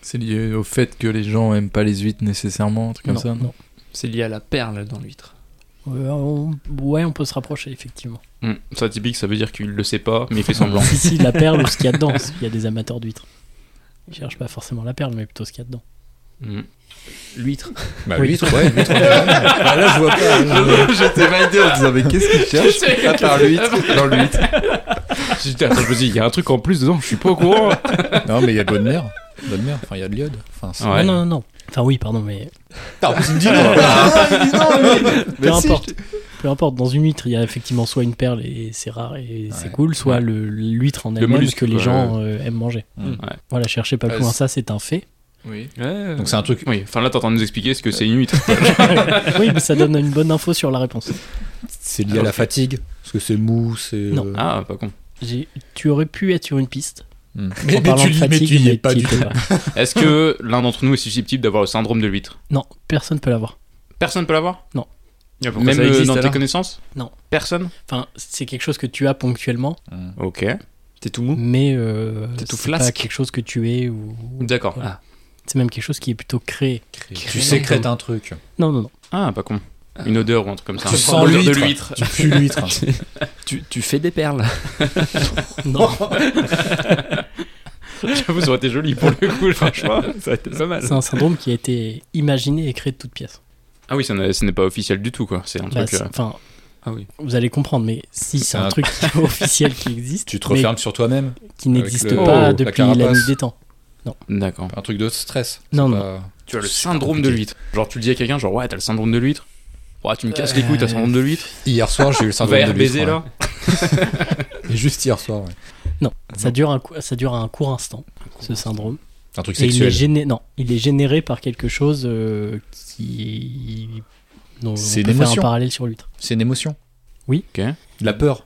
Speaker 7: C'est lié au fait que les gens aiment pas les huîtres nécessairement, un truc comme
Speaker 6: Non,
Speaker 7: ça. non
Speaker 6: non.
Speaker 9: C'est lié à la perle dans l'huître.
Speaker 6: Ouais, on- ouais, on peut se rapprocher effectivement.
Speaker 8: Hmm, Ça, typique, ça veut dire qu'il le sait pas, mais il fait <laughs> semblant.
Speaker 6: <laughs> Si, si, la perle ou ce qu'il y a dedans. parce qu'il y a des amateurs d'huîtres. Ils cherchent pas forcément la perle, mais plutôt ce qu'il y a dedans.
Speaker 8: Hmm. <laughs>
Speaker 9: L'huître.
Speaker 10: Bah,
Speaker 6: Oui.
Speaker 10: <laughs> lui, ouais. lui, ouais. Ah, Là, je vois
Speaker 7: <laughs>
Speaker 10: pas.
Speaker 7: J'étais validé en disant, mais qu'est-ce qu'il cherche à part <laughs> l'huître dans l'huître
Speaker 8: J'étais- attends, je me dis, il y a un truc en plus dedans, je suis pas au courant.
Speaker 10: Non, mais il y a bonne mère. Dans le mur, enfin, il y a de l'iode. Enfin, c'est-
Speaker 6: Non, non, non. Enfin, oui, pardon, mais.
Speaker 10: Ah, en plus, il me dit non. Ah, il me dit non, mais-
Speaker 6: Peu
Speaker 10: mais si,
Speaker 6: importe. Peu importe, dans une huître, il y a effectivement soit une perle et c'est rare et c'est cool, soit le- l'huître en elle-même
Speaker 8: mollusque,
Speaker 6: que les
Speaker 8: quoi,
Speaker 6: gens
Speaker 8: ouais.
Speaker 6: euh, aiment manger.
Speaker 8: Mm. Ouais.
Speaker 6: Voilà, cherchez pas
Speaker 8: Euh,
Speaker 6: plus loin,
Speaker 8: c'est-
Speaker 6: ça c'est un fait.
Speaker 8: <laughs> Oui.
Speaker 10: Donc c'est un truc-
Speaker 8: Oui, enfin là, t'es en train de nous expliquer ce que c'est une huître.
Speaker 6: oui, mais ça donne une bonne info sur la réponse.
Speaker 10: C'est lié à la fatigue Parce que c'est mou, c'est. euh,
Speaker 6: Non.
Speaker 8: Ah, pas con.
Speaker 6: J'ai- Tu aurais pu être sur une piste.
Speaker 10: Hmm.
Speaker 6: En
Speaker 10: Mais- mais
Speaker 6: parlant
Speaker 10: tu-
Speaker 6: de
Speaker 10: mais tu y
Speaker 6: mais
Speaker 10: es pas
Speaker 6: t'y
Speaker 10: du
Speaker 6: étais
Speaker 10: tout.
Speaker 8: Est-ce que l'un d'entre nous est susceptible d'avoir le syndrome de l'huître
Speaker 6: Non, personne peut l'avoir.
Speaker 8: Personne peut l'avoir
Speaker 6: Non.
Speaker 9: pourquoi
Speaker 8: Même
Speaker 9: ça
Speaker 8: euh,
Speaker 9: existe,
Speaker 8: dans tes
Speaker 9: alors
Speaker 8: connaissances
Speaker 6: Non.
Speaker 8: Personne
Speaker 6: Enfin, c'est quelque chose que tu as ponctuellement,
Speaker 8: Ok.
Speaker 9: T'es tout mou
Speaker 6: mais euh,
Speaker 9: T'es tout
Speaker 6: c'est pas
Speaker 9: flasque.
Speaker 6: quelque chose que tu es ou.
Speaker 8: D'accord.
Speaker 6: Voilà. C'est même quelque chose qui est plutôt créé.
Speaker 10: Tu sécrètes un truc.
Speaker 6: Non, non, non.
Speaker 8: Ah, pas con. Une odeur ou un truc comme ça.
Speaker 10: Euh, Tu sens
Speaker 8: L'odeur de l'huître.
Speaker 10: l'huître.
Speaker 8: <laughs>
Speaker 10: Tu pues l'huître.
Speaker 9: tu, tu fais des perles.
Speaker 10: <laughs>
Speaker 6: Non.
Speaker 8: J'avoue, ça aurait été joli pour le coup, franchement. Ça aurait été pas mal.
Speaker 6: C'est un syndrome qui a été imaginé et créé de toutes pièces.
Speaker 8: Ah oui, ça n'est- ce n'est pas officiel du tout, quoi. C'est un
Speaker 6: Bah,
Speaker 8: truc.
Speaker 6: c'est-
Speaker 8: euh,
Speaker 6: Enfin,
Speaker 8: Ah oui.
Speaker 6: vous allez comprendre, mais si c'est un
Speaker 10: un- <laughs>
Speaker 6: truc officiel qui existe,
Speaker 10: <laughs> Tu te
Speaker 6: mais
Speaker 10: refermes sur toi-même.
Speaker 6: qui n'existe
Speaker 10: le-
Speaker 6: pas
Speaker 10: la
Speaker 6: depuis la,
Speaker 10: carapace.
Speaker 6: nuit des temps.
Speaker 8: D'accord.
Speaker 10: Un truc de stress.
Speaker 6: Non, non.
Speaker 10: Pas-
Speaker 8: Tu as le
Speaker 10: C'est
Speaker 8: syndrome de
Speaker 10: compliqué.
Speaker 8: l'huître. Genre, tu le dis à quelqu'un, genre, ouais, t'as le syndrome de l'huître. Ouais, tu me casses les couilles, t'as le syndrome de l'huître.
Speaker 10: Hier soir, j'ai eu le syndrome
Speaker 8: Va
Speaker 10: de l'huître.
Speaker 8: baiser
Speaker 10: ouais.
Speaker 8: là.
Speaker 10: Et juste hier soir, ouais.
Speaker 6: Non, ça dure un, cou- ça dure un court instant, ce syndrome.
Speaker 10: Un truc
Speaker 6: Et il est,
Speaker 10: sexuel.
Speaker 6: géné- non, il est généré par quelque chose euh, qui. dont
Speaker 10: C'est
Speaker 6: on peut faire un
Speaker 10: l'émotion.
Speaker 6: parallèle sur l'huître.
Speaker 10: C'est une émotion.
Speaker 6: Oui.
Speaker 8: Ok.
Speaker 10: De la peur.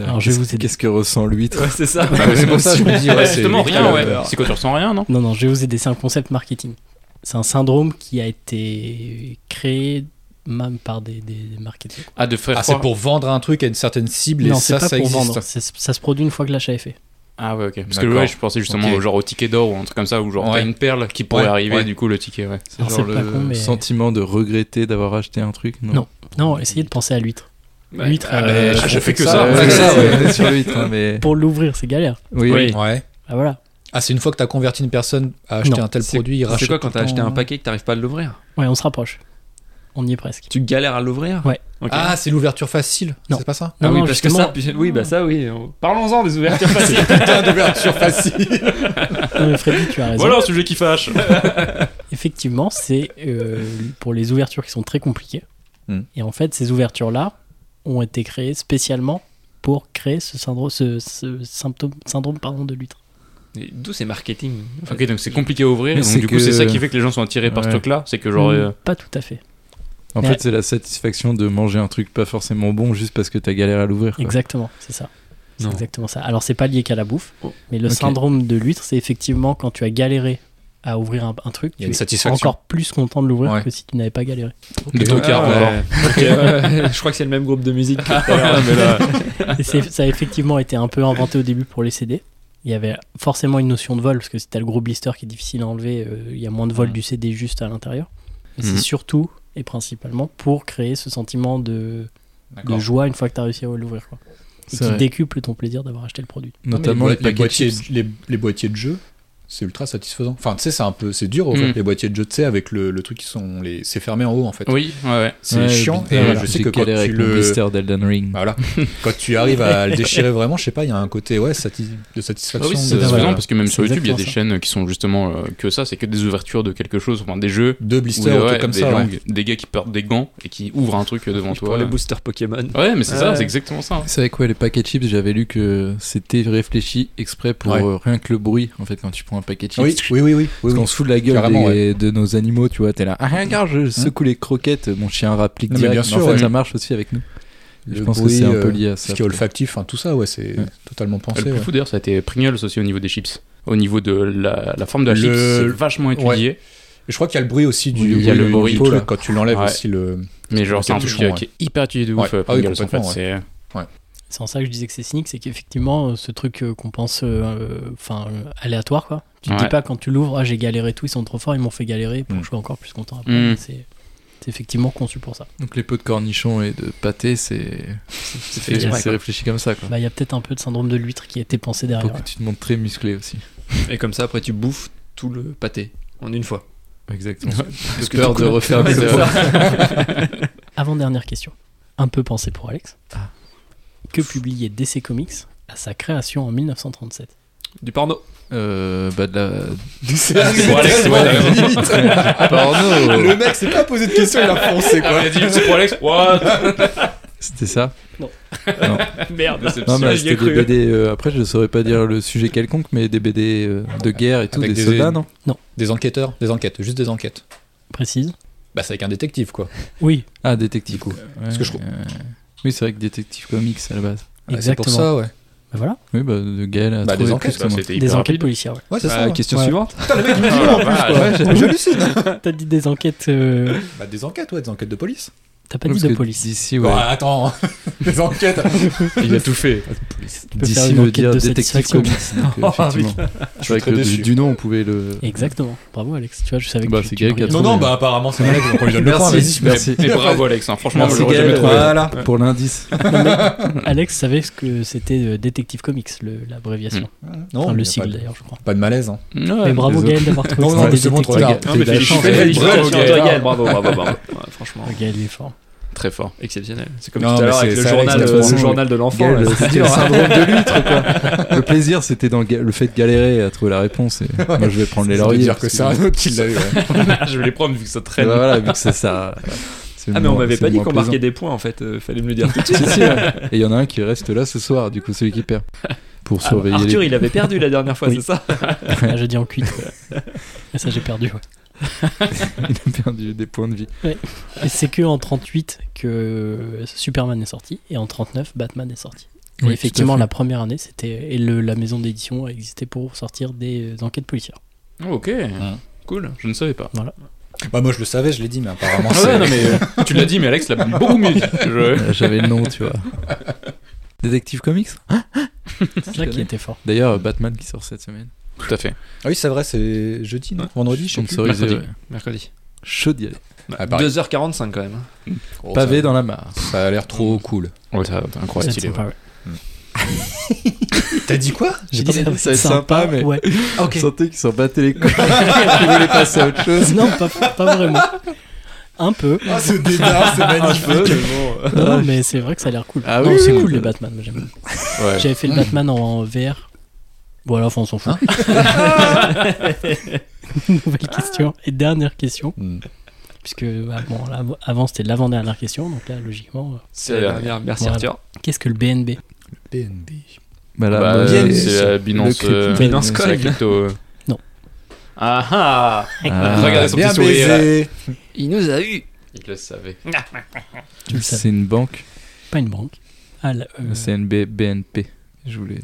Speaker 6: Alors, je vais vous aider.
Speaker 7: Qu'est-ce que ressent l'huître
Speaker 9: Ouais, c'est ça.
Speaker 7: Ah,
Speaker 10: c'est pour ça que je me dis, ouais, c'est
Speaker 8: Justement,
Speaker 10: l'huître,
Speaker 8: rien,
Speaker 10: la
Speaker 8: ouais.
Speaker 10: peur.
Speaker 8: C'est quoi, tu ressens rien, non
Speaker 6: Non, non, je vais vous aider. C'est un concept marketing. C'est un syndrome qui a été créé même par des, des, des marketeurs.
Speaker 8: Ah, de frère
Speaker 10: Ah, c'est pour vendre un truc à une certaine cible et
Speaker 6: non, c'est
Speaker 10: ça,
Speaker 6: pas
Speaker 10: ça
Speaker 6: pour
Speaker 10: existe.
Speaker 6: vendre. c'est- Ça se produit une fois que l'achat est fait.
Speaker 8: Ah ouais, ok. Parce que
Speaker 10: D'accord.
Speaker 8: ouais, je pensais justement
Speaker 10: Ok.
Speaker 8: au genre au ticket d'or ou un truc comme ça, où genre t'as
Speaker 10: Ouais.
Speaker 8: une perle qui pourrait
Speaker 10: Ouais,
Speaker 8: arriver,
Speaker 10: ouais.
Speaker 8: du coup, le ticket, ouais.
Speaker 7: C'est
Speaker 6: Alors,
Speaker 7: genre
Speaker 6: c'est
Speaker 7: le
Speaker 6: pas con, mais-
Speaker 7: sentiment de regretter d'avoir acheté un truc Non.
Speaker 6: Non. Non, essayez de penser à l'huître. L'huître,
Speaker 8: Ah,
Speaker 6: euh,
Speaker 8: bah, je fais que
Speaker 7: Ah,
Speaker 8: ça.
Speaker 7: ouais,
Speaker 10: Ouais, ça, ouais.
Speaker 7: on est sur l'huître, hein, mais...
Speaker 6: Pour l'ouvrir, c'est galère.
Speaker 7: Oui,
Speaker 9: Oui.
Speaker 10: Ouais.
Speaker 6: Ah voilà.
Speaker 10: Ah, c'est une fois que t'as converti une personne à acheter
Speaker 6: Non.
Speaker 10: un tel
Speaker 9: C'est-
Speaker 10: produit, il rachète.
Speaker 9: C'est quoi quand
Speaker 10: tout
Speaker 9: t'as
Speaker 10: le
Speaker 9: acheté
Speaker 10: temps.
Speaker 9: un paquet et que t'arrives pas à l'ouvrir
Speaker 6: Ouais, on se rapproche. On y est presque.
Speaker 9: Tu galères à l'ouvrir
Speaker 6: Ouais.
Speaker 9: Ok.
Speaker 10: Ah, c'est l'ouverture facile.
Speaker 6: Non.
Speaker 10: C'est
Speaker 6: <laughs>
Speaker 10: pas ça
Speaker 9: Ah
Speaker 6: Non,
Speaker 9: oui,
Speaker 6: non,
Speaker 9: parce que
Speaker 6: justement.
Speaker 9: ça, puis- oui, bah ça, oui. on- Parlons-en des <laughs> ouvertures faciles.
Speaker 10: Putain, d'ouverture facile.
Speaker 6: Non, mais Freddy, tu as raison.
Speaker 9: voilà un sujet qui fâche.
Speaker 6: Effectivement, c'est euh, pour les ouvertures qui sont très compliquées.
Speaker 10: Hmm.
Speaker 6: Et en fait, ces ouvertures-là ont été créées spécialement pour créer ce syndrome, ce, ce symptôme, syndrome pardon, de l'huître.
Speaker 9: <laughs> Et D'où c'est marketing en fait.
Speaker 8: Ok, donc c'est compliqué à ouvrir.
Speaker 7: Mais
Speaker 8: donc
Speaker 7: c'est
Speaker 8: du
Speaker 7: que-
Speaker 8: coup, c'est ça qui fait que les gens sont attirés par ce
Speaker 7: Ouais.
Speaker 8: truc-là. C'est que genre.
Speaker 6: Hmm,
Speaker 8: euh,
Speaker 6: Pas tout à fait.
Speaker 7: En
Speaker 6: Ouais.
Speaker 7: fait, c'est la satisfaction de manger un truc pas forcément bon juste parce que t'as galéré à l'ouvrir. quoi.
Speaker 6: Exactement, c'est ça. C'est
Speaker 9: Non.
Speaker 6: exactement ça. Alors, c'est pas lié qu'à la bouffe,
Speaker 9: Oh.
Speaker 6: mais le
Speaker 7: Ok.
Speaker 6: syndrome de l'huître, c'est effectivement quand tu as galéré à ouvrir un, un truc,
Speaker 10: Il y
Speaker 6: tu
Speaker 10: a une
Speaker 6: es
Speaker 10: satisfaction.
Speaker 6: encore plus content de l'ouvrir
Speaker 10: Ouais.
Speaker 6: que si tu n'avais pas galéré.
Speaker 8: Le tocard,
Speaker 9: Ah,
Speaker 8: encore.
Speaker 9: ouais. <laughs> Ok, ouais, je crois que c'est le même groupe de musique. que tout à l'heure. <laughs>
Speaker 6: Et c'est- ça a effectivement été un peu inventé au début pour les CD. Il y avait forcément une notion de vol, parce que si t'as le gros blister qui est difficile à enlever, euh, il y a moins de vol du CD juste à l'intérieur. Et c'est
Speaker 8: Mhm.
Speaker 6: surtout et principalement pour créer ce sentiment de, de
Speaker 10: D'accord.
Speaker 6: joie une fois que t'as réussi à l'ouvrir. quoi. Et
Speaker 7: C'est
Speaker 6: qui
Speaker 7: vrai.
Speaker 6: décuple ton plaisir d'avoir acheté le produit.
Speaker 7: Notamment
Speaker 10: les,
Speaker 7: les,
Speaker 10: boi- les
Speaker 7: paquets
Speaker 10: boîtiers,
Speaker 7: chips.
Speaker 10: les, les boîtiers de jeu, c'est ultra satisfaisant. Enfin, tu sais, c'est un peu, c'est dur. en
Speaker 8: Mm.
Speaker 10: fait, Les boîtiers de jeu, tu sais, avec le, le truc qui sont, les, c'est fermé en haut en fait.
Speaker 8: Oui, ouais, ouais.
Speaker 10: C'est
Speaker 7: Ouais,
Speaker 10: chiant.
Speaker 7: le
Speaker 10: Et
Speaker 7: blister,
Speaker 10: je sais que quand
Speaker 7: galère
Speaker 10: tu
Speaker 7: avec mon
Speaker 10: le, Bah,
Speaker 7: blister d'Elden Ring. <laughs>
Speaker 10: voilà, quand tu arrives à le déchirer vraiment, je sais pas, il y a un côté ouais sati- de
Speaker 8: Ah
Speaker 10: satisfaction.
Speaker 8: oui, c'est
Speaker 10: de-
Speaker 8: satisfaisant
Speaker 10: voilà.
Speaker 8: parce que même
Speaker 6: C'est
Speaker 8: sur YouTube, il y a des
Speaker 6: exactement
Speaker 8: chaînes qui sont justement euh, que ça, c'est que des ouvertures de quelque chose, enfin des jeux.
Speaker 10: Deux
Speaker 8: ou
Speaker 10: blisters, ou
Speaker 8: ouais,
Speaker 10: trucs comme
Speaker 8: des,
Speaker 10: ça. ouais.
Speaker 8: langues, des gars qui portent des gants et qui ouvrent un truc devant
Speaker 9: Pour
Speaker 8: toi.
Speaker 9: les boosters Pokémon.
Speaker 8: Ouais, mais c'est
Speaker 9: Ouais.
Speaker 8: ça, c'est exactement ça. hein.
Speaker 7: C'est vrai que ouais, les paquets chips, j'avais lu que c'était réfléchi exprès pour
Speaker 10: Ouais.
Speaker 7: euh, rien que le bruit. En fait, quand tu prends un paquet chips,
Speaker 10: Oui, oui, oui, oui. oui,
Speaker 7: Parce qu'on
Speaker 10: oui.
Speaker 7: se fout de la gueule
Speaker 10: Carrément, Hein
Speaker 7: des- de nos animaux, tu vois. T'es là, ah, regarde, je secoue les croquettes, mon chien rapplique
Speaker 10: Non, mais
Speaker 7: direct.
Speaker 10: bien
Speaker 7: Mais
Speaker 10: sûr,
Speaker 7: en fait,
Speaker 10: ouais.
Speaker 7: ça marche aussi avec nous.
Speaker 10: Le
Speaker 7: je pense que c'est un
Speaker 10: bruit,
Speaker 7: peu
Speaker 10: euh,
Speaker 7: lié à
Speaker 10: Ce
Speaker 7: ça.
Speaker 10: qui est olfactif, enfin, tout ça, ouais, c'est
Speaker 7: Ouais.
Speaker 10: totalement
Speaker 8: Le
Speaker 10: pensé.
Speaker 8: plus
Speaker 10: ouais.
Speaker 8: fou d'ailleurs, ça a été Pringles aussi au niveau des chips. Au niveau de la, la forme de la
Speaker 10: Le-
Speaker 8: chips, c'est vachement étudié.
Speaker 10: Je crois qu'il y a le bruit aussi du,
Speaker 7: Il y a le
Speaker 10: du-
Speaker 7: bruit,
Speaker 10: du truc,
Speaker 7: là.
Speaker 10: quand tu l'enlèves
Speaker 8: Ouais.
Speaker 10: aussi le.
Speaker 8: Mais genre, c'est un truc
Speaker 10: Cartouche,
Speaker 8: qui,
Speaker 10: ouais.
Speaker 8: qui est hyper étudié de ouf,
Speaker 10: Ouais.
Speaker 8: euh,
Speaker 10: Ah oui,
Speaker 8: Pringles en fait.
Speaker 10: complètement,
Speaker 8: c'est-
Speaker 6: C'est en ça que je disais que c'est cynique, c'est qu'effectivement, euh, ce truc euh, qu'on pense euh, enfin euh, aléatoire, quoi. Tu te dis
Speaker 8: Ouais.
Speaker 6: pas quand tu l'ouvres, ah j'ai galéré et tout, ils sont trop forts, ils m'ont fait galérer, pour
Speaker 10: Mm.
Speaker 6: que je sois encore plus content après.
Speaker 8: Mm.
Speaker 6: C'est c'est effectivement conçu pour ça.
Speaker 7: Donc les pots de cornichons et de pâté, c'est c'est
Speaker 9: fait exprès,
Speaker 7: c'est réfléchi comme ça. Quoi. Ah,
Speaker 6: Bah, Il y a peut-être un peu de syndrome de l'huître qui a été pensé
Speaker 7: Faut
Speaker 6: derrière.
Speaker 7: que tu te montres très musclé aussi.
Speaker 9: Et comme ça, après, tu bouffes tout le pâté en une fois.
Speaker 7: Exactement.
Speaker 9: Parce
Speaker 7: peur
Speaker 9: tu
Speaker 7: de
Speaker 9: coupes-
Speaker 7: refaire
Speaker 9: Ouais,
Speaker 7: des
Speaker 9: c'est
Speaker 7: erreurs.
Speaker 9: ça.
Speaker 6: Avant-dernière question, un peu pensée pour Alex. Que publiait DC Comics à sa création en 1937
Speaker 9: Du porno.
Speaker 7: Euh, bah de la.
Speaker 10: <laughs>
Speaker 7: Ah,
Speaker 3: C'est pour Alex, ouais, limite.
Speaker 7: Porno.
Speaker 3: Le mec s'est pas posé de questions, il a foncé quoi.
Speaker 9: Ah, il a dit, c'est pour <laughs> Alex. What
Speaker 7: C'était ça
Speaker 6: Non.
Speaker 7: Non,
Speaker 9: Merde.
Speaker 7: Non, mais
Speaker 9: j'y
Speaker 7: c'était
Speaker 9: ai
Speaker 7: des
Speaker 9: cru.
Speaker 7: BD. euh, après, je saurais pas dire le sujet quelconque, mais des BD euh, de guerre et tout,
Speaker 10: Avec
Speaker 7: des,
Speaker 10: des-
Speaker 7: soldats, non
Speaker 10: Des enquêteurs, des enquêtes, juste des enquêtes.
Speaker 6: Précise.
Speaker 10: Bah, c'est avec un détective, quoi.
Speaker 6: Oui,
Speaker 7: Ah, détective. coup.
Speaker 10: euh, que je trouve-
Speaker 7: Oui, c'est vrai que détective comics à la base.
Speaker 10: Ouais, Ah, C'est
Speaker 6: exactement.
Speaker 10: pour ça, ouais.
Speaker 6: Bah voilà,
Speaker 7: Oui, bah de Gaël a
Speaker 10: Bah,
Speaker 7: trouvé
Speaker 10: des
Speaker 7: plus
Speaker 10: enquêtes,
Speaker 7: que moi.
Speaker 6: des enquêtes policières. ouais.
Speaker 10: Ouais, c'est ça.
Speaker 9: Ah,
Speaker 10: ouais.
Speaker 9: question
Speaker 6: Ouais.
Speaker 9: suivante.
Speaker 6: <laughs>
Speaker 10: Ouais, J'hallucine.
Speaker 6: T'as dit des enquêtes. euh,
Speaker 10: Bah, des enquêtes, ouais, des enquêtes de police.
Speaker 6: T'as pas
Speaker 7: Parce
Speaker 6: dit de
Speaker 7: que
Speaker 6: police.
Speaker 7: D'ici, ouais.
Speaker 10: Bah, attends, des enquêtes.
Speaker 9: Il a tout fait.
Speaker 6: peux faire
Speaker 7: D'ici
Speaker 6: une
Speaker 7: veut
Speaker 6: enquête
Speaker 7: dire
Speaker 6: de
Speaker 7: détective
Speaker 6: satisfaction. Oh,
Speaker 7: comics. donc,
Speaker 6: <laughs>
Speaker 7: euh, effectivement. C'est vrai
Speaker 3: très
Speaker 7: que du,
Speaker 3: déçu.
Speaker 7: du nom, on pouvait le.
Speaker 6: Exactement. Bravo Alex. Tu vois, je savais que
Speaker 7: Bah,
Speaker 6: tu,
Speaker 7: c'est
Speaker 6: tu
Speaker 7: Gaël qui a
Speaker 6: brillais.
Speaker 10: Non,
Speaker 7: trouvé,
Speaker 10: non,
Speaker 7: ouais.
Speaker 10: bah apparemment c'est un mec, donc on lui donne le point, vas-y.
Speaker 7: Merci.
Speaker 8: Et bravo Alex, hein. franchement,
Speaker 7: Merci,
Speaker 8: j'aurais jamais
Speaker 7: Gaël.
Speaker 8: trouvé.
Speaker 10: Voilà.
Speaker 7: Pour
Speaker 10: <laughs>
Speaker 7: l'indice.
Speaker 6: <laughs> Alex savait ce que c'était euh, Détective Comics, le- l'abréviation.
Speaker 7: Hmm.
Speaker 10: Non,
Speaker 6: enfin,
Speaker 10: il y
Speaker 6: le
Speaker 10: a
Speaker 6: sigle
Speaker 10: pas de-
Speaker 6: d'ailleurs, je crois.
Speaker 10: Pas de malaise, hein.
Speaker 8: Ah,
Speaker 6: Mais bravo Gaël d'avoir trouvé
Speaker 10: Non,
Speaker 6: que c'était
Speaker 10: non, mais
Speaker 6: des
Speaker 10: c'est bon, trop
Speaker 6: détectives.
Speaker 10: tard.
Speaker 9: Non, mais
Speaker 10: T'as eu de la
Speaker 9: félicitations,
Speaker 10: chance.
Speaker 9: félicitations,
Speaker 8: Gaël.
Speaker 9: toi, Gaël, bravo, bravo, bravo. Ouais, franchement,
Speaker 6: Ah, Gaël il est fort.
Speaker 9: très fort, exceptionnel. C'est comme
Speaker 10: Non,
Speaker 9: tout à
Speaker 10: mais
Speaker 9: l'heure avec
Speaker 10: c'est-
Speaker 9: le
Speaker 10: c'est Alex,
Speaker 9: journal,
Speaker 10: la
Speaker 9: euh,
Speaker 10: façon.
Speaker 9: le journal de l'enfant.
Speaker 7: Gaël,
Speaker 9: là, c'est
Speaker 7: C'était
Speaker 9: dur,
Speaker 7: le
Speaker 9: hein.
Speaker 7: syndrome de l'huître,
Speaker 10: <laughs>
Speaker 7: quoi. Le plaisir, c'était dans Gaël- le fait de galérer à trouver la réponse. Et Moi, je vais prendre les
Speaker 10: Ça veut
Speaker 7: lauriers.
Speaker 10: dire que
Speaker 7: parce
Speaker 10: c'est un autre qui l'a eu. ouais.
Speaker 9: <laughs> Je vais les prendre vu que ça
Speaker 7: Ouais,
Speaker 9: traîne.
Speaker 7: voilà, vu que c'est
Speaker 9: <laughs>
Speaker 7: ça. c'est
Speaker 9: Ah, mais
Speaker 7: moins-
Speaker 9: on m'avait
Speaker 7: c'est
Speaker 9: pas dit
Speaker 7: moins
Speaker 9: qu'on
Speaker 7: plaisant.
Speaker 9: marquait des points en fait, euh, fallait me le dire.
Speaker 7: Si, si,
Speaker 6: Ah,
Speaker 7: ouais. Et il y en a un qui reste là ce soir, du coup, celui qui
Speaker 9: <laughs>
Speaker 7: perd. Pour
Speaker 9: Ah,
Speaker 7: surveiller.
Speaker 9: Arthur,
Speaker 7: les- <laughs>
Speaker 9: il avait perdu la dernière fois,
Speaker 6: Oui.
Speaker 9: c'est ça
Speaker 6: Ah, j'ai dit en cuite. Et ça, j'ai perdu. ouais.
Speaker 7: il a perdu des points de vie.
Speaker 6: Et c'est que en 38 que Superman est sorti et en 39 Batman est sorti. Et
Speaker 7: Oui, tout
Speaker 6: effectivement,
Speaker 7: à fait.
Speaker 6: la première année, c'était et le- la maison d'édition a existé pour sortir des enquêtes policières.
Speaker 8: Ok, cool, je ne savais pas.
Speaker 10: Bah, moi je le savais, je l'ai dit, mais apparemment
Speaker 8: Ah
Speaker 10: c'est.
Speaker 8: ouais, non, mais euh, tu l'as dit, mais Alex l'a beaucoup mieux dit. Je-
Speaker 10: <laughs>
Speaker 7: Euh, J'avais le nom, tu vois. <laughs> Détective Comics
Speaker 6: C'est ça qui était fort.
Speaker 7: D'ailleurs, euh, Batman qui sort cette semaine.
Speaker 8: Tout à fait.
Speaker 10: Ah oui, c'est vrai, c'est jeudi, non Vendredi, je sais plus.
Speaker 7: Sponsorisé,
Speaker 8: mercredi.
Speaker 7: ouais.
Speaker 8: Mercredi.
Speaker 7: Chaud d'y aller.
Speaker 10: Ah, pareil.
Speaker 9: 2h45 quand même.
Speaker 10: Oh,
Speaker 7: Pavé
Speaker 10: ça-
Speaker 7: dans la mare.
Speaker 10: Ça a l'air trop cool.
Speaker 8: Ouais, ça, incroyable.
Speaker 6: C'est sympa, ouais.
Speaker 10: T'as dit quoi
Speaker 6: J'ai
Speaker 7: dit,
Speaker 6: dit,
Speaker 7: c'est sympa, mais-
Speaker 6: <laughs> ouais.
Speaker 7: Je sentais qu'ils s'en battaient les couilles. Ils voulaient passer à autre chose.
Speaker 6: Non, pas, pas vraiment. Un peu.
Speaker 10: Ah, ce débat, c'est magnifique.
Speaker 6: Non, non, mais c'est vrai que ça a l'air cool.
Speaker 7: Ah
Speaker 6: Non,
Speaker 7: oui,
Speaker 6: c'est
Speaker 7: oui,
Speaker 6: cool
Speaker 7: oui.
Speaker 6: les Batman. moi, j'aime. J'avais fait le Batman en VR. Voilà, enfin, on s'en fout.
Speaker 10: Hein
Speaker 6: <laughs> Nouvelle question. Et dernière question.
Speaker 10: Hmm.
Speaker 6: Puisque bah, bon, là, avant, c'était l'avant-dernière question. Donc là, logiquement, euh,
Speaker 9: C'est la dernière, merci
Speaker 6: Voilà.
Speaker 9: Arthur.
Speaker 6: qu'est-ce que le BNB
Speaker 10: BNB.
Speaker 7: Bah là,
Speaker 8: Bah,
Speaker 7: moi,
Speaker 8: euh,
Speaker 7: j'ai-
Speaker 8: c'est la Binance.
Speaker 7: crypto-
Speaker 8: euh,
Speaker 7: Binance
Speaker 8: c'est la
Speaker 9: Coin.
Speaker 8: crypto, euh.
Speaker 6: Non.
Speaker 8: Ah ah
Speaker 7: Ah,
Speaker 8: Regardez son
Speaker 10: Bien
Speaker 8: petit sourire. là.
Speaker 10: baisé.
Speaker 9: Il nous a eu.
Speaker 8: Il le savait.
Speaker 6: Tu le savais.
Speaker 7: C'est une banque.
Speaker 6: Pas une banque. Ah, là, euh,
Speaker 7: C'est une B- BNP. Je voulais.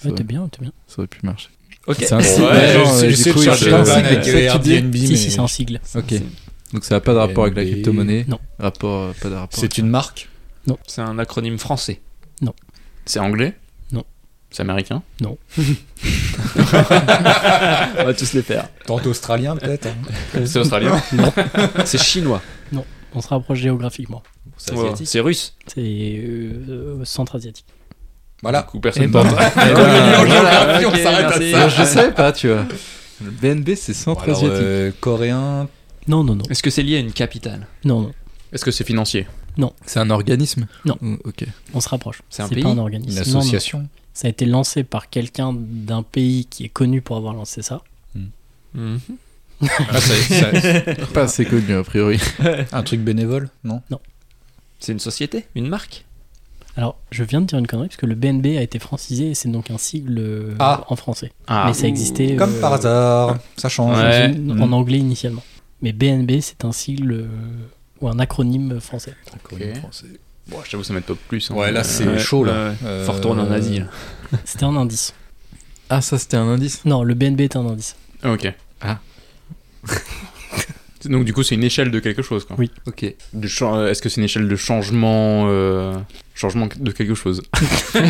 Speaker 7: Ça,
Speaker 6: ouais, t'es bien, t'es bien.
Speaker 7: ça aurait pu marcher.
Speaker 9: Ok.
Speaker 7: C'est un site.
Speaker 10: Ouais,
Speaker 7: Ouais,
Speaker 10: je-
Speaker 7: non,
Speaker 10: j'essaie
Speaker 7: euh,
Speaker 10: de
Speaker 7: du coup,
Speaker 10: chercher
Speaker 7: c'est
Speaker 10: la
Speaker 7: un
Speaker 10: vanne
Speaker 7: site,
Speaker 10: avec
Speaker 7: ça, tu dis
Speaker 10: Airbnb,
Speaker 6: si, si,
Speaker 10: mais-
Speaker 6: c'est en sigle.
Speaker 7: Ok. Donc ça n'a pas de rapport avec la
Speaker 10: BNB.
Speaker 7: crypto-monnaie.
Speaker 6: Non.
Speaker 7: Rapport, euh, pas de rapport.
Speaker 10: C'est une marque
Speaker 9: C'est un acronyme français.
Speaker 8: C'est anglais
Speaker 6: Non.
Speaker 8: C'est américain
Speaker 9: On va tous les faire.
Speaker 10: Tantôt australien, peut-être. hein.
Speaker 8: C'est australien
Speaker 9: C'est chinois.
Speaker 6: On se rapproche géographiquement.
Speaker 10: C'est
Speaker 8: Ouais.
Speaker 10: asiatique.
Speaker 8: C'est russe
Speaker 6: C'est euh, euh, centre-asiatique.
Speaker 8: <laughs>
Speaker 10: Voilà.
Speaker 8: Du coup, personne
Speaker 7: Eh
Speaker 8: ne
Speaker 7: ben.
Speaker 8: parle.
Speaker 7: Eh ben, voilà.
Speaker 10: on s'arrête à
Speaker 7: Ah, Je savais pas, tu vois. Le BNB, c'est centre
Speaker 10: Alors,
Speaker 7: asiatique.
Speaker 10: euh, coréen.
Speaker 6: Non, non, non.
Speaker 9: Est-ce que c'est lié à une capitale
Speaker 6: Non, non.
Speaker 8: Est-ce que c'est financier
Speaker 7: C'est un organisme
Speaker 6: Non.
Speaker 7: Mm, Ok.
Speaker 6: On se rapproche.
Speaker 8: C'est un
Speaker 6: pas
Speaker 8: pays
Speaker 6: un
Speaker 10: Une
Speaker 6: organisme. Non, non.
Speaker 10: association.
Speaker 6: Ça a été lancé par quelqu'un d'un pays qui est connu pour avoir lancé ça.
Speaker 9: Mhm.
Speaker 10: Ah, ça- ça-
Speaker 7: Pas assez connu, a <laughs> priori.
Speaker 10: un truc bénévole Non
Speaker 9: C'est une société Une marque
Speaker 6: Alors, je viens de dire une connerie parce que le BNB a été francisé et c'est donc un sigle euh,
Speaker 10: Ah.
Speaker 6: en français.
Speaker 8: Ah.
Speaker 6: Mais ça existait
Speaker 10: Comme
Speaker 6: euh,
Speaker 10: par hasard. Ça change.
Speaker 6: dans
Speaker 8: Ouais.
Speaker 6: une- en anglais initialement. Mais BNB, c'est un sigle euh, ou un acronyme français.
Speaker 10: Coréen, français.
Speaker 8: Bon, je t'avoue, ça m'aide pas plus. hein.
Speaker 10: Ouais, là, c'est
Speaker 8: Ouais.
Speaker 10: chaud, là.
Speaker 8: Ouais.
Speaker 10: Euh,
Speaker 8: Faut retourner en Asie. là.
Speaker 6: C'était un indice.
Speaker 7: Ah, ça, c'était un indice
Speaker 6: Non, le BNB est un indice.
Speaker 8: Ah, Ok.
Speaker 7: Ah.
Speaker 8: Donc, du coup, c'est une échelle de quelque chose, quoi.
Speaker 6: Oui.
Speaker 7: Ok.
Speaker 8: De chan- euh, Est-ce que c'est une échelle de changement euh, Changement de quelque chose <laughs> Vu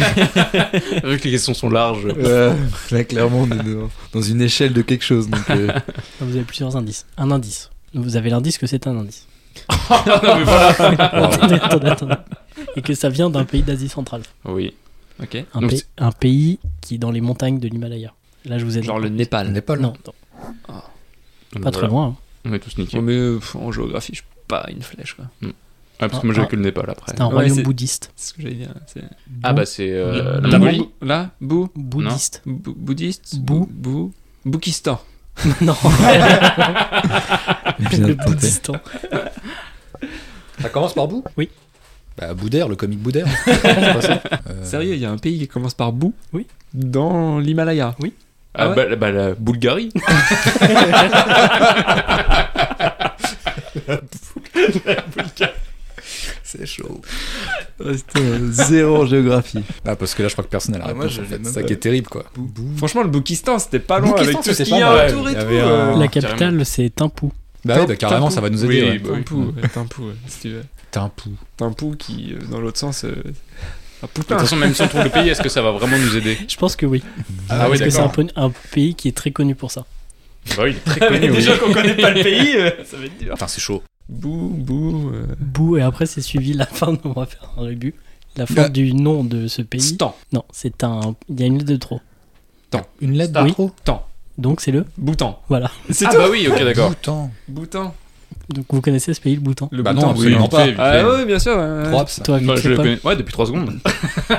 Speaker 8: que les questions sont larges.
Speaker 7: Euh, là, clairement, on est dans, dans une échelle de quelque chose. Donc, euh, <laughs>
Speaker 6: Non, vous avez plusieurs indices. Un indice. Vous avez l'indice que c'est
Speaker 8: <laughs>
Speaker 6: un indice. <laughs> Attendez, attendez, attendez. Et que ça vient d'un pays d'Asie centrale.
Speaker 8: Oui.
Speaker 9: Ok.
Speaker 6: Un,
Speaker 8: Donc,
Speaker 6: pays-
Speaker 8: c'est-
Speaker 6: un pays qui est dans les montagnes de l'Himalaya. Là, je vous ai
Speaker 9: Genre le Népal.
Speaker 10: Népal
Speaker 6: Non, non, pas très loin. hein.
Speaker 8: On est tous niqués.
Speaker 9: Ouais, mais euh, pff, en géographie, je suis pas une flèche quoi.
Speaker 8: Ah, parce que moi j'avais que le Népal après.
Speaker 6: C'est un
Speaker 8: Ouais,
Speaker 6: royaume
Speaker 8: c'est-
Speaker 6: bouddhiste.
Speaker 9: C'est ce que j'allais dire. c'est-
Speaker 8: Ah bah c'est euh,
Speaker 9: Bou-
Speaker 8: la Mongolie.
Speaker 9: Bou- Là Bou
Speaker 6: Bouddhiste.
Speaker 9: Non. Bou- Bouddhiste
Speaker 6: Bou.
Speaker 9: Bou. Boukistan.
Speaker 8: <laughs>
Speaker 6: Non. <laughs>
Speaker 7: Bien
Speaker 6: le
Speaker 7: tenté.
Speaker 6: Bouddhistan.
Speaker 10: Ça commence par Bou
Speaker 6: Oui.
Speaker 10: Bah, Boudère, le comique Boudère. Euh,
Speaker 9: Euh, Sérieux, il y a un pays qui commence par Bou
Speaker 6: Oui.
Speaker 9: Dans l'Himalaya
Speaker 6: Oui.
Speaker 8: Ah,
Speaker 9: Ah ouais
Speaker 8: bah, la- bah, la Bulgarie.
Speaker 10: C'est chaud.
Speaker 9: Euh,
Speaker 7: Zéro en géographie.
Speaker 10: Ah, parce que là, je crois que personne n'a la
Speaker 8: Ah, moi,
Speaker 10: réponse.
Speaker 8: je
Speaker 10: en
Speaker 8: l'ai
Speaker 10: fait.
Speaker 8: même
Speaker 10: C'est ça
Speaker 8: pas.
Speaker 10: qui est terrible, quoi.
Speaker 9: Franchement, le Boukistan, c'était
Speaker 7: Ah
Speaker 9: pas loin
Speaker 10: Boukistan,
Speaker 9: avec tout ce
Speaker 10: c'était
Speaker 9: qu'il y
Speaker 10: pas
Speaker 9: a
Speaker 10: mal.
Speaker 9: autour et
Speaker 10: Il y
Speaker 9: tout.
Speaker 10: avait un-
Speaker 8: Ah,
Speaker 9: euh,
Speaker 6: La capitale, c'est Thimphu.
Speaker 10: Bah oui, bah, carrément, ça va nous aider.
Speaker 9: Oui,
Speaker 10: ouais.
Speaker 9: bah oui. Timpou, ouais, Timpou, ouais, si tu veux.
Speaker 10: T'as un pou.
Speaker 9: Timpou qui, euh, dans l'autre sens, euh, ah
Speaker 8: De
Speaker 9: putain. <laughs>
Speaker 8: toute façon, même si on trouve le pays, est-ce que ça va vraiment nous aider
Speaker 6: Je pense que oui.
Speaker 8: Ah, oui,
Speaker 6: parce que c'est un,
Speaker 8: d'accord.
Speaker 6: peu- un pays qui est très connu pour ça.
Speaker 8: Bah oui, il est très <laughs> connu. oui.
Speaker 9: Déjà qu'on connaît pas le pays, euh, ça va être dur.
Speaker 10: Putain, c'est chaud.
Speaker 9: Bou, bou, euh,
Speaker 6: Bou, et après, c'est suivi la fin, on va faire un rébut. La fin
Speaker 10: Ah.
Speaker 6: du nom de ce pays.
Speaker 9: Stan,
Speaker 6: Non, c'est un. Il y a une lettre de trop.
Speaker 10: Une lettre
Speaker 6: Oui.
Speaker 10: de trop
Speaker 6: Donc c'est le.
Speaker 9: Bhoutan.
Speaker 6: Voilà.
Speaker 9: C'est
Speaker 8: Ah
Speaker 9: tout
Speaker 8: bah oui, ok,
Speaker 6: <laughs>
Speaker 8: d'accord.
Speaker 10: Bhoutan.
Speaker 9: Bhoutan.
Speaker 6: Donc vous connaissez ce pays, le Bhoutan
Speaker 9: Le
Speaker 10: Bah
Speaker 9: Bhoutan.
Speaker 10: non, absolument
Speaker 8: oui,
Speaker 10: pas.
Speaker 8: vite fait.
Speaker 9: Ah ouais, bien sûr. ouais, ouais.
Speaker 10: Trois, ça.
Speaker 6: Toi,
Speaker 8: Moi, je
Speaker 6: vite fait,
Speaker 8: le
Speaker 6: Paul.
Speaker 8: connais. Ouais, depuis 3 secondes.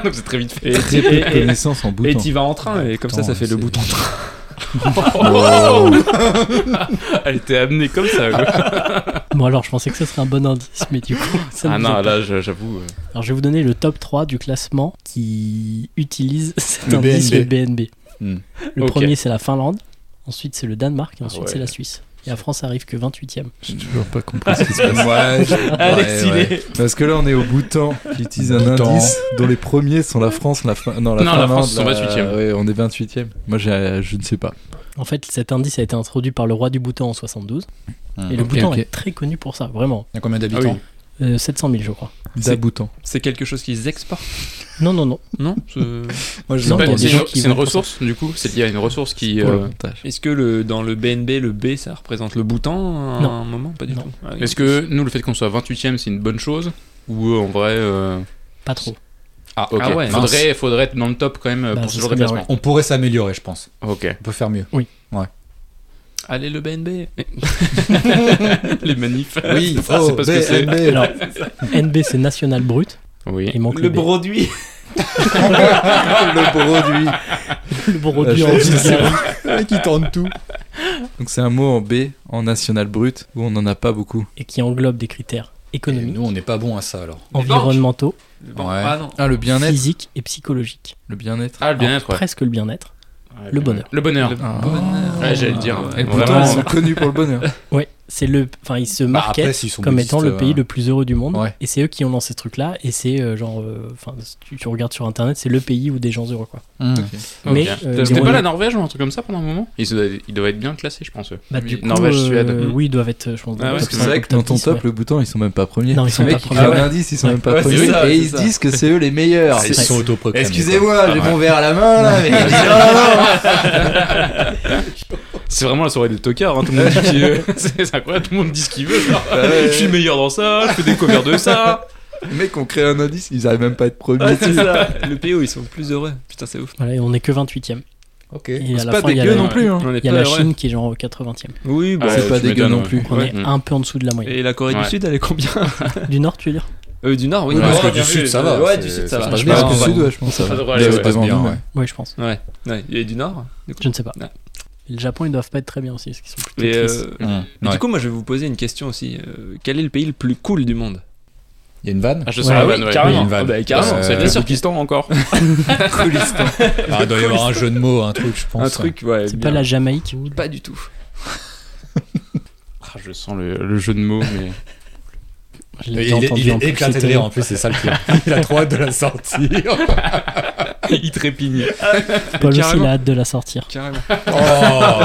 Speaker 8: Donc c'est très vite fait.
Speaker 9: Et
Speaker 7: Très peu de
Speaker 9: et- et-
Speaker 7: connaissances en
Speaker 9: et
Speaker 7: bouton.
Speaker 9: t'y vas en train, et comme ça, ça fait le
Speaker 7: c'est-
Speaker 9: bouton train.
Speaker 8: <laughs> Elle était amenée comme ça. quoi.
Speaker 6: Ah, Bon, alors je pensais que ce serait un bon indice, mais du coup, ça
Speaker 8: Ah
Speaker 6: nous
Speaker 8: non,
Speaker 6: a-
Speaker 8: là, je- j'avoue. euh,
Speaker 6: Alors je vais vous donner le top 3 du classement qui utilise cet
Speaker 10: Le
Speaker 6: indice,
Speaker 10: BNB.
Speaker 6: le BNB.
Speaker 10: Hmm.
Speaker 6: Le
Speaker 8: Ok. Ah
Speaker 6: premier, c'est la Finlande. Ensuite, c'est le Danemark. Et ensuite,
Speaker 8: ouais.
Speaker 6: c'est la Suisse. Et la France arrive que 28ème.
Speaker 7: J'ai toujours pas compris ce qui se passe.
Speaker 10: Ouais, je- ouais, ouais.
Speaker 7: Parce que là, on est au Bhoutan qui utilise un
Speaker 10: Bhoutan.
Speaker 7: indice dont les premiers sont la France, la fin. Non, la,
Speaker 8: Non, la
Speaker 7: Finlande,
Speaker 8: France, ils sont 28e.
Speaker 7: ouais, on est 28 e Moi, j'ai- je ne sais pas.
Speaker 6: En fait, cet indice a été introduit par le roi du Bhoutan en 72.
Speaker 10: Hmm.
Speaker 6: Et le
Speaker 7: Ok,
Speaker 6: Bhoutan
Speaker 7: ok.
Speaker 6: est très connu pour ça, vraiment.
Speaker 10: Il y a combien
Speaker 8: Ah
Speaker 10: d'habitants
Speaker 6: Euh, 700 000, je crois.
Speaker 7: Da Bhoutan.
Speaker 9: C'est quelque chose qu'ils exportent
Speaker 6: Non, non, non.
Speaker 9: <laughs> Non ce-
Speaker 10: Moi,
Speaker 6: Non,
Speaker 8: pas-
Speaker 6: il y a des
Speaker 8: C'est
Speaker 6: gens
Speaker 8: une,
Speaker 6: qui
Speaker 8: c'est une
Speaker 6: vont pour
Speaker 8: ressource, du coup. C'est- Il y a une ressource qui.
Speaker 7: Pour le
Speaker 8: euh,
Speaker 7: montage.
Speaker 9: Est-ce que le, dans le BNB, le B, ça représente le Bhoutan à
Speaker 6: Non.
Speaker 9: un moment Pas du
Speaker 6: Non.
Speaker 9: tout. Ah,
Speaker 8: Est-ce que nous, le fait qu'on soit 28ème, c'est une bonne chose Ou euh, en vrai. euh,
Speaker 6: Pas trop.
Speaker 10: Ah,
Speaker 8: Ok,
Speaker 10: ouais, mince.
Speaker 8: faudrait, faudrait être dans le top quand même euh,
Speaker 6: Bah,
Speaker 8: pour
Speaker 6: ce
Speaker 8: ce genre de
Speaker 6: serait bien,
Speaker 8: classement.
Speaker 10: On pourrait s'améliorer, je pense.
Speaker 8: Ok.
Speaker 10: On peut faire mieux.
Speaker 9: Allez, le BNB
Speaker 8: <laughs> Les manifs.
Speaker 10: Oui,
Speaker 8: ça, c'est parce que c'est.
Speaker 6: Alors, NB, c'est national brut.
Speaker 8: Oui.
Speaker 6: Il manque le,
Speaker 9: Le
Speaker 6: B.
Speaker 9: produit
Speaker 10: le <laughs> produit.
Speaker 6: Le produit
Speaker 7: Euh, je
Speaker 6: en
Speaker 7: pense que
Speaker 6: Bulgarie.
Speaker 10: Le mec, il tente tout.
Speaker 7: Donc, c'est un mot en B, en national brut, où on n'en a pas beaucoup.
Speaker 6: Et qui englobe des critères
Speaker 10: Et
Speaker 6: économiques,
Speaker 10: nous, on n'est pas bon à ça, alors.
Speaker 6: environnementaux,
Speaker 9: Bon,
Speaker 10: Ouais.
Speaker 9: Ah non.
Speaker 7: Ah, le bien-être.
Speaker 6: physiques et psychologiques.
Speaker 7: Le bien-être.
Speaker 8: Ah, le bien-être, ouais.
Speaker 6: Presque le bien-être. le bonheur.
Speaker 8: Le bonheur.
Speaker 7: Ah.
Speaker 8: Ouais, j'allais le dire.
Speaker 7: Et le Bhoutan,
Speaker 8: Vraiment.
Speaker 7: ils sont connus pour le bonheur.
Speaker 6: Ouais, c'est le. Enfin, ils se
Speaker 10: Bah, après,
Speaker 6: marquaient
Speaker 10: s'ils sont
Speaker 6: comme
Speaker 10: bouddhistes,
Speaker 6: étant le
Speaker 10: euh,
Speaker 6: pays le plus heureux du monde.
Speaker 10: ouais.
Speaker 6: Et c'est eux qui ont lancé ce truc-là. Et c'est euh, genre. euh, Enfin, si tu, tu regardes sur internet, c'est le pays où des gens heureux, quoi.
Speaker 10: Mmh,
Speaker 8: Ok.
Speaker 6: Mais, euh,
Speaker 8: C'était pas
Speaker 6: les
Speaker 8: la
Speaker 6: Roumains-
Speaker 8: Norvège ou un truc comme ça pendant un moment ils doivent, ils doivent être bien classés, je pense. eux.
Speaker 6: Bah, du coup,
Speaker 8: Norvège,
Speaker 6: euh,
Speaker 8: Suède.
Speaker 6: Oui, ils doivent être, je pense, dans
Speaker 8: Ah
Speaker 6: le
Speaker 8: ouais,
Speaker 6: top
Speaker 8: c'est
Speaker 7: C'est
Speaker 6: 5,
Speaker 7: vrai que dans ton
Speaker 6: 10,
Speaker 7: top,
Speaker 6: ouais.
Speaker 7: le bouton, ils sont même pas premiers.
Speaker 6: Non, ils sont
Speaker 7: les
Speaker 6: pas
Speaker 7: mecs, ils
Speaker 6: premiers.
Speaker 7: font
Speaker 6: Ah ouais.
Speaker 7: un indice, ils sont
Speaker 6: Ouais.
Speaker 7: même pas
Speaker 9: Ouais, c'est
Speaker 7: premiers.
Speaker 9: ça,
Speaker 7: et
Speaker 9: c'est
Speaker 7: ils se
Speaker 9: ça.
Speaker 7: disent que c'est eux les meilleurs.
Speaker 10: Ils sont autoproclamés.
Speaker 7: Excusez-moi, j'ai mon verre à la main là, mais.
Speaker 9: Ah,
Speaker 8: C'est vraiment la soirée des tocards, hein, <laughs> tout le monde dit qu'il veut. C'est c'est incroyable, tout le monde dit ce qu'il veut. genre.
Speaker 7: ouais.
Speaker 8: Je suis meilleur dans ça, je fais des covers de ça.
Speaker 7: Les mecs ont créé un indice, ils arrivent même pas à être premiers.
Speaker 9: Ah, c'est ça. Le pays où ils sont le plus heureux. Putain, c'est ouf.
Speaker 6: Voilà, et on est que 28ème.
Speaker 10: Ok.
Speaker 6: Et à
Speaker 7: C'est
Speaker 6: la
Speaker 7: pas
Speaker 6: fin, il Oh, y a
Speaker 7: dégueu
Speaker 6: la-
Speaker 7: non plus. hein.
Speaker 9: On est
Speaker 6: Il y a
Speaker 9: pas
Speaker 6: la
Speaker 9: heureux.
Speaker 6: Chine Ah, qui est genre 80ème.
Speaker 9: Oui, bon.
Speaker 8: Ouais,
Speaker 7: c'est pas
Speaker 8: tu
Speaker 7: dégueu
Speaker 8: m'étonnes,
Speaker 7: non
Speaker 8: ouais.
Speaker 7: plus.
Speaker 6: On
Speaker 8: Ouais.
Speaker 6: est un peu en dessous de la moyenne.
Speaker 9: Et la Corée
Speaker 8: Ouais.
Speaker 9: du Sud, elle est combien
Speaker 6: Du nord, tu veux dire
Speaker 9: euh, Du Nord, oui.
Speaker 10: Oui, parce que
Speaker 9: Ouais,
Speaker 10: du
Speaker 9: bien
Speaker 10: Sud,
Speaker 9: vu.
Speaker 10: ça va,
Speaker 9: Ouais,
Speaker 10: c'est-
Speaker 9: du Sud, ça
Speaker 10: ça
Speaker 9: va.
Speaker 10: se passe
Speaker 7: Je
Speaker 10: bien.
Speaker 7: pense
Speaker 10: Ouais,
Speaker 7: que
Speaker 10: ouais.
Speaker 7: sud, ouais, je pense. ça
Speaker 8: Ça
Speaker 7: va.
Speaker 8: devrait aller,
Speaker 7: Là,
Speaker 8: ouais.
Speaker 7: c'est devant
Speaker 10: bien,
Speaker 7: nous,
Speaker 10: ouais.
Speaker 7: mais-
Speaker 6: Ouais, je pense.
Speaker 9: Ouais. Ouais. Et du Nord du coup.
Speaker 6: Je ne sais pas.
Speaker 9: Ouais.
Speaker 6: Et Le Japon, ils doivent pas être très bien aussi, parce qu'ils sont plutôt
Speaker 9: Mais,
Speaker 6: tristes.
Speaker 7: <laughs>
Speaker 9: euh,
Speaker 10: Mmh.
Speaker 9: mais
Speaker 10: Ouais.
Speaker 9: du coup, moi, je vais vous poser une question aussi. Euh, quel est le pays le plus cool du monde
Speaker 10: Il y a une vanne
Speaker 8: Ah, je
Speaker 6: Ouais,
Speaker 8: sens
Speaker 6: ouais,
Speaker 8: la vanne, ouais.
Speaker 9: carrément.
Speaker 10: une vanne.
Speaker 9: Ah bah, carrément.
Speaker 10: Euh,
Speaker 8: C'est bien
Speaker 10: le
Speaker 8: sûr Pakistan encore.
Speaker 10: Ah, Il doit y avoir un jeu de mots, un truc, je pense.
Speaker 9: Un truc, ouais.
Speaker 6: C'est
Speaker 9: bien.
Speaker 6: pas la Jamaïque.
Speaker 9: Pas du tout.
Speaker 8: Ah, je sens le, le jeu de mots, mais.
Speaker 6: Je
Speaker 10: Il
Speaker 6: l'ai
Speaker 10: est,
Speaker 6: déjà entendu
Speaker 10: il est
Speaker 6: en plus,
Speaker 10: éclaté de
Speaker 6: c'était-
Speaker 10: rire en plus, c'est ça le pire. <laughs> Il a trop hâte de la sortie.
Speaker 8: <laughs> Il trépigne.
Speaker 6: Paul aussi,
Speaker 9: Carrément.
Speaker 6: il a hâte de la hein, sortir.
Speaker 9: Carrément.
Speaker 10: Oh.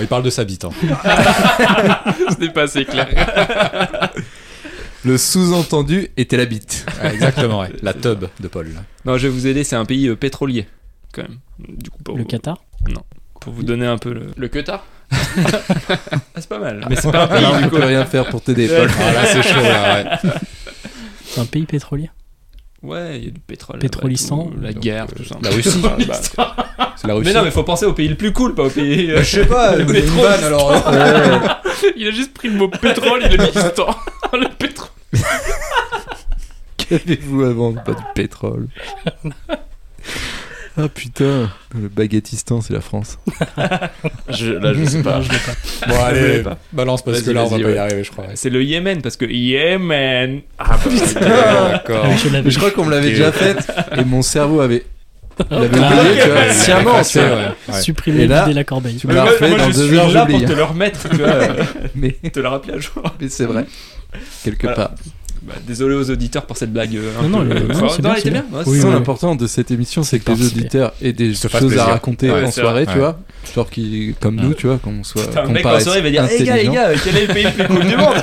Speaker 10: il parle de sa bite. hein.
Speaker 8: Ce n'est pas assez clair.
Speaker 7: Le sous-entendu était la bite.
Speaker 10: Ouais, exactement, ouais. la tub de Paul.
Speaker 9: <laughs> Non, je vais vous aider. C'est un pays euh, pétrolier, quand même. Du coup, pour,
Speaker 6: Le
Speaker 9: vous,
Speaker 6: Qatar
Speaker 9: pour vous donner un peu <laughs> le.
Speaker 8: Le queutard
Speaker 9: Ah, c'est pas mal.
Speaker 8: Mais c'est pas un
Speaker 7: Alors,
Speaker 8: pays,
Speaker 7: on
Speaker 8: du coup.
Speaker 7: peut rien faire pour t'aider, Paul.
Speaker 10: Ah là, c'est chaud, là, ouais.
Speaker 6: C'est un pays pétrolier
Speaker 9: Ouais, il y a du pétrole.
Speaker 6: Pétrolistan.
Speaker 9: là-bas, tout, La
Speaker 8: Donc,
Speaker 9: guerre,
Speaker 8: euh,
Speaker 9: tout <laughs> ça.
Speaker 10: La Russie.
Speaker 9: Ah, bah,
Speaker 10: C'est la Russie.
Speaker 6: <laughs>
Speaker 9: mais non, mais faut penser au pays le plus cool, pas au pays. euh,
Speaker 10: je sais pas,
Speaker 9: Le
Speaker 10: donnez
Speaker 9: pétrole.
Speaker 10: alors.
Speaker 9: <laughs> Il a juste pris le mot pétrole, il a mis instant. <laughs> le pétrole.
Speaker 12: Qu'avez-vous avant Pas du pétrole. Ah putain, le baguettistan, c'est la France.
Speaker 9: Je, là, je sais pas.
Speaker 3: Bon,
Speaker 9: Je
Speaker 3: allez,
Speaker 9: l'ai pas.
Speaker 3: balance parce
Speaker 9: Vas-y,
Speaker 3: que là, on va
Speaker 9: vas-y,
Speaker 3: pas y
Speaker 9: ouais.
Speaker 3: arriver, je crois.
Speaker 9: <laughs> C'est le Yémen, parce que Yémen. Ah, bah,
Speaker 7: <laughs>
Speaker 3: D'accord.
Speaker 6: Je l'avais
Speaker 12: Mais je crois qu'on me l'avait déjà faite et mon cerveau avait. l'avait
Speaker 6: Ah,
Speaker 12: oublié, tu vois,
Speaker 3: ouais,
Speaker 10: Ah,
Speaker 12: sciemment, tu
Speaker 3: effacé,
Speaker 12: vois.
Speaker 3: ouais. Ouais.
Speaker 6: Supprimer
Speaker 12: Et là,
Speaker 6: vider la corbeille.
Speaker 12: Tu me
Speaker 9: euh,
Speaker 12: l'as refait dans deux heures,
Speaker 9: là pour
Speaker 12: j'oublie.
Speaker 9: te
Speaker 12: hein.
Speaker 9: le remettre, tu vois, euh,
Speaker 7: hein.
Speaker 12: Mais,
Speaker 9: <laughs> te le rappeler à jour.
Speaker 12: mais c'est vrai. Quelque
Speaker 9: Voilà.
Speaker 12: part.
Speaker 9: Bah, désolé aux auditeurs pour cette blague. euh, un
Speaker 6: Non,
Speaker 9: peu-
Speaker 6: non, le- non, c'est bien,
Speaker 9: elle
Speaker 6: c'est
Speaker 9: était bien. ouais,
Speaker 12: C'est
Speaker 9: c'est-
Speaker 12: ça,
Speaker 6: oui.
Speaker 12: l'important de cette émission, c'est que les
Speaker 6: Participer.
Speaker 12: auditeurs aient des
Speaker 3: se
Speaker 12: choses
Speaker 3: fassent
Speaker 12: à
Speaker 3: plaisir.
Speaker 12: raconter
Speaker 9: Ouais,
Speaker 12: en
Speaker 9: c'est
Speaker 12: soirée,
Speaker 3: vrai.
Speaker 12: tu vois. Genre qui, comme nous, tu vois, qu'on soit.
Speaker 9: Putain,
Speaker 12: qu'on
Speaker 9: le mec en
Speaker 12: paraisse
Speaker 9: soirée il va dire Eh, gars, les
Speaker 12: intelligent.
Speaker 9: gars, quel est le pays le plus cool
Speaker 6: <laughs>
Speaker 9: du monde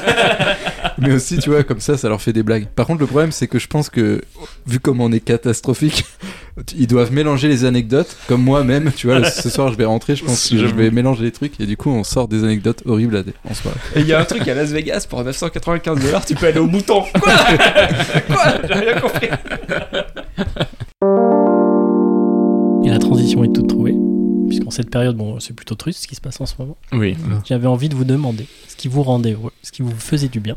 Speaker 12: Mais aussi, tu vois, comme ça, ça leur fait des blagues. Par contre, le problème, c'est que je pense que, vu comme on est catastrophique, <laughs> ils doivent mélanger les anecdotes, comme moi-même, tu vois. Ce soir, je vais rentrer, je pense que je vais mélanger les trucs, et du coup, on sort des anecdotes horribles à des- en soirée.
Speaker 9: Et il y a un truc à Las Vegas pour 995 dollars, tu peux aller au mouton. Quoi Quoi J'ai rien compris.
Speaker 6: Et la transition est toute trouvée, puisqu'en cette période, bon, c'est plutôt triste ce qui se passe en ce moment.
Speaker 8: Oui.
Speaker 6: J'avais envie de vous demander ce qui vous rendait heureux, ce qui vous faisait du bien.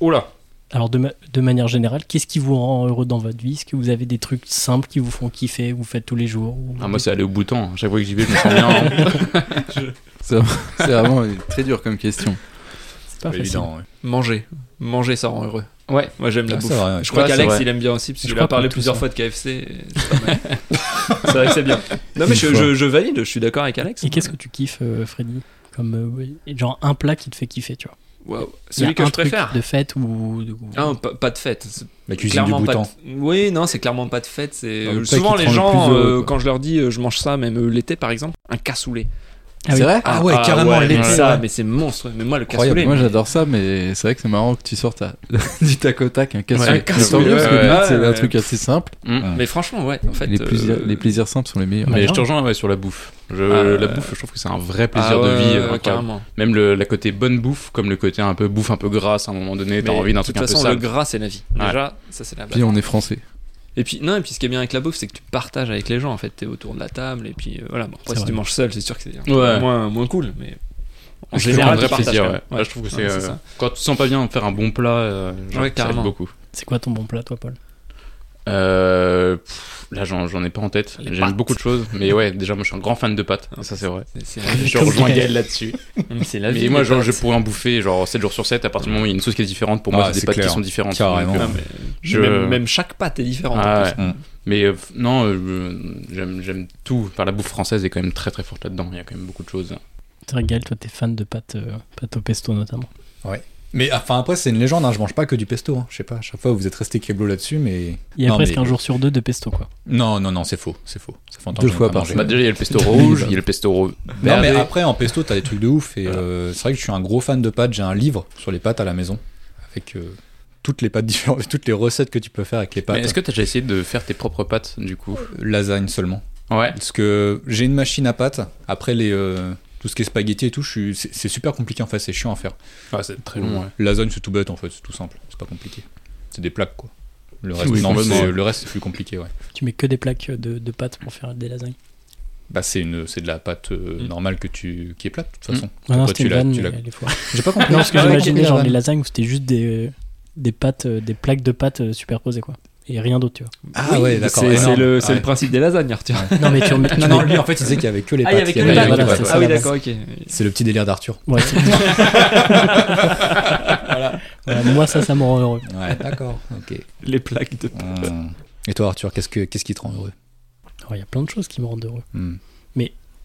Speaker 9: Oula.
Speaker 6: Alors de, ma- de manière générale, qu'est-ce qui vous rend heureux dans votre vie Est-ce que vous avez des trucs simples qui vous font kiffer, vous faites tous les jours ou-
Speaker 8: Ah, moi, c'est aller au bouton. Chaque fois que j'y vais, je me sens bien. hein.
Speaker 12: C'est vraiment euh, très dur comme question.
Speaker 6: C'est pas
Speaker 10: Pas
Speaker 6: facile.
Speaker 10: évident. ouais.
Speaker 9: Manger. Manger, ça rend heureux.
Speaker 8: Ouais.
Speaker 9: Moi, j'aime la
Speaker 10: Ah,
Speaker 9: bouffe.
Speaker 10: c'est vrai, ouais.
Speaker 9: Je crois
Speaker 8: Ouais, c'est
Speaker 9: qu'Alex,
Speaker 8: vrai.
Speaker 9: il aime bien aussi, parce
Speaker 6: Je
Speaker 9: qu'il
Speaker 6: crois
Speaker 9: a parlé
Speaker 6: qu'on a
Speaker 9: plusieurs
Speaker 6: tous
Speaker 9: fois de KFC. et <laughs> c'est pas mal. C'est vrai que c'est bien. Non, mais je,
Speaker 12: fois.
Speaker 9: je- je valide, je suis d'accord avec Alex.
Speaker 6: Et qu'est-ce que tu kiffes, euh, Freddy Comme euh, oui, genre un plat qui te fait kiffer, tu vois.
Speaker 9: Waouh.
Speaker 6: Il y a
Speaker 9: Celui que
Speaker 6: un
Speaker 9: je
Speaker 6: truc
Speaker 9: préfère.
Speaker 6: de fête ou de- ou-
Speaker 9: Ah, pas, pas de fête. C'est
Speaker 10: La cuisine du
Speaker 9: pas
Speaker 10: bouton.
Speaker 9: de- Oui, non, c'est clairement pas de fête. C'est...
Speaker 12: Ah, le plat
Speaker 9: Souvent,
Speaker 12: qui te
Speaker 9: les
Speaker 12: rend le
Speaker 9: gens,
Speaker 12: plus heureux,
Speaker 9: euh,
Speaker 12: quoi.
Speaker 9: quand je leur dis euh, je mange ça, même euh, l'été par exemple, un cassoulet.
Speaker 6: Ah oui.
Speaker 12: C'est vrai
Speaker 10: Ah ouais, carrément,
Speaker 9: mais
Speaker 10: l'été,
Speaker 9: ça,
Speaker 10: ouais.
Speaker 9: mais c'est monstre. Mais moi, le
Speaker 12: Incroyable.
Speaker 9: cassoulet.
Speaker 12: Moi
Speaker 9: mais-
Speaker 12: j'adore ça, mais c'est vrai que c'est marrant que tu sortes
Speaker 7: <laughs>
Speaker 12: à- du tac au tac un cassoulet.
Speaker 9: Ouais, un cassoulet,
Speaker 12: Tant mieux, parce que
Speaker 9: ouais,
Speaker 12: le but,
Speaker 9: ouais,
Speaker 12: c'est un
Speaker 9: ouais.
Speaker 12: truc assez simple.
Speaker 9: Mais franchement, ouais, en fait.
Speaker 12: les,
Speaker 9: euh,
Speaker 12: plaisirs, les plaisirs simples sont les meilleurs.
Speaker 8: Mais je te rejoins ouais, sur la bouffe. Je-
Speaker 9: Ah,
Speaker 8: la
Speaker 9: ouais.
Speaker 8: bouffe, je trouve que c'est un vrai
Speaker 9: ah
Speaker 8: plaisir de
Speaker 9: ouais,
Speaker 8: vie. euh,
Speaker 9: ouais,
Speaker 8: incroyable.
Speaker 9: carrément.
Speaker 8: Même le la côté bonne bouffe, comme le côté un peu bouffe un peu grasse à un moment donné, t'as
Speaker 9: Mais
Speaker 8: envie d'un
Speaker 9: de
Speaker 8: truc
Speaker 9: toute
Speaker 8: un peu
Speaker 9: façon,
Speaker 8: sale.
Speaker 9: le gras, c'est la vie.
Speaker 8: Ouais.
Speaker 9: Déjà, ça, c'est la base.
Speaker 12: Puis on est français.
Speaker 9: Et puis, non, et puis ce qui est bien avec la bouffe, c'est que tu partages avec les gens, en fait. T'es autour de la table, et puis euh, voilà. Bon, après,
Speaker 6: C'est
Speaker 9: si
Speaker 6: vrai.
Speaker 9: tu manges seul, c'est sûr que c'est
Speaker 8: Ouais.
Speaker 9: moins, moins cool, mais. En
Speaker 8: C'est un
Speaker 9: général,
Speaker 8: vrai
Speaker 9: tu partages
Speaker 8: plaisir.
Speaker 9: quand
Speaker 8: Ouais.
Speaker 9: même.
Speaker 8: Ouais, je trouve que c'est
Speaker 9: Ouais,
Speaker 8: euh,
Speaker 9: ça.
Speaker 8: quand tu te sens pas bien, faire un bon plat, euh, genre,
Speaker 9: Ouais,
Speaker 8: ça aide
Speaker 9: carrément.
Speaker 8: beaucoup.
Speaker 6: C'est quoi ton bon plat, toi, Paul
Speaker 8: Euh, pff, là, j'en j'en ai pas en tête.
Speaker 9: Les
Speaker 8: J'aime
Speaker 9: pâtes.
Speaker 8: beaucoup de choses, mais ouais, déjà, moi, je suis un grand fan de pâtes. euh, Ça, c'est vrai.
Speaker 9: C'est- c'est-
Speaker 8: Je
Speaker 6: Comme
Speaker 8: rejoins
Speaker 6: Gaël.
Speaker 8: Gaël là-dessus.
Speaker 9: <laughs> C'est la vie.
Speaker 8: Mais moi,
Speaker 9: les
Speaker 8: genre, je
Speaker 9: potes.
Speaker 8: pourrais en bouffer genre 7 jours sur 7 à partir du moment où il y a une sauce qui est différente. Pour moi,
Speaker 10: Ah,
Speaker 8: c'est des
Speaker 10: c'est
Speaker 8: pâtes
Speaker 10: clair.
Speaker 8: qui sont différentes.
Speaker 10: Carrément.
Speaker 8: Donc, euh,
Speaker 9: Non, mais
Speaker 8: je-
Speaker 9: même, même chaque pâte est différente.
Speaker 8: Ah,
Speaker 9: en
Speaker 8: ouais.
Speaker 9: plus.
Speaker 10: Mm.
Speaker 8: Mais euh, f- non, euh, j'aime j'aime tout. Enfin, la bouffe française est quand même très très forte là-dedans. Il y a quand même beaucoup de choses.
Speaker 6: Toi, Gaël, toi, t'es fan de pâtes, euh, pâtes au pesto notamment.
Speaker 10: Mais enfin, après, c'est une légende, hein, je mange pas que du pesto. hein. Je sais pas, à chaque fois, vous êtes resté câblo là-dessus, mais.
Speaker 6: Il y a
Speaker 10: Non,
Speaker 6: presque
Speaker 10: mais-
Speaker 6: un jour sur deux de pesto, quoi.
Speaker 10: Non, non, non, c'est faux, c'est faux. Ça fait longtemps
Speaker 12: Deux
Speaker 10: que j'en ai
Speaker 12: fois
Speaker 10: pas
Speaker 12: par
Speaker 10: mangé.
Speaker 8: Bah, déjà, il y a le pesto rouge, il y a le pesto ro-
Speaker 10: Non,
Speaker 8: vert.
Speaker 10: mais après, en pesto, t'as des trucs de ouf. Et euh, c'est vrai que je suis un gros fan de pâtes. J'ai un livre sur les pâtes à la maison avec euh, toutes les pâtes <laughs> différentes, toutes les recettes que tu peux faire avec les
Speaker 8: Mais
Speaker 10: pâtes.
Speaker 8: est-ce que t'as déjà essayé de faire tes propres pâtes du coup
Speaker 10: Lasagne seulement.
Speaker 8: Ouais.
Speaker 10: Parce que j'ai une machine à pâtes. Après, les, euh, tout ce qui est spaghetti et tout, je suis- c'est c'est super compliqué en fait. C'est chiant à faire.
Speaker 8: Ah, c'est très long. Ouais.
Speaker 10: Lasagne, c'est tout bête en fait. C'est tout simple. C'est pas compliqué. C'est des plaques quoi. Le reste,
Speaker 8: Oui,
Speaker 10: non,
Speaker 8: complètement,
Speaker 10: c'est-
Speaker 8: ouais.
Speaker 10: le reste, c'est plus compliqué, ouais.
Speaker 6: Tu mets que des plaques de, de pâtes pour faire des lasagnes.
Speaker 10: Bah, c'est une, c'est de la pâte euh,
Speaker 8: Mm.
Speaker 10: normale que tu, qui est plate de toute
Speaker 8: Mm.
Speaker 10: façon.
Speaker 9: Ah,
Speaker 6: Non, non,
Speaker 10: Après,
Speaker 6: c'était
Speaker 10: tu
Speaker 6: une
Speaker 10: la-
Speaker 6: vanne,
Speaker 10: tu
Speaker 6: mais
Speaker 10: la-
Speaker 6: elle est
Speaker 9: <laughs>
Speaker 6: foirée.
Speaker 10: J'ai pas compris.
Speaker 6: Non, parce que j'imaginais genre les lasagnes où c'était juste des, des pâtes, euh, des plaques de pâtes euh, superposées, quoi. Et rien d'autre, tu vois.
Speaker 10: Ah ouais, d'accord.
Speaker 9: C'est c'est
Speaker 10: énorme.
Speaker 9: le, c'est
Speaker 10: Ouais.
Speaker 9: le principe des lasagnes, Arthur.
Speaker 6: Non, <laughs> mais tu remets.
Speaker 10: Non, non, lui en fait il disait qu'il y avait que les
Speaker 9: Ah,
Speaker 10: pâtes.
Speaker 9: il y avait que
Speaker 10: Il y
Speaker 9: les
Speaker 10: avait
Speaker 6: pâtes,
Speaker 10: que les
Speaker 6: voilà,
Speaker 9: pâtes.
Speaker 10: pâtes,
Speaker 9: Ah, oui,
Speaker 10: ouais.
Speaker 6: ouais.
Speaker 9: d'accord, ok.
Speaker 10: C'est le petit délire d'Arthur.
Speaker 6: Ouais, c'est- Voilà, moi, ça, ça me rend heureux.
Speaker 10: Ouais, d'accord. Ok.
Speaker 9: Les plaques de.
Speaker 10: Hum. Et toi Arthur, qu'est-ce que qu'est-ce qui te rend heureux
Speaker 6: Alors, Il y a plein de choses qui me rendent heureux.
Speaker 10: Hum.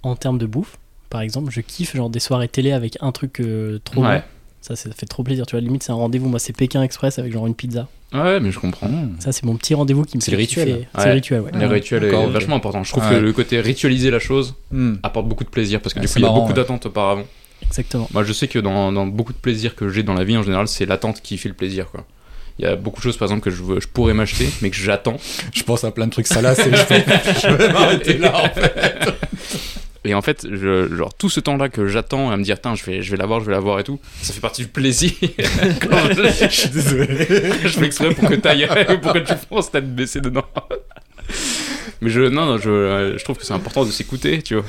Speaker 6: En termes de bouffe, par exemple, je kiffe genre des soirées télé avec un truc euh, trop
Speaker 8: Ouais.
Speaker 6: bon. Ça, ça fait trop plaisir. Tu vois, limite, c'est un rendez-vous. Moi, c'est Pékin Express avec genre une pizza.
Speaker 8: Ouais, mais je comprends.
Speaker 10: Hmm.
Speaker 6: Ça, c'est mon petit rendez-vous qui me
Speaker 10: C'est
Speaker 6: fait
Speaker 10: le rituel.
Speaker 6: kiffer. C'est
Speaker 8: Ouais.
Speaker 6: le rituel, ouais.
Speaker 8: Le rituel est
Speaker 10: D'accord, ok.
Speaker 8: vachement important. Je trouve que
Speaker 10: Ouais.
Speaker 8: le côté ritualiser la chose
Speaker 10: Hum.
Speaker 8: apporte beaucoup de plaisir parce que
Speaker 10: Ouais,
Speaker 8: du
Speaker 10: c'est
Speaker 8: coup, il y a
Speaker 10: marrant,
Speaker 8: beaucoup
Speaker 10: ouais.
Speaker 8: d'attentes auparavant.
Speaker 6: Exactement.
Speaker 8: Moi, je sais que dans, dans beaucoup de plaisirs que j'ai dans la vie, en général, c'est l'attente qui fait le plaisir. Quoi. Il y a beaucoup de choses, par exemple, que je, veux, je pourrais m'acheter, mais que j'attends. <laughs>
Speaker 10: Je pense à plein de trucs salaces et je <laughs> fais- je vais
Speaker 8: Ah,
Speaker 10: m'arrêter là en fait.
Speaker 8: Et en fait, je- genre, tout ce temps-là que j'attends à me dire, tiens, je vais, je vais l'avoir, je vais l'avoir et tout, ça fait partie du plaisir. <laughs> Quand je, je suis désolé. <laughs> je fais exprès pour que t'ailles, <laughs> pour que tu penses t'as te baisser dedans. <laughs> Mais je, non, non, je, je trouve que c'est important de s'écouter, tu vois.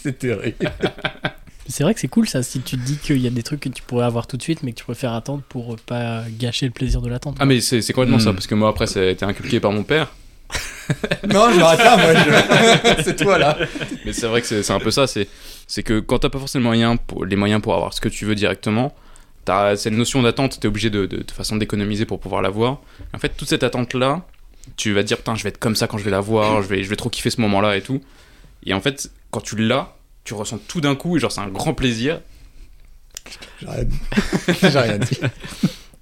Speaker 10: C'est terrible.
Speaker 6: C'est vrai que c'est cool ça, si tu te dis qu'il y a des trucs que tu pourrais avoir tout de suite, mais que tu préfères attendre pour euh, pas gâcher le plaisir de l'attente.
Speaker 8: Ah, mais c'est c'est complètement ça, parce que moi, après, ça a été inculqué par mon père.
Speaker 10: Non, je m'arrête là, moi. je- <laughs> c'est toi, là.
Speaker 8: Mais c'est vrai que c'est c'est un peu ça, c'est c'est que quand t'as pas forcément les moyens, pour, les moyens pour avoir ce que tu veux directement, t'as cette notion d'attente, t'es obligé de, de, de façon d'économiser pour pouvoir l'avoir. En fait, toute cette attente-là, tu vas te dire, putain, je vais être comme ça quand je vais l'avoir, je vais, je vais trop kiffer ce moment-là et tout. Et en fait, quand tu l'as, tu ressens tout d'un coup, et genre c'est un grand plaisir,
Speaker 10: <laughs> J'ai rien dit.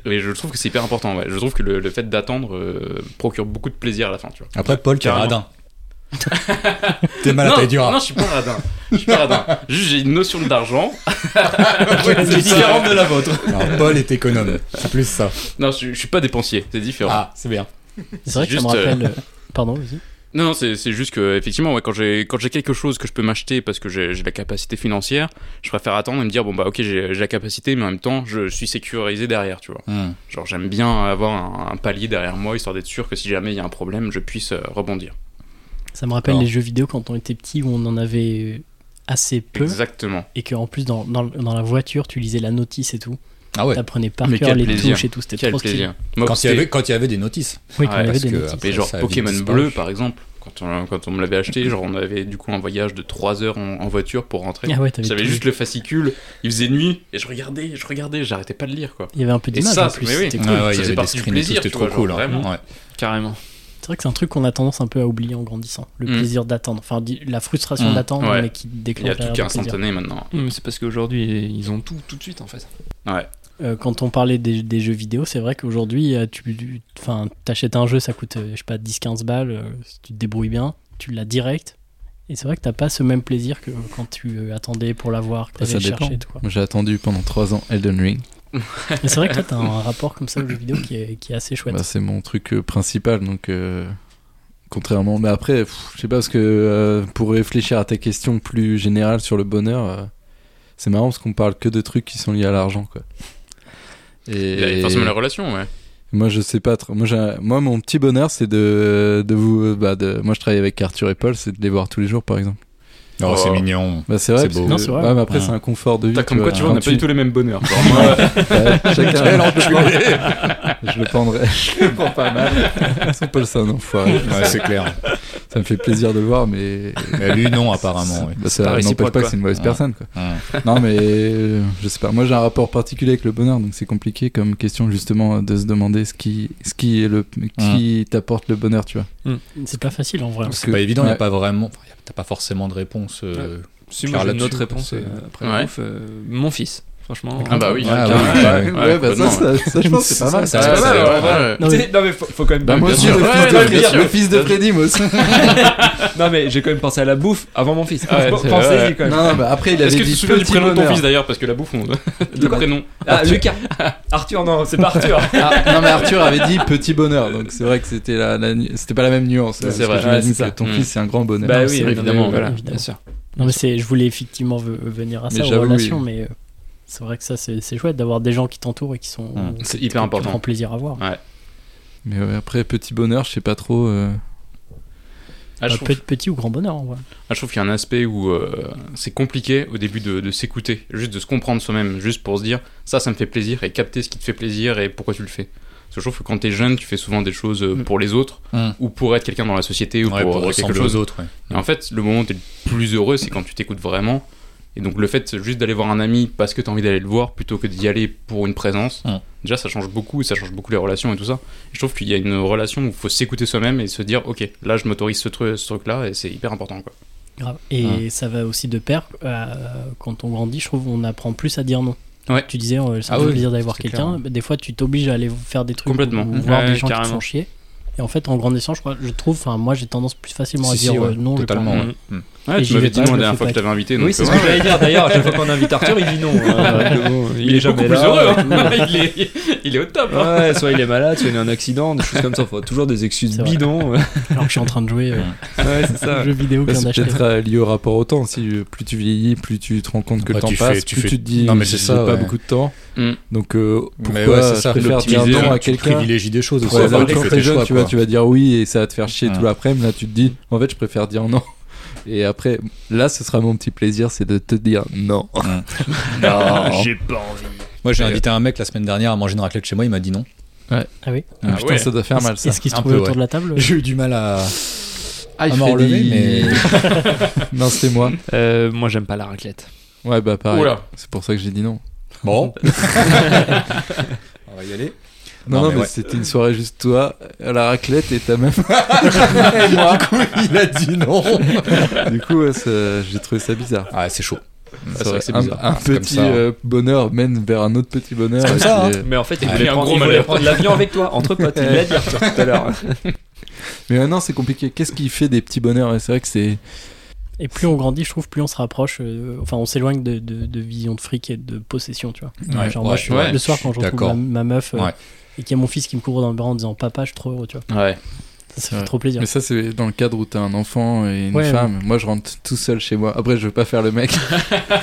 Speaker 8: et je trouve que c'est hyper important, ouais. Je trouve que le, le fait d'attendre euh, procure beaucoup de plaisir à la fin, tu vois.
Speaker 10: Après, Paul, t'es
Speaker 8: Carrément.
Speaker 10: radin. T'es mal à
Speaker 8: non,
Speaker 10: taille hein. du rat.
Speaker 8: non, je suis pas radin. Je suis pas radin. Juste, j'ai une notion d'argent.
Speaker 10: Ah, c'est différent de la vôtre. Alors, Paul est économe. hein. C'est plus ça.
Speaker 8: Non, je, je suis pas dépensier, c'est différent.
Speaker 10: Ah, c'est bien.
Speaker 6: C'est vrai que ça me
Speaker 8: juste, euh,
Speaker 6: rappelle. euh, Pardon, vas-y.
Speaker 8: Non, non, c'est c'est juste que effectivement, ouais, quand j'ai quand j'ai quelque chose que je peux m'acheter parce que j'ai j'ai la capacité financière, je préfère attendre et me dire bon bah ok j'ai j'ai la capacité, mais en même temps je suis sécurisé derrière, tu vois.
Speaker 10: Hmm.
Speaker 8: Genre j'aime bien avoir un, un palier derrière moi histoire d'être sûr que si jamais il y a un problème, je puisse euh, rebondir.
Speaker 6: Ça me rappelle
Speaker 10: alors.
Speaker 6: les jeux vidéo quand on était petit où on en avait euh, assez peu
Speaker 8: Exactement.
Speaker 6: et qu'en plus dans, dans, dans la voiture tu lisais la notice et tout.
Speaker 10: Ah ouais.
Speaker 6: T'apprenais par
Speaker 8: Mais
Speaker 6: cœur
Speaker 8: quel
Speaker 6: les
Speaker 8: plaisir.
Speaker 6: touches et tout, c'était
Speaker 8: Quel
Speaker 6: trop stylé.
Speaker 8: plaisir. Moi,
Speaker 10: Quand il, y
Speaker 8: c'était-
Speaker 10: avait, quand il y avait des notices.
Speaker 6: Oui, quand
Speaker 8: Ouais,
Speaker 6: il y avait
Speaker 10: parce
Speaker 6: des
Speaker 10: que
Speaker 6: notices.
Speaker 8: Mais genre
Speaker 10: Ça a vite
Speaker 8: Pokémon
Speaker 10: disparu.
Speaker 8: Bleu par exemple, quand on, quand on me l'avait acheté, genre on avait du coup un voyage de 3 heures en, en voiture pour rentrer.
Speaker 6: Ah ouais, t'avais
Speaker 8: J'avais
Speaker 6: tout.
Speaker 8: juste le fascicule, il faisait nuit et je regardais, je regardais, j'arrêtais pas de lire quoi.
Speaker 6: Il y avait un peu
Speaker 8: Et
Speaker 6: d'image
Speaker 8: ça,
Speaker 6: en plus.
Speaker 8: mais oui.
Speaker 6: c'était
Speaker 10: Ouais,
Speaker 6: cool.
Speaker 10: ouais, il y
Speaker 8: faisait
Speaker 10: avait des
Speaker 8: partie du
Speaker 10: screens et tout,
Speaker 8: plaisir,
Speaker 10: c'était
Speaker 8: tu
Speaker 10: trop
Speaker 8: vois,
Speaker 10: cool.
Speaker 8: genre,
Speaker 10: hein.
Speaker 8: vraiment.
Speaker 10: Ouais.
Speaker 9: Carrément.
Speaker 6: C'est vrai que c'est un truc qu'on a tendance un peu à oublier en grandissant. Le
Speaker 8: Mm.
Speaker 6: plaisir d'attendre. Enfin, di- la frustration
Speaker 10: Mm.
Speaker 6: d'attendre,
Speaker 8: Ouais.
Speaker 6: mais qui
Speaker 8: Il
Speaker 6: déclenche
Speaker 8: y a tout
Speaker 6: derrière
Speaker 8: qui est
Speaker 6: le plaisir.
Speaker 8: instantané maintenant.
Speaker 9: Mm, C'est parce qu'aujourd'hui, ils ont tout tout de suite en fait.
Speaker 8: Ouais.
Speaker 6: Euh, quand on parlait des, des jeux vidéo, c'est vrai qu'aujourd'hui, euh, tu, tu- enfin, t'achètes un jeu, ça coûte, euh, je sais pas, 10-15 balles, euh, si tu te débrouilles bien, tu l'as direct. Et c'est vrai que t'as pas ce même plaisir que quand tu euh, attendais pour l'avoir, que
Speaker 7: Ah, ça
Speaker 6: t'allais le
Speaker 7: dépend.
Speaker 6: chercher. et tout, quoi.
Speaker 7: Moi, J'ai attendu pendant 3 ans Elden Ring.
Speaker 6: Mais c'est vrai que toi, t'as un rapport comme ça aux jeux vidéo qui est, qui est assez chouette.
Speaker 7: Bah, c'est mon truc euh, principal, donc euh, contrairement. Mais après, pff, je sais pas, parce que euh, pour réfléchir à ta question plus générale sur le bonheur, euh, c'est marrant parce qu'on parle que de trucs qui sont liés à l'argent, quoi.
Speaker 8: Il y a Bah, forcément la relation, ouais.
Speaker 7: Moi, je sais pas trop. Moi, j'ai- moi mon petit bonheur, c'est de, de vous. Bah, de... Moi, je travaille avec Arthur et Paul, c'est de les voir tous les jours, par exemple.
Speaker 10: Oh, c'est
Speaker 8: Oh.
Speaker 10: mignon.
Speaker 7: Bah, c'est vrai.
Speaker 10: C'est
Speaker 7: parce
Speaker 10: beau.
Speaker 7: que-
Speaker 6: Non, c'est vrai.
Speaker 7: Ouais, mais après,
Speaker 10: Ouais.
Speaker 7: c'est un confort de vie.
Speaker 8: T'as comme quoi,
Speaker 7: vois.
Speaker 8: tu vois, on
Speaker 7: Quand
Speaker 8: n'a pas du tout les mêmes bonheurs. Genre,
Speaker 7: Ouais, chacun-
Speaker 10: Quel enculé
Speaker 7: <laughs> je le prendrai. Je le prends pas mal. C'est Paul, c'est un enfoiré.
Speaker 10: Ouais, c'est clair.
Speaker 7: Ça me fait plaisir de le voir, mais.
Speaker 10: Mais lui, non, apparemment. oui.
Speaker 7: Bah, ça
Speaker 9: pas
Speaker 7: n'empêche
Speaker 9: réciproque,
Speaker 7: pas que
Speaker 9: quoi.
Speaker 7: c'est une mauvaise
Speaker 10: Ouais.
Speaker 7: personne. Quoi.
Speaker 10: Hum.
Speaker 7: Non, mais euh, je sais pas. Moi, j'ai un rapport particulier avec le bonheur, donc c'est compliqué comme question justement de se demander ce qui, ce qui est le, qui t'apporte le bonheur, tu vois.
Speaker 6: C'est pas facile en vrai.
Speaker 7: Parce
Speaker 10: C'est
Speaker 7: que-
Speaker 10: pas évident, il n'y a
Speaker 7: ouais.
Speaker 10: pas vraiment. enfin, y a- T'as pas forcément de réponse. euh,
Speaker 9: Si
Speaker 10: Claire
Speaker 9: moi j'ai une
Speaker 10: là-dessus,
Speaker 9: autre réponse
Speaker 10: c'est-
Speaker 9: euh, après
Speaker 8: Ouais.
Speaker 9: le bouffe, euh, mon fils. Franchement.
Speaker 8: Ah bah oui.
Speaker 10: Ah,
Speaker 8: carrément.
Speaker 10: oui, ouais, ouais,
Speaker 7: Ouais, bah ça,
Speaker 8: complètement, ouais.
Speaker 7: ça, ça, je pense que c'est pas mal.
Speaker 10: ça,
Speaker 8: Ouais,
Speaker 10: ça,
Speaker 8: ouais,
Speaker 10: ça,
Speaker 8: Ah, ouais, ouais,
Speaker 10: ça,
Speaker 8: ouais.
Speaker 6: Non, mais-
Speaker 9: <laughs> Non mais faut, faut quand même.
Speaker 7: Bah, moi
Speaker 8: bien
Speaker 7: aussi,
Speaker 8: sûr.
Speaker 7: le,
Speaker 8: Ouais,
Speaker 7: fils
Speaker 8: ouais,
Speaker 7: de
Speaker 8: bien
Speaker 7: Freddy,
Speaker 8: sûr.
Speaker 7: le fils de Freddy, moi aussi.
Speaker 9: Non mais j'ai quand même pensé à la bouffe avant mon fils.
Speaker 8: Ah ouais,
Speaker 9: Bon,
Speaker 8: c'est-
Speaker 9: Pensez-y
Speaker 8: ouais.
Speaker 9: quand même.
Speaker 7: non, mais après, il avait
Speaker 8: Est-ce que
Speaker 7: dit
Speaker 8: tu te souviens du
Speaker 7: petit
Speaker 8: prénom de ton
Speaker 7: bonheur.
Speaker 8: fils d'ailleurs Parce que la bouffe, on. Le
Speaker 9: quoi
Speaker 8: prénom. <laughs>
Speaker 9: Ah Lucas. Arthur non, c'est pas Arthur.
Speaker 7: Ah, non mais Arthur avait dit petit bonheur, donc c'est vrai que c'était la, la nu- c'était pas la même nuance.
Speaker 8: C'est
Speaker 7: parce que
Speaker 8: vrai,
Speaker 7: j'imagine
Speaker 9: ouais, c'est
Speaker 7: que
Speaker 9: ça.
Speaker 7: ton
Speaker 8: Mm.
Speaker 7: fils c'est un grand bonheur.
Speaker 9: bah
Speaker 7: Non,
Speaker 9: oui
Speaker 7: c'est vrai,
Speaker 9: évidemment.
Speaker 7: mais-
Speaker 9: Voilà,
Speaker 6: évidemment.
Speaker 9: bien sûr.
Speaker 6: Non, mais c'est, je voulais effectivement ve- venir à
Speaker 7: Mais
Speaker 6: ça aux
Speaker 7: j'avoue,
Speaker 6: relations,
Speaker 7: oui.
Speaker 6: mais euh, c'est vrai que ça, c'est, c'est chouette d'avoir des gens qui t'entourent et qui sont.
Speaker 10: Mm.
Speaker 6: que
Speaker 8: C'est
Speaker 6: tu-
Speaker 8: hyper
Speaker 6: que
Speaker 8: important.
Speaker 6: Tu prends plaisir à voir.
Speaker 8: Ouais.
Speaker 7: Mais ouais, après petit bonheur, je sais pas trop. euh,
Speaker 8: Ah, je
Speaker 6: Bah,
Speaker 8: trouve-
Speaker 6: peut- petit ou grand bonheur, en vrai.
Speaker 8: Ah, je trouve qu'il y a un aspect où euh, c'est compliqué au début de, de s'écouter, juste de se comprendre soi-même, juste pour se dire ça, ça me fait plaisir et capter ce qui te fait plaisir et pourquoi tu le fais. Parce que je trouve que quand t'es jeune, tu fais souvent des choses euh,
Speaker 6: Mm.
Speaker 8: pour les autres
Speaker 7: Hum.
Speaker 10: Mm.
Speaker 8: ou pour être quelqu'un dans la société ou
Speaker 10: ouais,
Speaker 8: pour,
Speaker 10: pour
Speaker 8: euh, quelque
Speaker 10: ressembler
Speaker 8: chose.
Speaker 10: aux autres. ouais.
Speaker 8: Et en fait, le moment où t'es le plus heureux, c'est quand tu t'écoutes vraiment. Et donc, le fait juste d'aller voir un ami parce que t'as envie d'aller le voir plutôt que d'y aller pour une présence,
Speaker 10: Mm.
Speaker 8: déjà ça change beaucoup, ça change beaucoup les relations et tout ça. Et je trouve qu'il y a une relation où il faut s'écouter soi-même et se dire ok, là je m'autorise ce, truc, ce truc-là et c'est hyper important quoi.
Speaker 6: Grave. Et ça va aussi de pair. euh, quand on grandit, je trouve on apprend plus à dire non.
Speaker 8: Ouais.
Speaker 6: Tu disais, euh, ça me
Speaker 10: Ah
Speaker 6: fait
Speaker 10: oui,
Speaker 6: plaisir d'aller voir
Speaker 10: c'est
Speaker 6: quelqu'un. Des fois, tu t'obliges à aller faire des trucs.
Speaker 8: Complètement.
Speaker 6: Ou, voir
Speaker 8: Ouais,
Speaker 6: des gens qui te
Speaker 8: carrément.
Speaker 6: font chier. Et en fait, en grandissant, je, crois, je trouve, enfin, moi, j'ai tendance plus facilement
Speaker 10: Si,
Speaker 6: à dire
Speaker 10: si, ouais,
Speaker 6: euh, non. je vais pas.
Speaker 10: totalement.
Speaker 9: prendre.
Speaker 10: ouais. Mm.
Speaker 8: Ouais,
Speaker 6: Et
Speaker 8: tu
Speaker 6: j'y
Speaker 8: m'avais
Speaker 6: vais
Speaker 8: dit
Speaker 6: pas,
Speaker 8: moi la
Speaker 6: je le
Speaker 8: dernière
Speaker 6: fais
Speaker 8: fois que
Speaker 6: pas.
Speaker 8: je t'avais invité.
Speaker 9: Oui
Speaker 8: donc, euh,
Speaker 9: c'est ce
Speaker 8: ouais.
Speaker 9: que j'allais dire d'ailleurs. À chaque fois qu'on invite Arthur, il dit non. hein. Bon,
Speaker 8: Il, est beaucoup
Speaker 9: jamais
Speaker 8: plus
Speaker 9: là.
Speaker 8: heureux. hein.
Speaker 9: <laughs>
Speaker 8: il, est, il est au top. hein.
Speaker 9: Ouais, soit il est malade, soit il a un accident, des choses comme ça. Faut toujours des excuses
Speaker 6: C'est vrai.
Speaker 9: bidons. Ouais,
Speaker 6: Alors que je suis en train de jouer euh,
Speaker 9: c'est
Speaker 6: au <laughs>
Speaker 9: ça.
Speaker 6: jeu vidéo
Speaker 7: bah,
Speaker 6: qu'on
Speaker 7: c'est
Speaker 6: a acheté.
Speaker 7: peut-être euh, lié au rapport au temps. Si euh, plus tu vieillis, plus tu te rends compte que
Speaker 10: Après,
Speaker 7: le temps
Speaker 10: Bah,
Speaker 7: passe,
Speaker 10: tu fais- tu
Speaker 7: plus
Speaker 10: fais-
Speaker 7: tu te dis
Speaker 10: Non, mais c'est
Speaker 7: j'ai
Speaker 10: ça,
Speaker 7: pas
Speaker 10: ouais.
Speaker 7: beaucoup de temps.
Speaker 8: Mm.
Speaker 7: Donc euh,
Speaker 10: Mais
Speaker 7: pourquoi
Speaker 10: ouais, c'est ça,
Speaker 7: je préfère dire
Speaker 10: l'optimiser,
Speaker 7: non à
Speaker 10: tu
Speaker 7: quelqu'un
Speaker 10: privilégies des choses aussi.
Speaker 7: Ouais,
Speaker 10: Enfin,
Speaker 7: alors,
Speaker 10: tu
Speaker 7: quand
Speaker 10: fais
Speaker 7: t'es
Speaker 10: tes
Speaker 7: jeune,
Speaker 10: choix,
Speaker 7: tu, vois,
Speaker 10: quoi.
Speaker 7: tu vas dire oui et ça va te faire chier
Speaker 10: Ouais.
Speaker 7: tout l'après-midi. Là, tu te dis, en fait, je préfère dire non. Et après, là, ce sera mon petit plaisir, c'est de te dire non.
Speaker 10: Mm.
Speaker 7: <laughs> Ah,
Speaker 10: Non.
Speaker 8: J'ai pas envie.
Speaker 10: Moi, j'ai invité un mec la semaine dernière à manger une raclette chez moi, il m'a
Speaker 7: <laughs>
Speaker 10: dit non.
Speaker 6: Ah oui.
Speaker 7: Ah, putain,
Speaker 8: ouais.
Speaker 7: ça doit faire mal
Speaker 6: Est-ce
Speaker 7: ça.
Speaker 6: est-ce qu'il se
Speaker 10: un
Speaker 6: trouvait
Speaker 10: peu,
Speaker 6: autour
Speaker 10: ouais.
Speaker 6: de la table euh,
Speaker 10: J'ai eu du mal à,
Speaker 7: Ah,
Speaker 10: à m'en relever, mais
Speaker 7: <laughs> non, c'était moi.
Speaker 13: Euh, moi, j'aime pas la raclette.
Speaker 7: Ouais, bah pareil.
Speaker 8: Oula.
Speaker 7: C'est pour ça que j'ai dit non. <laughs>
Speaker 10: bon. On va y aller.
Speaker 7: Non,
Speaker 10: Non,
Speaker 7: non, mais,
Speaker 10: mais ouais.
Speaker 7: c'était une soirée juste toi, à la raclette et ta meuf.
Speaker 10: <laughs> Il a
Speaker 7: <laughs>
Speaker 10: dit non.
Speaker 7: du coup, ouais, ça- j'ai trouvé ça bizarre.
Speaker 10: Ah, c'est chaud.
Speaker 7: Ça
Speaker 10: vrai
Speaker 7: aurait-
Speaker 10: que c'est
Speaker 7: un,
Speaker 10: bizarre.
Speaker 7: un
Speaker 10: Ah, c'est comme
Speaker 7: petit
Speaker 10: ça.
Speaker 7: euh, bonheur mène vers un autre petit bonheur.
Speaker 10: C'est comme
Speaker 7: et
Speaker 10: ça,
Speaker 7: puis, euh,
Speaker 13: Mais en fait, il
Speaker 10: Ah,
Speaker 13: voulait
Speaker 10: un
Speaker 13: prendre,
Speaker 8: gros
Speaker 13: il voulait
Speaker 8: malheur.
Speaker 13: prendre
Speaker 9: <laughs>
Speaker 13: l'avion avec toi, entre potes. Il l'a dit
Speaker 7: hein,
Speaker 13: Arthur, tout à l'heure.
Speaker 7: <laughs> Mais maintenant, c'est compliqué. Qu'est-ce qui fait des petits bonheurs Ouais, C'est vrai que c'est.
Speaker 6: Et plus on grandit, je trouve, plus on se rapproche, euh, enfin on s'éloigne de, de, de vision de fric et de possession, tu vois.
Speaker 10: Ouais,
Speaker 6: Genre moi,
Speaker 10: ouais,
Speaker 6: je suis-
Speaker 8: ouais,
Speaker 6: le soir
Speaker 10: je
Speaker 6: quand je
Speaker 10: suis
Speaker 6: retrouve ma,
Speaker 10: d'accord.
Speaker 6: ma meuf euh,
Speaker 10: Ouais.
Speaker 6: et qu'il y a mon fils qui me court dans le bras en disant papa, je suis trop heureux, tu vois.
Speaker 8: Ouais.
Speaker 6: Ça, ça fait
Speaker 7: Ouais.
Speaker 6: trop plaisir.
Speaker 7: Mais ça, c'est dans le cadre où t'as un enfant et une
Speaker 6: Ouais,
Speaker 7: femme. Moi, je rentre tout seul chez moi. Après, je veux pas faire le mec.
Speaker 6: Non,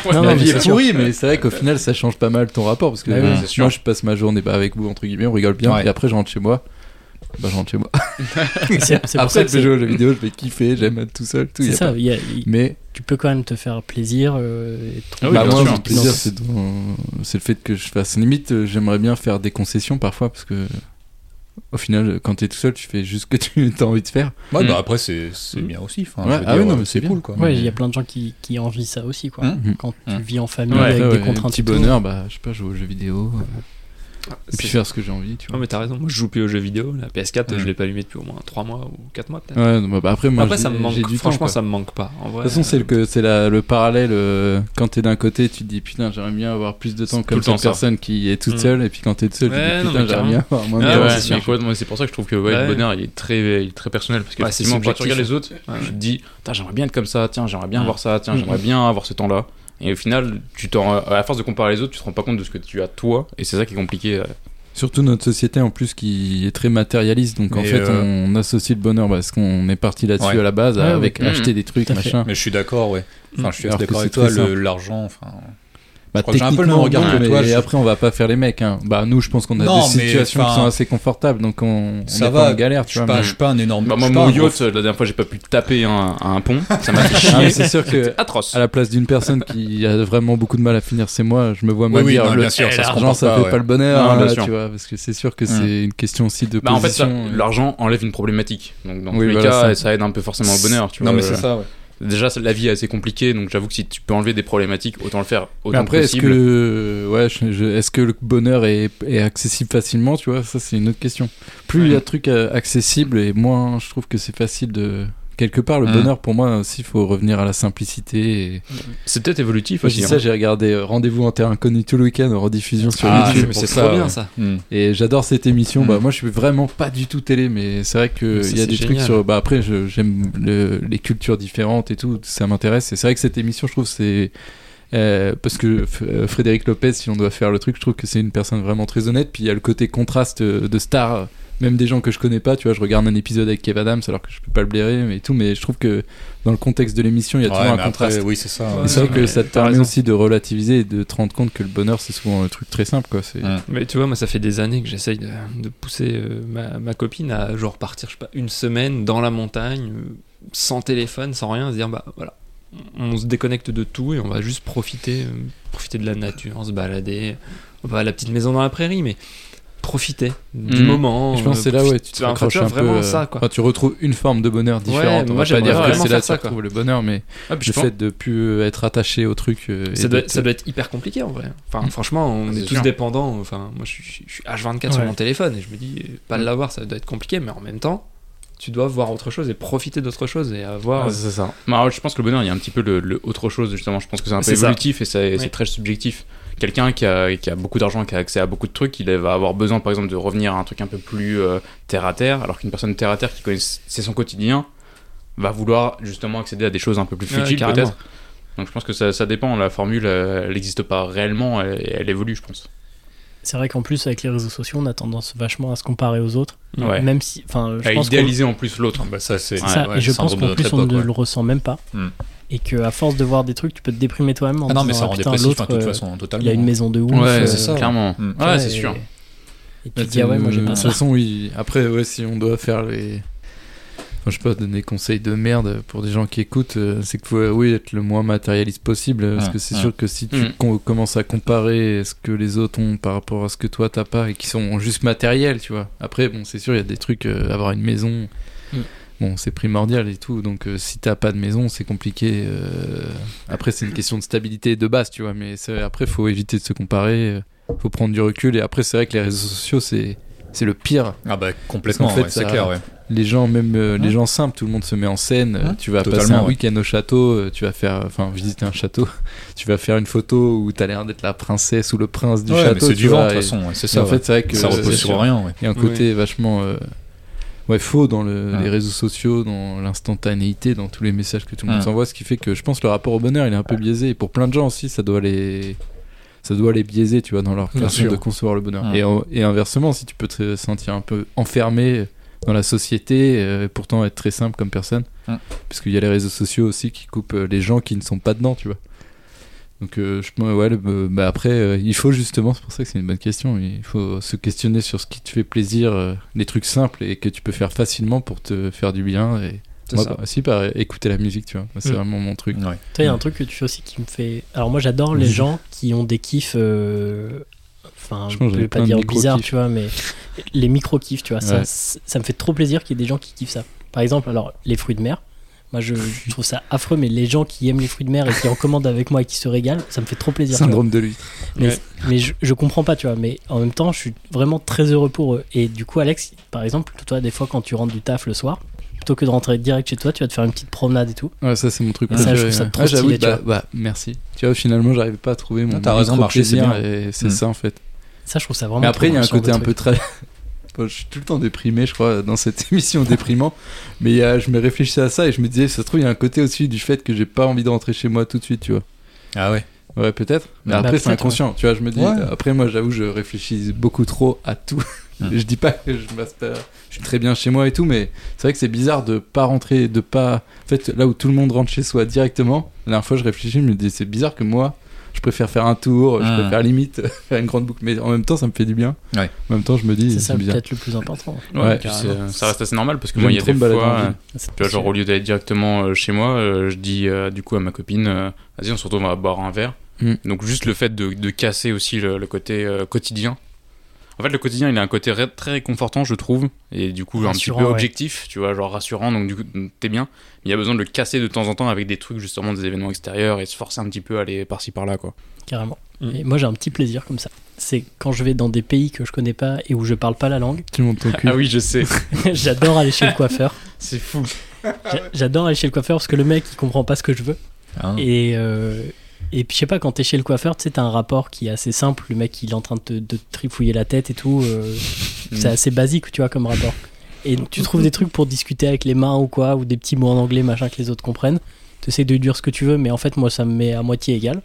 Speaker 7: Ma
Speaker 6: non, mais
Speaker 7: vie
Speaker 6: c'est
Speaker 7: est
Speaker 6: sûr.
Speaker 7: pourrie, mais c'est vrai qu'au final, ça change pas mal ton rapport. Parce que
Speaker 6: Bah oui,
Speaker 7: euh,
Speaker 6: c'est
Speaker 7: moi, je passe ma journée bah, avec vous, entre guillemets, on rigole bien.
Speaker 10: Ouais.
Speaker 7: Et après, je rentre chez moi. Bah, je rentre chez moi.
Speaker 6: C'est c'est pour ça
Speaker 7: Après,
Speaker 6: que
Speaker 7: je vais
Speaker 6: c'est-
Speaker 7: jouer aux jeux vidéo, je vais kiffer, j'aime être tout seul. Tout, y
Speaker 6: c'est
Speaker 7: a
Speaker 6: ça.
Speaker 7: pas-
Speaker 6: il y a- il-
Speaker 7: Mais
Speaker 6: tu peux quand même te faire plaisir. euh,
Speaker 8: Ah
Speaker 6: et te
Speaker 8: oui,
Speaker 6: trouver-
Speaker 7: bah,
Speaker 8: bien
Speaker 7: moi,
Speaker 8: sûr.
Speaker 7: mon plaisir,
Speaker 6: Dans-
Speaker 7: c'est dans- c'est le fait que je fasse. Limite, euh, j'aimerais bien faire des concessions parfois parce que. Au final, euh, quand t'es tout seul, tu fais juste ce que tu <laughs> as envie de faire.
Speaker 10: Ouais,
Speaker 8: Mm.
Speaker 10: bah après, c'est c'est bien aussi. Enfin, je
Speaker 7: hum. Ouais,
Speaker 10: veux
Speaker 7: ah
Speaker 10: dire,
Speaker 7: oui, non, mais c'est
Speaker 10: c'est
Speaker 7: bien.
Speaker 10: cool quoi.
Speaker 6: Ouais, il y a plein de gens qui, qui envient ça aussi, quoi.
Speaker 10: Mhm.
Speaker 6: Quand tu
Speaker 10: Mhm.
Speaker 6: vis en famille
Speaker 8: Ouais,
Speaker 6: avec
Speaker 7: Après,
Speaker 6: des
Speaker 7: ouais,
Speaker 6: contraintes.
Speaker 7: un petit
Speaker 6: et tout.
Speaker 7: bonheur, bah, je sais pas, jouer aux jeux vidéo. euh, et puis
Speaker 13: C'est-
Speaker 7: faire ce que j'ai envie, tu vois.
Speaker 13: Non, mais t'as raison, moi je joue plus aux jeux vidéo. La PS4,
Speaker 10: Mm.
Speaker 13: je l'ai pas allumée depuis au moins 3 mois ou 4 mois peut-être.
Speaker 7: Ouais, non, bah, bah, après, moi,
Speaker 13: Après,
Speaker 7: j'ai-
Speaker 13: ça me manque.
Speaker 7: j'ai du temps,
Speaker 13: Franchement,
Speaker 7: quoi.
Speaker 13: ça me manque pas. En vrai, euh,
Speaker 7: De toute façon, c'est le, que- c'est la- le parallèle. euh, quand t'es d'un côté, tu te dis putain, j'aimerais bien avoir plus de temps
Speaker 8: tout le
Speaker 7: comme
Speaker 8: temps
Speaker 7: cette
Speaker 8: ça.
Speaker 7: personne qui est toute
Speaker 13: Mm.
Speaker 7: seule. Et puis quand t'es tout seul,
Speaker 13: Ouais,
Speaker 7: tu te dis
Speaker 13: non,
Speaker 7: putain,
Speaker 13: mais
Speaker 7: j'aimerais
Speaker 13: carrément.
Speaker 7: bien avoir moins de
Speaker 13: Ah
Speaker 8: ouais,
Speaker 7: temps.
Speaker 13: ouais,
Speaker 8: mais
Speaker 13: c'est sûr.
Speaker 8: complètement, c'est pour ça que je trouve que ouais,
Speaker 13: Ouais.
Speaker 8: le bonheur il est très, euh, il est très personnel parce que
Speaker 13: Ouais, c'est
Speaker 8: effectivement, quand tu
Speaker 13: subjectif.
Speaker 8: regardes les autres,
Speaker 9: Ah
Speaker 13: Ouais,
Speaker 8: tu
Speaker 13: ouais.
Speaker 8: te dis Putain, j'aimerais bien être comme ça, tiens j'aimerais bien
Speaker 13: Ouais.
Speaker 8: avoir ça, tiens
Speaker 6: Mhm.
Speaker 8: j'aimerais bien avoir ce temps-là. Et au final, tu t'en, à la force de comparer les autres, tu te rends pas compte de ce que tu as toi et c'est ça qui est compliqué. euh.
Speaker 7: Surtout notre société en plus qui est très matérialiste. Donc en
Speaker 10: Mais,
Speaker 7: fait,
Speaker 10: euh,
Speaker 7: on associe le bonheur parce qu'on est parti là-dessus
Speaker 10: Ouais.
Speaker 7: à la base
Speaker 6: Ouais, Mmh.
Speaker 7: avec
Speaker 8: ouais.
Speaker 7: acheter des trucs,
Speaker 6: Tout à fait.
Speaker 7: machin.
Speaker 10: Mais je suis d'accord, ouais. Enfin, je suis
Speaker 7: Alors que
Speaker 10: d'accord
Speaker 7: c'est
Speaker 10: avec toi,
Speaker 7: très
Speaker 10: le- l'argent, enfin.
Speaker 7: Bah,
Speaker 10: crois que j'ai un peu le même
Speaker 7: techniquement,
Speaker 10: regard que
Speaker 7: non,
Speaker 10: toi,
Speaker 7: mais
Speaker 10: je-
Speaker 7: après, on va pas faire les mecs. hein. Bah, nous, je pense qu'on a
Speaker 10: Non,
Speaker 7: des
Speaker 10: mais,
Speaker 7: situations qui
Speaker 10: enfin,
Speaker 7: sont assez confortables. Donc on, on
Speaker 10: ça
Speaker 7: est
Speaker 10: va,
Speaker 7: pas en galère,
Speaker 10: Je
Speaker 7: tu
Speaker 10: suis
Speaker 7: vois.
Speaker 10: pas,
Speaker 7: mais-
Speaker 10: je suis pas un énorme.
Speaker 8: Bah,
Speaker 10: je
Speaker 8: moi,
Speaker 10: suis pas
Speaker 8: mon
Speaker 10: un gros
Speaker 8: yacht, la dernière fois, j'ai pas pu taper un, à un pont, ça m'a fait
Speaker 7: <laughs> Ah, mais
Speaker 8: chier.
Speaker 7: c'est sûr que
Speaker 8: Atroce.
Speaker 7: à la place d'une personne qui a vraiment beaucoup de mal à finir ses mois, je me vois
Speaker 10: Oui,
Speaker 7: mal
Speaker 10: oui,
Speaker 7: dire
Speaker 10: non,
Speaker 7: le-
Speaker 10: bien sûr,
Speaker 7: eh,
Speaker 10: ça se
Speaker 7: l'argent
Speaker 10: comporte
Speaker 7: ça
Speaker 10: pas,
Speaker 7: fait
Speaker 10: ouais.
Speaker 7: pas le bonheur,
Speaker 8: Non,
Speaker 7: hein,
Speaker 8: bien
Speaker 7: là,
Speaker 8: sûr.
Speaker 7: tu vois, parce que c'est sûr que
Speaker 10: Mm.
Speaker 7: c'est une question aussi de
Speaker 8: Bah, en fait, ça-
Speaker 7: position. euh, et-
Speaker 8: l'argent enlève une problématique. Donc, dans
Speaker 7: Oui,
Speaker 8: tous les
Speaker 7: voilà,
Speaker 8: cas,
Speaker 7: ça-
Speaker 8: ça... aide un peu forcément au bonheur. Tu
Speaker 10: Non,
Speaker 8: vois,
Speaker 10: mais c'est
Speaker 8: Euh,
Speaker 10: ça, ouais.
Speaker 8: Déjà, c'est- la vie est assez compliquée, donc j'avoue que si tu peux enlever des problématiques, autant le faire
Speaker 7: Mais
Speaker 8: autant
Speaker 7: après,
Speaker 8: que
Speaker 7: est-ce
Speaker 8: possible.
Speaker 7: que, ouais, je- je- est-ce que le bonheur est, est accessible facilement, tu vois, ça c'est une autre question. Plus il y a de trucs euh, accessibles et moins je trouve que c'est facile de... Quelque part, le
Speaker 10: Mm.
Speaker 7: bonheur pour moi aussi, il faut revenir à la simplicité. Et...
Speaker 8: C'est peut-être évolutif
Speaker 7: Moi, je dis
Speaker 8: aussi.
Speaker 7: ça,
Speaker 8: hein.
Speaker 7: j'ai regardé euh, Rendez-vous en terrain inconnu tout le week-end en rediffusion sur
Speaker 10: Ah,
Speaker 7: YouTube.
Speaker 10: mais
Speaker 13: c'est
Speaker 10: c'est
Speaker 13: trop
Speaker 10: ça,
Speaker 13: bien
Speaker 10: ouais.
Speaker 13: ça.
Speaker 10: Mm.
Speaker 7: Et j'adore cette émission.
Speaker 10: Mm.
Speaker 7: Bah, moi, je suis vraiment pas du tout télé, mais c'est vrai que
Speaker 13: Mais ça,
Speaker 7: il y a
Speaker 13: c'est
Speaker 7: des trucs
Speaker 13: génial.
Speaker 7: sur. Bah, après, je- j'aime le- les cultures différentes et tout. Ça m'intéresse. Et c'est vrai que cette émission, je trouve, c'est euh, parce que F- euh, Frédéric Lopez, si on doit faire le truc, je trouve que c'est une personne vraiment très honnête. Puis il y a le côté contraste euh, de star, euh, même des gens que je connais pas. Tu vois, je regarde un épisode avec Kev Adams alors que je peux pas le blairer, mais tout. Mais je trouve que dans le contexte de l'émission, il y a
Speaker 10: Ouais,
Speaker 7: toujours
Speaker 10: mais
Speaker 7: un contraste.
Speaker 10: après, oui, c'est ça.
Speaker 7: Et
Speaker 10: ouais.
Speaker 7: c'est vrai que
Speaker 13: Ouais,
Speaker 7: ça te
Speaker 13: t'as
Speaker 7: permet
Speaker 13: raison.
Speaker 7: aussi de relativiser et de te rendre compte que le bonheur c'est souvent un truc très simple quoi. C'est...
Speaker 10: Ouais.
Speaker 13: Mais tu vois, moi, ça fait des années que j'essaye de, de pousser euh, ma, ma copine à genre partir, je sais pas, une semaine dans la montagne, euh, sans téléphone, sans rien, se dire bah voilà, on se déconnecte de tout et on va juste profiter, euh, profiter de la nature, se balader, on va à la petite maison dans la prairie, mais profiter du
Speaker 8: Mhm.
Speaker 13: moment.
Speaker 7: Mmh. Je pense
Speaker 13: euh,
Speaker 7: que c'est là
Speaker 13: profiter-
Speaker 7: ouais tu te
Speaker 13: enfin,
Speaker 7: raccroches
Speaker 13: tu vois,
Speaker 7: un peu.
Speaker 13: vraiment
Speaker 7: euh,
Speaker 13: ça quoi.
Speaker 7: enfin, tu retrouves une forme de bonheur différente. on
Speaker 13: moi,
Speaker 7: va pas
Speaker 13: j'aimerais
Speaker 7: dire que
Speaker 13: vraiment
Speaker 7: c'est
Speaker 13: faire
Speaker 7: là que tu
Speaker 13: ça, quoi.
Speaker 7: retrouves le bonheur, mais
Speaker 8: Ah, puis
Speaker 7: le
Speaker 8: je pense-
Speaker 7: fait de plus euh, être attaché au truc. euh, et
Speaker 13: Ça doit,
Speaker 7: de-
Speaker 13: ça doit être hyper compliqué en vrai. Enfin,
Speaker 7: Mm.
Speaker 13: franchement, on
Speaker 8: Ah,
Speaker 13: est,
Speaker 8: c'est
Speaker 13: tous
Speaker 8: sûr.
Speaker 13: dépendants. Enfin, moi, je suis, je suis H24 sur
Speaker 6: Ouais.
Speaker 13: mon téléphone et je me dis, euh,
Speaker 8: Hmm.
Speaker 13: pas de l'avoir, ça doit être compliqué, mais en même temps, tu dois voir autre chose et profiter d'autre chose et avoir. euh,
Speaker 8: Ah, c'est ça. Bah, alors, je pense que le bonheur, il y a un petit peu le, le autre chose, justement. Je pense que c'est un peu
Speaker 13: C'est ça.
Speaker 8: évolutif et c'est c'est
Speaker 13: Oui.
Speaker 8: très subjectif. Quelqu'un qui a, qui a beaucoup d'argent, qui a accès à beaucoup de trucs, il va avoir besoin, par exemple, de revenir à un truc un peu plus euh, terre à terre, alors qu'une personne terre à terre qui connaît s- c'est son quotidien va vouloir justement accéder à des choses un peu plus
Speaker 13: Ouais,
Speaker 8: futiles,
Speaker 13: carrément.
Speaker 8: peut-être. Donc, je pense que ça, ça dépend. La formule, euh, elle n'existe pas réellement et elle, évolue, je pense.
Speaker 6: C'est vrai qu'en plus avec les réseaux sociaux, on a tendance vachement à se comparer aux autres,
Speaker 8: Ouais.
Speaker 6: même si, enfin, je
Speaker 8: À
Speaker 6: pense qu'on
Speaker 8: idéaliser en plus l'autre.
Speaker 10: Ah, bah, ça, c'est.
Speaker 6: C'est ça,
Speaker 10: ouais,
Speaker 6: et je
Speaker 10: le
Speaker 6: pense
Speaker 10: syndrome de
Speaker 6: qu'en
Speaker 10: notre
Speaker 6: plus on
Speaker 10: époque,
Speaker 6: ne
Speaker 10: ouais.
Speaker 6: le ressent même pas.
Speaker 10: Hmm.
Speaker 6: Et que à force de voir des trucs, tu peux te déprimer toi-même en
Speaker 10: Ah non,
Speaker 6: disant,
Speaker 10: mais ça
Speaker 6: ah,
Speaker 10: rend
Speaker 6: putain,
Speaker 10: dépressif, hein, de
Speaker 6: l'autre,
Speaker 10: toute
Speaker 6: euh,
Speaker 10: façon, totalement.
Speaker 6: il a une maison de ouf.
Speaker 8: Ouais,
Speaker 6: euh,
Speaker 8: c'est ça. Clairement.
Speaker 10: Mm.
Speaker 8: Ouais, c'est
Speaker 6: et-
Speaker 8: sûr.
Speaker 6: Et tu te dis, ah ouais, moi j'ai
Speaker 7: De
Speaker 6: pas
Speaker 7: toute
Speaker 6: ça.
Speaker 7: façon, oui. Après, ouais, si on doit faire les. Enfin, je peux donner des conseils de merde pour des gens qui écoutent. euh, C'est qu'il faut, euh, oui, être le moins matérialiste possible. euh, Parce
Speaker 10: Ouais,
Speaker 7: que c'est
Speaker 10: ouais.
Speaker 7: sûr que si tu
Speaker 8: Mhm.
Speaker 7: com- commences à comparer ce que les autres ont par rapport à ce que toi t'as pas et qui sont juste matériels, tu vois. Après, bon, c'est sûr, il y a des trucs, euh, avoir une maison.
Speaker 13: Mhm.
Speaker 7: Bon, c'est primordial et tout, donc euh, si t'as pas de maison, c'est compliqué. euh, Après, c'est une question de stabilité de base, tu vois, mais c'est- après, faut éviter de se comparer, euh, faut prendre du recul. Et après, c'est vrai que les réseaux sociaux, c'est c'est le pire
Speaker 10: Ah bah complètement,
Speaker 7: Parce qu'en
Speaker 10: ouais,
Speaker 7: fait,
Speaker 10: c'est
Speaker 7: ça-
Speaker 10: clair, ouais.
Speaker 7: les gens même euh, les
Speaker 10: Ouais.
Speaker 7: gens simples tout le monde se met en scène euh,
Speaker 10: Ouais.
Speaker 7: tu vas
Speaker 10: Totalement,
Speaker 7: passer un
Speaker 10: ouais.
Speaker 7: week-end au château euh, tu vas faire enfin visiter un château <laughs> tu vas faire une photo où t'as l'air d'être la princesse ou le prince du
Speaker 10: Ouais, mais
Speaker 7: château
Speaker 10: c'est
Speaker 7: tu
Speaker 10: du vent
Speaker 7: vois,
Speaker 10: de toute
Speaker 7: et-
Speaker 10: façon, ouais, c'est
Speaker 7: et
Speaker 10: ça.
Speaker 7: en fait
Speaker 10: ouais.
Speaker 7: c'est vrai que
Speaker 10: ça repose
Speaker 7: c'est
Speaker 10: sur
Speaker 7: sûr.
Speaker 10: rien, ouais.
Speaker 7: il y a un côté vachement euh, ouais faux dans le-
Speaker 10: Ouais.
Speaker 7: les réseaux sociaux dans l'instantanéité dans tous les messages que tout le monde
Speaker 10: Ouais.
Speaker 7: s'envoie ce qui fait que je pense que le rapport au bonheur il est un peu biaisé et pour plein de gens aussi ça doit les ça doit les biaiser tu vois dans leur
Speaker 10: Bien
Speaker 7: façon
Speaker 10: sûr.
Speaker 7: de concevoir le bonheur
Speaker 10: Ouais.
Speaker 7: et, en- et inversement si tu peux te sentir un peu enfermé dans la société euh, et pourtant être très simple comme personne
Speaker 10: Ouais.
Speaker 7: parce qu'il y a les réseaux sociaux aussi qui coupent euh, les gens qui ne sont pas dedans tu vois donc euh, je pense ouais le- euh, bah après euh, il faut justement c'est pour ça que c'est une bonne question il faut se questionner sur ce qui te fait plaisir euh, les trucs simples et que tu peux faire facilement pour te faire du bien et
Speaker 13: C'est
Speaker 7: moi
Speaker 13: ça.
Speaker 7: bah, aussi par écouter la musique tu vois Moi, c'est
Speaker 6: Mm.
Speaker 7: vraiment mon truc
Speaker 10: Ouais.
Speaker 6: Tu sais, il y a un truc que tu fais aussi qui me fait. Alors, moi, j'adore les gens qui ont des kiffs. euh, Enfin,
Speaker 7: Je pense
Speaker 6: je
Speaker 7: que
Speaker 6: ne
Speaker 7: j'avais
Speaker 6: vais
Speaker 7: plein
Speaker 6: pas
Speaker 7: de
Speaker 6: dire
Speaker 7: micro-kiffs.
Speaker 6: bizarre, tu vois, mais les micro-kiffs, tu vois,
Speaker 7: Ouais.
Speaker 6: ça, c- ça me fait trop plaisir qu'il y ait des gens qui kiffent ça. Par exemple, alors, les fruits de mer. Moi, je, je trouve ça affreux, mais les gens qui aiment les fruits de mer et qui en commandent avec moi et qui se régalent, ça me fait trop plaisir. tu vois.
Speaker 7: syndrome de l'huître
Speaker 6: Mais,
Speaker 13: Ouais.
Speaker 6: mais je, je comprends pas, tu vois. Mais en même temps, je suis vraiment très heureux pour eux. Et du coup, Alex, par exemple, toi, des fois, quand tu rentres du taf le soir, plutôt que de rentrer direct chez toi, tu vas te faire une petite promenade et tout.
Speaker 7: ouais ça c'est mon truc
Speaker 6: Ça, je
Speaker 7: préféré,
Speaker 6: trouve ça
Speaker 7: ouais.
Speaker 6: trop
Speaker 7: Ouais, j'avoue,
Speaker 6: stylé, tu
Speaker 7: bah, bah, merci tu vois finalement j'arrive pas à trouver mon
Speaker 10: Non, t'as raison,
Speaker 7: micro
Speaker 10: marcher, c'est
Speaker 7: plaisir
Speaker 10: bien.
Speaker 7: et c'est
Speaker 10: Mm.
Speaker 7: ça en fait
Speaker 6: Ça, je trouve ça vraiment.
Speaker 7: Mais après,
Speaker 6: trop
Speaker 7: il y a un
Speaker 6: cool, ce genre
Speaker 7: côté
Speaker 6: de
Speaker 7: un
Speaker 6: truc.
Speaker 7: peu très. <laughs> Bon, je suis tout le temps déprimé, je crois, dans cette <laughs> émission déprimant. Mais il y a- je me réfléchissais à ça et je me disais, ça se trouve, il y a un côté aussi du fait que j'ai pas envie de rentrer chez moi tout de suite, tu vois.
Speaker 10: Ah ouais.
Speaker 7: Ouais, peut-être. Mais
Speaker 6: Bah,
Speaker 7: après, c'est
Speaker 6: peut-être,
Speaker 7: inconscient, tu vois. Je me dis,
Speaker 10: Ouais.
Speaker 7: après, moi, j'avoue, je réfléchis beaucoup trop à tout.
Speaker 10: Hmm.
Speaker 7: <laughs> je dis pas que je passe pas- Je suis très bien chez moi et tout, mais c'est vrai que c'est bizarre de pas rentrer, de pas. En fait, là où tout le monde rentre chez soi directement, la dernière fois, je réfléchis, je me dis, c'est bizarre que moi, je préfère faire un tour, je
Speaker 10: Hmm.
Speaker 7: préfère limite <laughs> faire une grande boucle, mais en même temps, ça me fait du bien.
Speaker 10: Ouais.
Speaker 7: En même temps, je me dis,
Speaker 6: C'est ça
Speaker 7: c'est bizarre.
Speaker 6: peut-être le plus important.
Speaker 8: Ouais,
Speaker 7: Ouais,
Speaker 8: puis
Speaker 7: carrément.
Speaker 8: c'est- ça reste assez normal parce que
Speaker 7: J'aime
Speaker 8: moi, il y a
Speaker 7: trop
Speaker 8: des
Speaker 7: me balader en
Speaker 8: fois,
Speaker 7: ville.
Speaker 8: euh, tu vois, genre au lieu d'aller directement euh, chez moi, euh, je dis euh, du coup à ma copine, euh, vas-y, on se retrouve, on va boire un verre.
Speaker 7: Mm.
Speaker 8: Donc juste le fait de, de casser aussi le, le côté euh, quotidien. En fait, le quotidien, il a un côté ré- très réconfortant, je trouve, et du coup un petit
Speaker 6: Rassurant,
Speaker 8: peu
Speaker 6: ouais.
Speaker 8: objectif, tu vois, genre rassurant. Donc du coup, mm, t'es bien. Mais il y a besoin de le casser de temps en temps avec des trucs justement des événements extérieurs et se forcer un petit peu à aller par-ci par-là, quoi.
Speaker 6: Carrément.
Speaker 13: Mm.
Speaker 6: Et moi, j'ai un petit plaisir comme ça. C'est quand je vais dans des pays que je connais pas et où je parle pas la langue, <laughs>
Speaker 7: Tu montes ton cul.
Speaker 8: Ah oui, je sais. <laughs>
Speaker 6: j'adore aller chez le coiffeur.
Speaker 8: c'est fou.
Speaker 6: J'a- J'adore aller chez le coiffeur parce que le mec, il comprend pas ce que je veux.
Speaker 10: Hein.
Speaker 6: Et, euh, et puis, je sais pas, quand t'es chez le coiffeur, tu sais, t'as un rapport qui est assez simple. Le mec, il est en train de te, de te trifouiller la tête et tout.
Speaker 8: <laughs>
Speaker 6: euh, c'est
Speaker 8: Mm.
Speaker 6: assez basique, tu vois, comme rapport. Et tu trouves des trucs pour discuter avec les mains ou quoi, ou des petits mots en anglais, machin, que les autres comprennent. Tu essaies de lui dire ce que tu veux, mais en fait, moi, ça me met à moitié égal.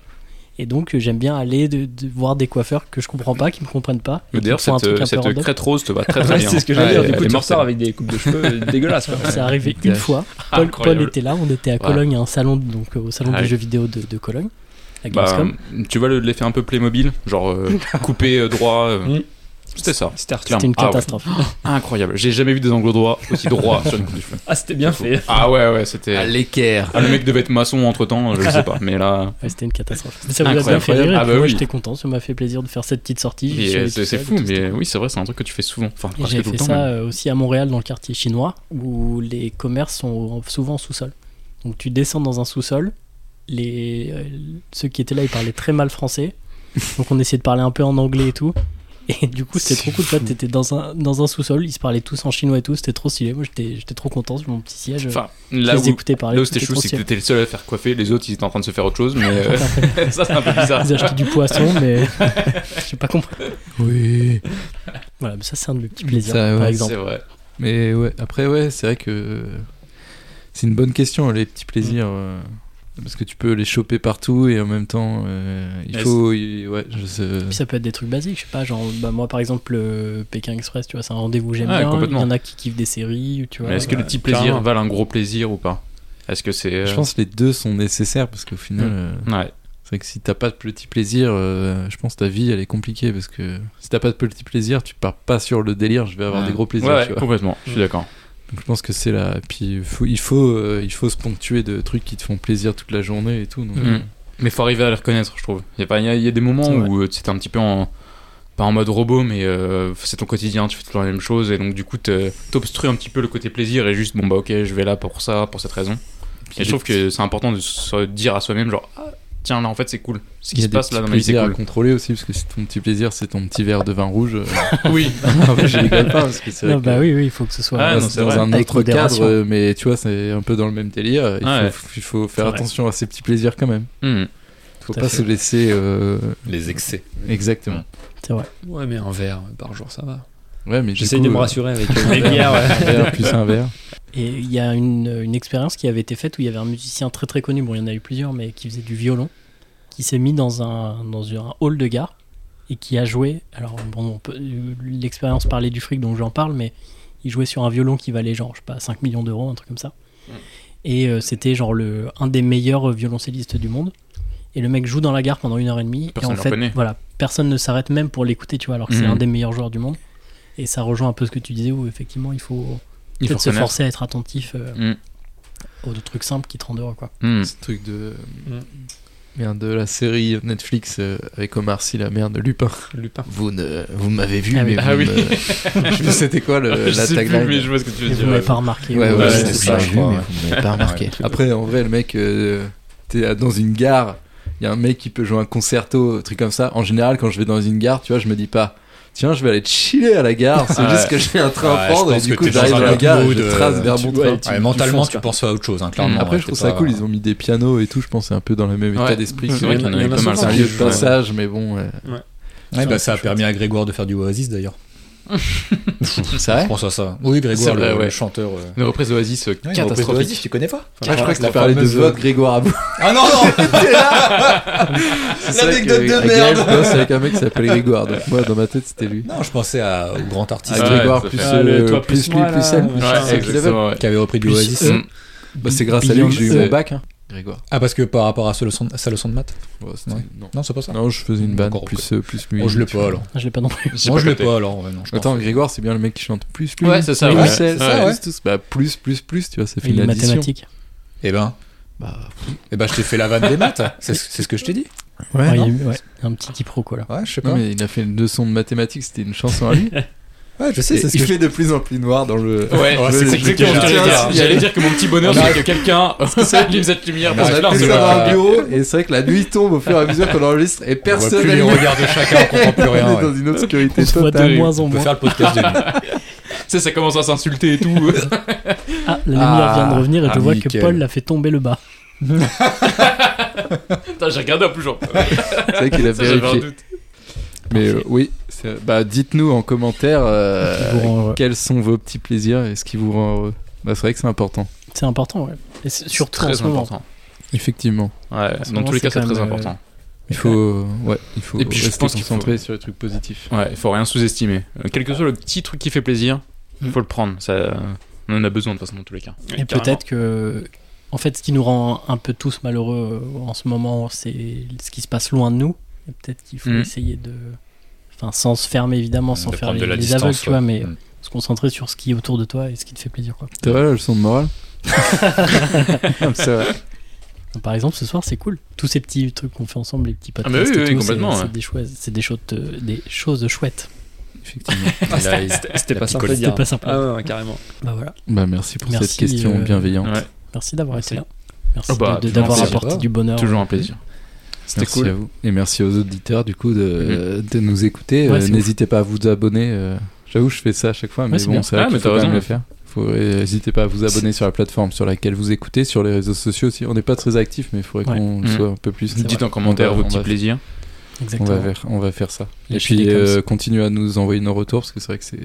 Speaker 6: Et donc, euh, j'aime bien aller de, de voir des coiffeurs que je comprends pas, qui me comprennent pas. et
Speaker 8: Mais
Speaker 6: qui
Speaker 8: D'ailleurs,
Speaker 6: me font un
Speaker 8: cette,
Speaker 6: truc un peu
Speaker 8: cette
Speaker 6: random.
Speaker 8: crête rose te va <laughs> très très
Speaker 13: Ouais,
Speaker 8: bien.
Speaker 13: c'est ce que j'allais dire.
Speaker 7: elle
Speaker 13: Du coup,
Speaker 7: est
Speaker 13: tu
Speaker 7: mortelle.
Speaker 13: ressors avec des coupes de cheveux euh, dégueulasses.
Speaker 8: <laughs>
Speaker 13: quoi.
Speaker 6: C'est arrivé une
Speaker 7: Dash.
Speaker 6: fois. Paul,
Speaker 8: Ah, Incroyable.
Speaker 6: Paul était là, on était à Cologne, à un salon, donc euh, au salon
Speaker 8: Ah
Speaker 6: du
Speaker 8: oui.
Speaker 6: jeu vidéo de, de Cologne, à
Speaker 8: Bah,
Speaker 6: Gamescom.
Speaker 8: tu vois le- l'effet un peu Playmobil, genre
Speaker 6: <laughs>
Speaker 8: euh, coupé euh, droit. euh,
Speaker 13: Mm.
Speaker 8: C'était ça.
Speaker 13: C'était art-
Speaker 8: clairement.
Speaker 6: C'était une
Speaker 8: Ah ouais.
Speaker 6: catastrophe.
Speaker 8: Incroyable. J'ai jamais vu des angles droits aussi droits sur une coupe de
Speaker 6: <laughs>
Speaker 8: cheveux.
Speaker 13: Ah, c'était bien fait.
Speaker 8: Ah ouais, ouais, c'était.
Speaker 7: l'équerre.
Speaker 8: Ah, le mec devait être maçon entre temps, je sais pas, mais
Speaker 6: <laughs>
Speaker 8: là.
Speaker 6: Ouais, c'était
Speaker 8: <laughs>
Speaker 6: une catastrophe. Mais ça vous a bien
Speaker 8: Incroyable.
Speaker 6: fait rire. et
Speaker 8: Ah
Speaker 6: puis
Speaker 8: bah
Speaker 6: moi,
Speaker 8: oui.
Speaker 6: j'étais content, ça m'a fait plaisir de faire cette petite sortie. J'y
Speaker 8: mais,
Speaker 6: suis allé
Speaker 8: euh,
Speaker 6: tout
Speaker 8: C'est c'est
Speaker 6: seul et
Speaker 8: fou,
Speaker 6: tout,
Speaker 8: mais oui, c'est vrai, c'est un truc que tu fais souvent. Enfin,
Speaker 6: Et
Speaker 8: presque
Speaker 6: j'ai
Speaker 8: tout
Speaker 6: fait
Speaker 8: le temps.
Speaker 6: ça
Speaker 8: même.
Speaker 6: euh, aussi à Montréal, dans le quartier chinois, où les commerces sont au- souvent en sous-sol. Donc tu descends dans un sous-sol, les... euh, ceux qui étaient là, ils parlaient très
Speaker 8: <laughs>
Speaker 6: mal français. Donc on essayait de parler un peu en anglais et tout. Et du coup, c'était trop cool. Toi, t'étais dans un, dans un sous-sol, ils se parlaient tous en chinois et tout. C'était trop stylé. Moi, j'étais j'étais trop content sur mon petit siège.
Speaker 8: Enfin,
Speaker 6: euh, je
Speaker 8: là
Speaker 6: les
Speaker 8: où,
Speaker 6: écoutais parler.
Speaker 8: là où c'était
Speaker 6: c'était
Speaker 8: chou,
Speaker 6: trop
Speaker 8: c'est que
Speaker 6: stylé.
Speaker 8: t'étais le seul à faire coiffer, les autres ils étaient en train de se faire autre chose, mais
Speaker 6: <laughs>
Speaker 8: euh, <laughs> ça c'est un peu bizarre.
Speaker 6: Ils achetaient du poisson,
Speaker 8: <laughs>
Speaker 6: mais <laughs> j'ai pas compris.
Speaker 7: Oui.
Speaker 6: Voilà, mais ça, c'est un de mes petits plaisirs,
Speaker 7: Ça,
Speaker 6: par
Speaker 7: ouais,
Speaker 6: exemple.
Speaker 8: C'est vrai.
Speaker 7: Mais ouais, après, ouais, c'est vrai que c'est une bonne question, les petits plaisirs.
Speaker 8: Mm.
Speaker 7: euh, Parce que tu peux les choper partout et en même temps, euh, il
Speaker 8: Et
Speaker 7: faut. il- Ouais, je sais. euh,
Speaker 6: Puis ça peut être des trucs basiques, je sais pas, genre bah moi par exemple le Pékin Express, tu vois, c'est un rendez-vous que j'aime
Speaker 8: Ouais,
Speaker 6: bien, il y
Speaker 8: complètement.
Speaker 6: en a qui kiffent des séries, tu vois.
Speaker 8: Mais est-ce que
Speaker 6: bah,
Speaker 8: le petit plaisir
Speaker 13: carrément.
Speaker 8: valent un gros plaisir ou pas Est-ce que c'est. euh,
Speaker 7: Je pense que les deux sont nécessaires parce qu'au final,
Speaker 8: Mm.
Speaker 7: euh,
Speaker 8: Ouais.
Speaker 7: c'est vrai que si t'as pas de petit plaisir, euh, je pense que ta vie elle est compliquée parce que si t'as pas de petit plaisir, tu pars pas sur le délire, je vais avoir
Speaker 10: Ouais.
Speaker 7: des gros plaisirs,
Speaker 8: Ouais,
Speaker 7: tu
Speaker 8: Mm. ouais,
Speaker 7: vois.
Speaker 8: complètement, je suis d'accord.
Speaker 7: Donc je pense que c'est là. Puis faut- il faut, euh, il faut se ponctuer de trucs qui te font plaisir toute la journée et tout. donc,
Speaker 8: Mm. Mais faut arriver à les reconnaître, je trouve. Il y, a pas- y a y a des moments
Speaker 7: C'est vrai.
Speaker 8: où euh, t'es un petit peu en. Pas en mode robot, mais euh, c'est ton quotidien, tu fais toujours la même chose, et donc du coup te- t'obstrues un petit peu le côté plaisir, et juste bon bah ok, je vais là pour ça, pour cette raison. Et je trouve que c'est important de se dire à soi-même, genre, ah, tiens là en fait c'est cool, ce
Speaker 7: il
Speaker 8: qui
Speaker 7: y a
Speaker 8: se
Speaker 7: des
Speaker 8: passe là
Speaker 7: petits
Speaker 8: dans ma vie c'est
Speaker 7: plaisirs à
Speaker 8: cool.
Speaker 7: contrôler aussi, parce que si ton petit plaisir, c'est ton petit verre de vin
Speaker 8: <laughs>
Speaker 7: rouge. euh,
Speaker 8: Oui.
Speaker 7: ah ouais, je rigole pas, parce que c'est vrai
Speaker 6: Non,
Speaker 7: que-
Speaker 6: bah oui, oui, il faut que ce soit.
Speaker 8: Ah, non,
Speaker 7: dans-
Speaker 8: c'est
Speaker 7: dans
Speaker 8: vrai.
Speaker 7: un
Speaker 6: Avec
Speaker 7: autre
Speaker 6: modération.
Speaker 7: cadre, euh, mais tu vois, c'est un peu dans le même délire. Il,
Speaker 8: Ah, Ouais.
Speaker 7: faut, il faut faire
Speaker 6: C'est vrai.
Speaker 7: attention à ces petits plaisirs quand même.
Speaker 8: Hmm.
Speaker 7: Il faut
Speaker 6: Tout à
Speaker 7: pas
Speaker 6: fait.
Speaker 7: se laisser. euh,
Speaker 10: Les excès.
Speaker 7: Exactement.
Speaker 6: C'est vrai.
Speaker 13: Ouais, mais un verre euh, par jour, ça va.
Speaker 7: Ouais, mais du
Speaker 13: J'essaye
Speaker 7: coup,
Speaker 13: de me
Speaker 7: euh,
Speaker 13: rassurer
Speaker 8: <laughs>
Speaker 13: avec.
Speaker 6: Les bières, ouais.
Speaker 7: un verre plus un verre.
Speaker 6: Et il y a une, une expérience qui avait été faite où il y avait un musicien très très connu, bon il y en a eu plusieurs, mais qui faisait du violon, qui s'est mis dans un, dans un hall de gare et qui a joué. Alors bon, on peut- l'expérience parlait du fric donc j'en parle, mais il jouait sur un violon qui valait genre, je sais pas, 5 millions d'euros, un truc comme ça. Et euh, c'était genre le, un des meilleurs violoncellistes du monde. Et le mec joue dans la gare pendant une heure et demie.
Speaker 8: Personne
Speaker 6: et en
Speaker 8: le
Speaker 6: fait,
Speaker 8: reconnaît.
Speaker 6: voilà, personne ne s'arrête même pour l'écouter, tu vois, alors que c'est
Speaker 8: Mhm.
Speaker 6: un des meilleurs joueurs du monde. Et ça rejoint un peu ce que tu disais où effectivement il faut
Speaker 8: Il faut
Speaker 6: peut-être se
Speaker 8: reconnaître.
Speaker 6: forcer à être attentif euh,
Speaker 8: Mm.
Speaker 6: aux trucs simples qui te rendent heureux quoi.
Speaker 8: Hmm.
Speaker 7: Ce truc de.
Speaker 6: Mm.
Speaker 7: Merde, de la série Netflix euh, avec Omar Sy, la merde, Lupin.
Speaker 13: <laughs> Lupin.
Speaker 7: Vous, ne, vous m'avez vu,
Speaker 6: Ah oui.
Speaker 7: mais
Speaker 8: Ah
Speaker 7: vous
Speaker 8: oui.
Speaker 7: me- je
Speaker 8: <laughs>
Speaker 7: sais plus c'était quoi le,
Speaker 8: Hmm. Euh, Je
Speaker 7: Euh, la
Speaker 8: sais plus,
Speaker 7: tagline.
Speaker 8: mais je vois ce que tu veux
Speaker 6: Et vous
Speaker 8: dire.
Speaker 6: m'avez
Speaker 8: ouais.
Speaker 6: pas remarqué.
Speaker 7: Ouais, ouais,
Speaker 6: euh,
Speaker 7: c'était
Speaker 6: vous
Speaker 7: ça,
Speaker 6: l'avez
Speaker 7: je
Speaker 6: vu,
Speaker 7: crois,
Speaker 6: mais
Speaker 7: ouais.
Speaker 6: vous m'avez pas remarqué.
Speaker 7: Après, en vrai, le mec, euh, t'es à- dans une gare, il y a un mec qui peut jouer un concerto, un truc comme ça. En général, quand je vais dans une gare, tu vois, je me dis pas, tiens, je vais aller chiller à la gare, c'est
Speaker 10: Ouais.
Speaker 7: juste que j'ai un train à
Speaker 10: Ouais, je
Speaker 7: prendre, et
Speaker 10: pense
Speaker 7: du
Speaker 10: que
Speaker 7: coup,
Speaker 10: t'es
Speaker 7: j'arrive
Speaker 10: dans
Speaker 7: à
Speaker 10: un
Speaker 7: la gare,
Speaker 10: mood,
Speaker 7: je
Speaker 10: euh,
Speaker 7: trace vers
Speaker 10: tu-
Speaker 7: mon
Speaker 10: ouais,
Speaker 7: train.
Speaker 10: tu- mentalement,
Speaker 13: fonces,
Speaker 10: tu
Speaker 13: quoi.
Speaker 10: penses à autre chose, hein, clairement.
Speaker 7: Après,
Speaker 10: ouais,
Speaker 7: je trouve
Speaker 10: t'es
Speaker 7: ça
Speaker 10: pas-
Speaker 7: cool, ils ont mis des pianos et tout, je pense, c'est un peu dans le même
Speaker 8: Ouais.
Speaker 7: état d'esprit.
Speaker 8: C'est vrai qu'il y en avait
Speaker 13: Il y en a
Speaker 8: pas mal.
Speaker 7: C'est un
Speaker 13: souvent.
Speaker 7: lieu
Speaker 8: Ouais.
Speaker 7: de passage, mais bon, ouais.
Speaker 10: Ouais, bah, ça a permis à Grégoire de faire du Oasis <laughs> d'ailleurs.
Speaker 7: c'est
Speaker 10: Je
Speaker 7: vrai
Speaker 10: pense à ça. Oui,
Speaker 8: C'est
Speaker 10: Grégoire,
Speaker 8: vrai,
Speaker 10: le, le
Speaker 8: ouais.
Speaker 10: chanteur. euh,
Speaker 8: Une reprise d'Oasis euh,
Speaker 10: Ouais,
Speaker 8: catastrophique.
Speaker 10: tu connais pas
Speaker 7: Ah, je crois que
Speaker 10: la
Speaker 7: tu parlais de
Speaker 10: fameuse-
Speaker 7: votre Grégoire Abou.
Speaker 10: Ah non, <laughs> euh, non L'anecdote de merde.
Speaker 7: C'est avec un mec qui s'appelait Grégoire, donc moi, dans ma tête, c'était lui.
Speaker 10: Non, je pensais à, au grand artiste
Speaker 7: Ah,
Speaker 8: ouais,
Speaker 7: Grégoire,
Speaker 8: tout à
Speaker 7: plus,
Speaker 8: fait.
Speaker 13: Ah, le
Speaker 7: euh,
Speaker 13: toi
Speaker 7: plus,
Speaker 13: plus
Speaker 7: lui,
Speaker 13: moi,
Speaker 7: plus
Speaker 13: là,
Speaker 7: elle.
Speaker 13: machin.
Speaker 8: Ouais, exactement, ouais.
Speaker 10: qui avait repris du Oasis.
Speaker 8: Hmm.
Speaker 7: Bah, c'est grâce à lui que j'ai eu
Speaker 8: Beyoncé.
Speaker 7: mon bac, hein, Grégoire.
Speaker 10: Ah, parce que par rapport à sa leçon, sa leçon de maths
Speaker 7: hein. Ouais, c'était-
Speaker 10: Ouais.
Speaker 7: non.
Speaker 10: Non, c'est pas ça.
Speaker 7: Non, je faisais une vanne,
Speaker 10: Encore
Speaker 7: plus, euh, plus lui.
Speaker 10: Oh, je l'ai
Speaker 7: tu
Speaker 10: pas
Speaker 7: vois.
Speaker 10: alors.
Speaker 6: Ah, Je l'ai pas non plus.
Speaker 8: J'ai
Speaker 10: Moi,
Speaker 8: pas
Speaker 10: je l'ai
Speaker 8: capté.
Speaker 10: pas alors. ouais, non, je pense.
Speaker 7: Attends, Grégoire, c'est bien le mec qui chante plus lui.
Speaker 8: Ouais, c'est ça,
Speaker 7: Lui,
Speaker 8: ouais.
Speaker 7: c'est
Speaker 8: Ouais,
Speaker 7: ça,
Speaker 10: ouais.
Speaker 7: ouais. c'est tout. Bah, plus, plus, plus, tu vois, ça fait
Speaker 6: Il est
Speaker 7: une addition.
Speaker 6: mathématique.
Speaker 10: Eh ben,
Speaker 7: Bah,
Speaker 10: eh ben, je t'ai fait la vanne des maths. C'est ce c'est ce que je t'ai dit.
Speaker 6: Ouais, il y a
Speaker 10: non
Speaker 6: eu- ouais, un petit quiproquo là.
Speaker 10: Ouais, je sais pas.
Speaker 7: non, mais il a fait une leçon de mathématiques, c'était une chanson à lui.
Speaker 10: Ouais, je sais,
Speaker 7: Et
Speaker 10: c'est ce
Speaker 7: il
Speaker 10: que je
Speaker 7: fait de plus en plus noir dans le.
Speaker 8: Ouais,
Speaker 10: Ouais,
Speaker 8: c'est
Speaker 10: c'est
Speaker 8: exactement ce que
Speaker 10: compliqué,
Speaker 8: j'allais
Speaker 10: hein.
Speaker 8: dire. J'allais dire que mon petit bonheur,
Speaker 10: On
Speaker 8: c'est
Speaker 10: a-
Speaker 8: que quelqu'un <laughs> allume cette lumière
Speaker 10: On
Speaker 7: On
Speaker 8: parce que
Speaker 7: a
Speaker 8: là,
Speaker 10: non,
Speaker 8: on
Speaker 7: fait
Speaker 8: se
Speaker 10: c'est
Speaker 7: ça
Speaker 10: pas-
Speaker 7: dans un bureau, et c'est vrai que la nuit tombe au fur et à mesure qu'on enregistre, et
Speaker 10: On voit
Speaker 7: personne
Speaker 10: plus les regards de chacun, on comprend plus <laughs> rien.
Speaker 7: On est dans
Speaker 10: ouais.
Speaker 7: une obscurité
Speaker 6: On se voit de
Speaker 7: totale.
Speaker 6: moins en
Speaker 10: On peut
Speaker 6: moins.
Speaker 10: faire le
Speaker 6: <laughs>
Speaker 10: podcast de nuit.
Speaker 8: Tu sais, ça commence à s'insulter
Speaker 13: <laughs>
Speaker 8: et tout.
Speaker 6: Ah, la lumière
Speaker 10: Ah,
Speaker 6: vient de revenir et je
Speaker 10: ah,
Speaker 6: vois que
Speaker 10: nickel.
Speaker 6: Paul l'a fait tomber le bas.
Speaker 8: Putain, j'ai regardé en plus genre.
Speaker 7: C'est vrai qu'il a
Speaker 8: Ça, j'avais un
Speaker 7: vérifié.
Speaker 8: doute.
Speaker 7: Mais euh, oui, c'est- bah, dites-nous en commentaire euh,
Speaker 6: Qui vous rend heureux.
Speaker 7: quels sont vos petits plaisirs et ce qui vous rend heureux. Bah, c'est vrai que c'est important.
Speaker 6: C'est important, ouais. Et c'est- surtout en
Speaker 8: très
Speaker 6: ce moment.
Speaker 8: important.
Speaker 7: Effectivement.
Speaker 8: Ouais,
Speaker 6: ce
Speaker 8: dans
Speaker 6: moment,
Speaker 8: tous les cas,
Speaker 6: c'est
Speaker 8: c'est
Speaker 6: quand
Speaker 8: très
Speaker 6: même, euh,
Speaker 8: important.
Speaker 7: Il faut, euh, ouais, il faut
Speaker 8: Et puis, je
Speaker 7: rester
Speaker 8: pense qu'il faut-
Speaker 7: concentré sur les trucs positifs.
Speaker 8: Ouais, il faut rien sous-estimer. Euh, Quel que soit le petit truc qui fait plaisir, il faut le prendre. Ça, euh, on en a besoin de toute façon dans tous les cas.
Speaker 6: Et peut-être que, en fait, ce qui nous rend un peu tous malheureux euh, en ce moment, c'est ce qui se passe loin de nous. Et peut-être qu'il faut
Speaker 8: Mm.
Speaker 6: essayer de. Enfin, sans se fermer, évidemment, sans
Speaker 10: De
Speaker 6: faire
Speaker 10: prendre
Speaker 6: les,
Speaker 10: de la
Speaker 6: les
Speaker 10: distance,
Speaker 6: aveugles, tu
Speaker 10: ouais.
Speaker 6: vois, mais
Speaker 10: Mm.
Speaker 6: <laughs> se concentrer sur ce qui est autour de toi et ce qui te fait plaisir, quoi.
Speaker 7: T'as la leçon de morale <laughs> C'est vrai.
Speaker 6: <laughs> Donc, Par exemple, ce soir, c'est cool. Tous ces petits trucs qu'on fait ensemble, les petits podcasts,
Speaker 8: bah oui,
Speaker 6: et
Speaker 8: oui,
Speaker 6: tout,
Speaker 8: complètement,
Speaker 6: c'est
Speaker 8: ouais.
Speaker 6: c'est des chouettes- c'est des, choses, euh, des choses chouettes.
Speaker 7: Effectivement.
Speaker 13: C'était
Speaker 10: La
Speaker 13: pas sympa.
Speaker 10: petite
Speaker 13: de
Speaker 10: colère.
Speaker 13: dire.
Speaker 6: C'était pas sympa.
Speaker 13: Ah ouais, ouais, carrément.
Speaker 6: Bah voilà.
Speaker 7: <laughs> Bah, merci pour
Speaker 6: Merci,
Speaker 7: cette question
Speaker 6: euh,
Speaker 7: bienveillante.
Speaker 8: Ouais,
Speaker 6: Merci d'avoir été là. Merci
Speaker 8: Oh bah,
Speaker 6: de- de-
Speaker 8: toujours un
Speaker 6: d'avoir
Speaker 8: plaisir.
Speaker 6: apporté du bonheur.
Speaker 8: toujours un plaisir.
Speaker 7: C'était cool. à vous. Et merci aux auditeurs du coup de,
Speaker 8: Mhm.
Speaker 7: de nous écouter.
Speaker 6: Ouais,
Speaker 7: Euh,
Speaker 6: c'est
Speaker 7: N'hésitez pas à vous abonner. euh, J'avoue, je fais ça à chaque fois, mais
Speaker 6: c'est
Speaker 7: bon,
Speaker 6: bien.
Speaker 7: c'est vrai
Speaker 8: Ah, mais
Speaker 7: qu'il faut
Speaker 8: t'as
Speaker 7: quand
Speaker 8: raison.
Speaker 7: même le faire. Faut- euh, N'hésitez pas à vous abonner sur la plateforme sur laquelle vous écoutez, sur les réseaux sociaux aussi. On n'est pas très actifs, mais il faudrait
Speaker 6: Ouais.
Speaker 7: qu'on le
Speaker 8: Mhm.
Speaker 7: soit un peu plus.
Speaker 8: Dites en
Speaker 7: On
Speaker 8: commentaire
Speaker 7: va-
Speaker 8: vos
Speaker 7: on
Speaker 8: petits
Speaker 7: va-
Speaker 8: plaisirs.
Speaker 7: On
Speaker 6: Exactement.
Speaker 7: va faire, on va faire ça.
Speaker 6: Les
Speaker 7: et puis
Speaker 6: petits comme
Speaker 7: euh,
Speaker 6: ça.
Speaker 7: continuez à nous envoyer nos retours parce que c'est vrai que c'est.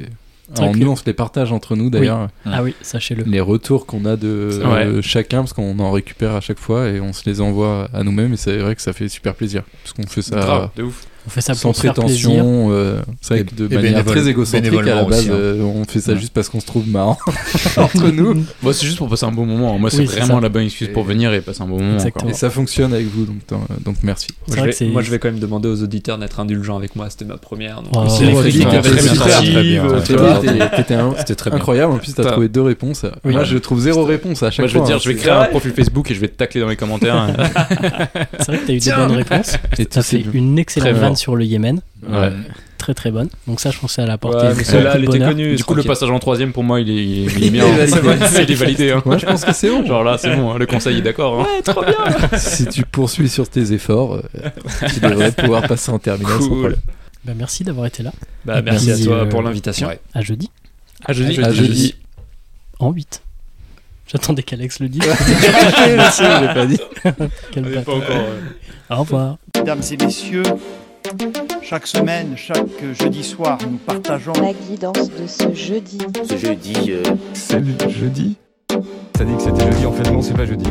Speaker 6: C'est
Speaker 7: Alors,
Speaker 6: vrai que-
Speaker 7: Nous, on se les partage entre nous d'ailleurs.
Speaker 6: Ah oui, sachez-le.
Speaker 7: Les retours qu'on a de euh, chacun parce qu'on en
Speaker 8: bah,
Speaker 7: récupère à chaque fois et on se les envoie à nous-mêmes et c'est vrai que ça fait super plaisir parce qu'on fait ça.
Speaker 8: Grave, de ouf.
Speaker 6: On fait ça
Speaker 7: sans
Speaker 6: pour se faire plaisir.
Speaker 7: prétention, euh, c'est vrai que de
Speaker 10: et
Speaker 7: manière
Speaker 10: bénévole-
Speaker 7: très égocentrique à la
Speaker 10: bénévolement
Speaker 7: base,
Speaker 10: aussi, hein.
Speaker 7: euh, on fait ça juste parce qu'on se trouve marrant entre nous.
Speaker 8: Moi, bah, c'est juste pour passer un bon moment. Moi, c'est
Speaker 6: Oui, c'est
Speaker 8: vraiment
Speaker 6: ça.
Speaker 8: la bonne excuse pour venir et passer un bon moment. quoi.
Speaker 6: Exactement.
Speaker 7: Et ça fonctionne avec vous, donc, tant- donc merci.
Speaker 6: C'est vrai que c'est.
Speaker 9: Moi, je vais quand même demander aux auditeurs d'être indulgents avec moi. C'était ma première. donc-
Speaker 6: Oh.
Speaker 8: C'est les
Speaker 7: Rodrigue
Speaker 8: fréquences,
Speaker 7: avait
Speaker 8: très
Speaker 7: une
Speaker 8: bien
Speaker 7: super-
Speaker 8: sorti.
Speaker 10: très bien.
Speaker 7: Euh,
Speaker 10: Très
Speaker 7: Théo,
Speaker 10: bien.
Speaker 7: t'es- t'étais un-
Speaker 10: C'était très bien.
Speaker 7: incroyable, en plus t'as
Speaker 8: Putain.
Speaker 7: trouvé deux réponses.
Speaker 6: Oui.
Speaker 7: Moi je trouve zéro réponse à chaque
Speaker 8: Moi, je vais
Speaker 7: fois.
Speaker 8: te dire,
Speaker 7: hein.
Speaker 8: je vais créer un profil Facebook et je vais te tacler dans les commentaires.
Speaker 6: <laughs>
Speaker 8: <laughs>
Speaker 6: C'est vrai que t'as eu des bonnes réponses.
Speaker 7: Et
Speaker 6: T'as
Speaker 7: tout, c'est
Speaker 6: fait
Speaker 7: bien.
Speaker 6: une excellente
Speaker 8: Très
Speaker 6: vanne
Speaker 8: bon.
Speaker 6: sur le Yémen,
Speaker 8: Ouais.
Speaker 6: très très bonne. Donc ça, je pensais à la portée.
Speaker 9: Ouais, mais celle-là, elle était
Speaker 6: Bonheur.
Speaker 9: connue.
Speaker 8: Du coup, le
Speaker 9: tranquille.
Speaker 8: passage en troisième, pour moi, il est, il
Speaker 7: <laughs>
Speaker 8: est- il est
Speaker 7: Il
Speaker 8: bien.
Speaker 7: est validé.
Speaker 8: <laughs> C'est- il est validé. hein.
Speaker 7: Moi je pense que c'est bon.
Speaker 8: Genre là, c'est bon, hein, le conseil est d'accord. hein.
Speaker 7: si tu poursuis sur tes efforts, euh, tu devrais pouvoir passer en terminale sans
Speaker 8: Cool.
Speaker 7: problème.
Speaker 6: Bah, merci d'avoir été là.
Speaker 9: Bah, merci à
Speaker 6: Merci,
Speaker 9: toi
Speaker 6: euh,
Speaker 9: pour l'invitation.
Speaker 10: ouais.
Speaker 6: À jeudi,
Speaker 8: À jeudi.
Speaker 7: À jeudi.
Speaker 6: en 8. J'attendais qu'Alex le dise. <laughs>
Speaker 8: <laughs>
Speaker 7: Merci, j'ai pas dit.
Speaker 6: Quel
Speaker 8: On est
Speaker 6: bâtard.
Speaker 8: pas encore. euh,
Speaker 6: Au revoir.
Speaker 1: Mesdames et messieurs, chaque semaine, chaque jeudi soir, nous partageons
Speaker 2: La guidance de ce jeudi.
Speaker 3: Ce jeudi, euh,
Speaker 7: Salut, jeudi. T'as dit que c'était jeudi, en fait non, c'est pas jeudi.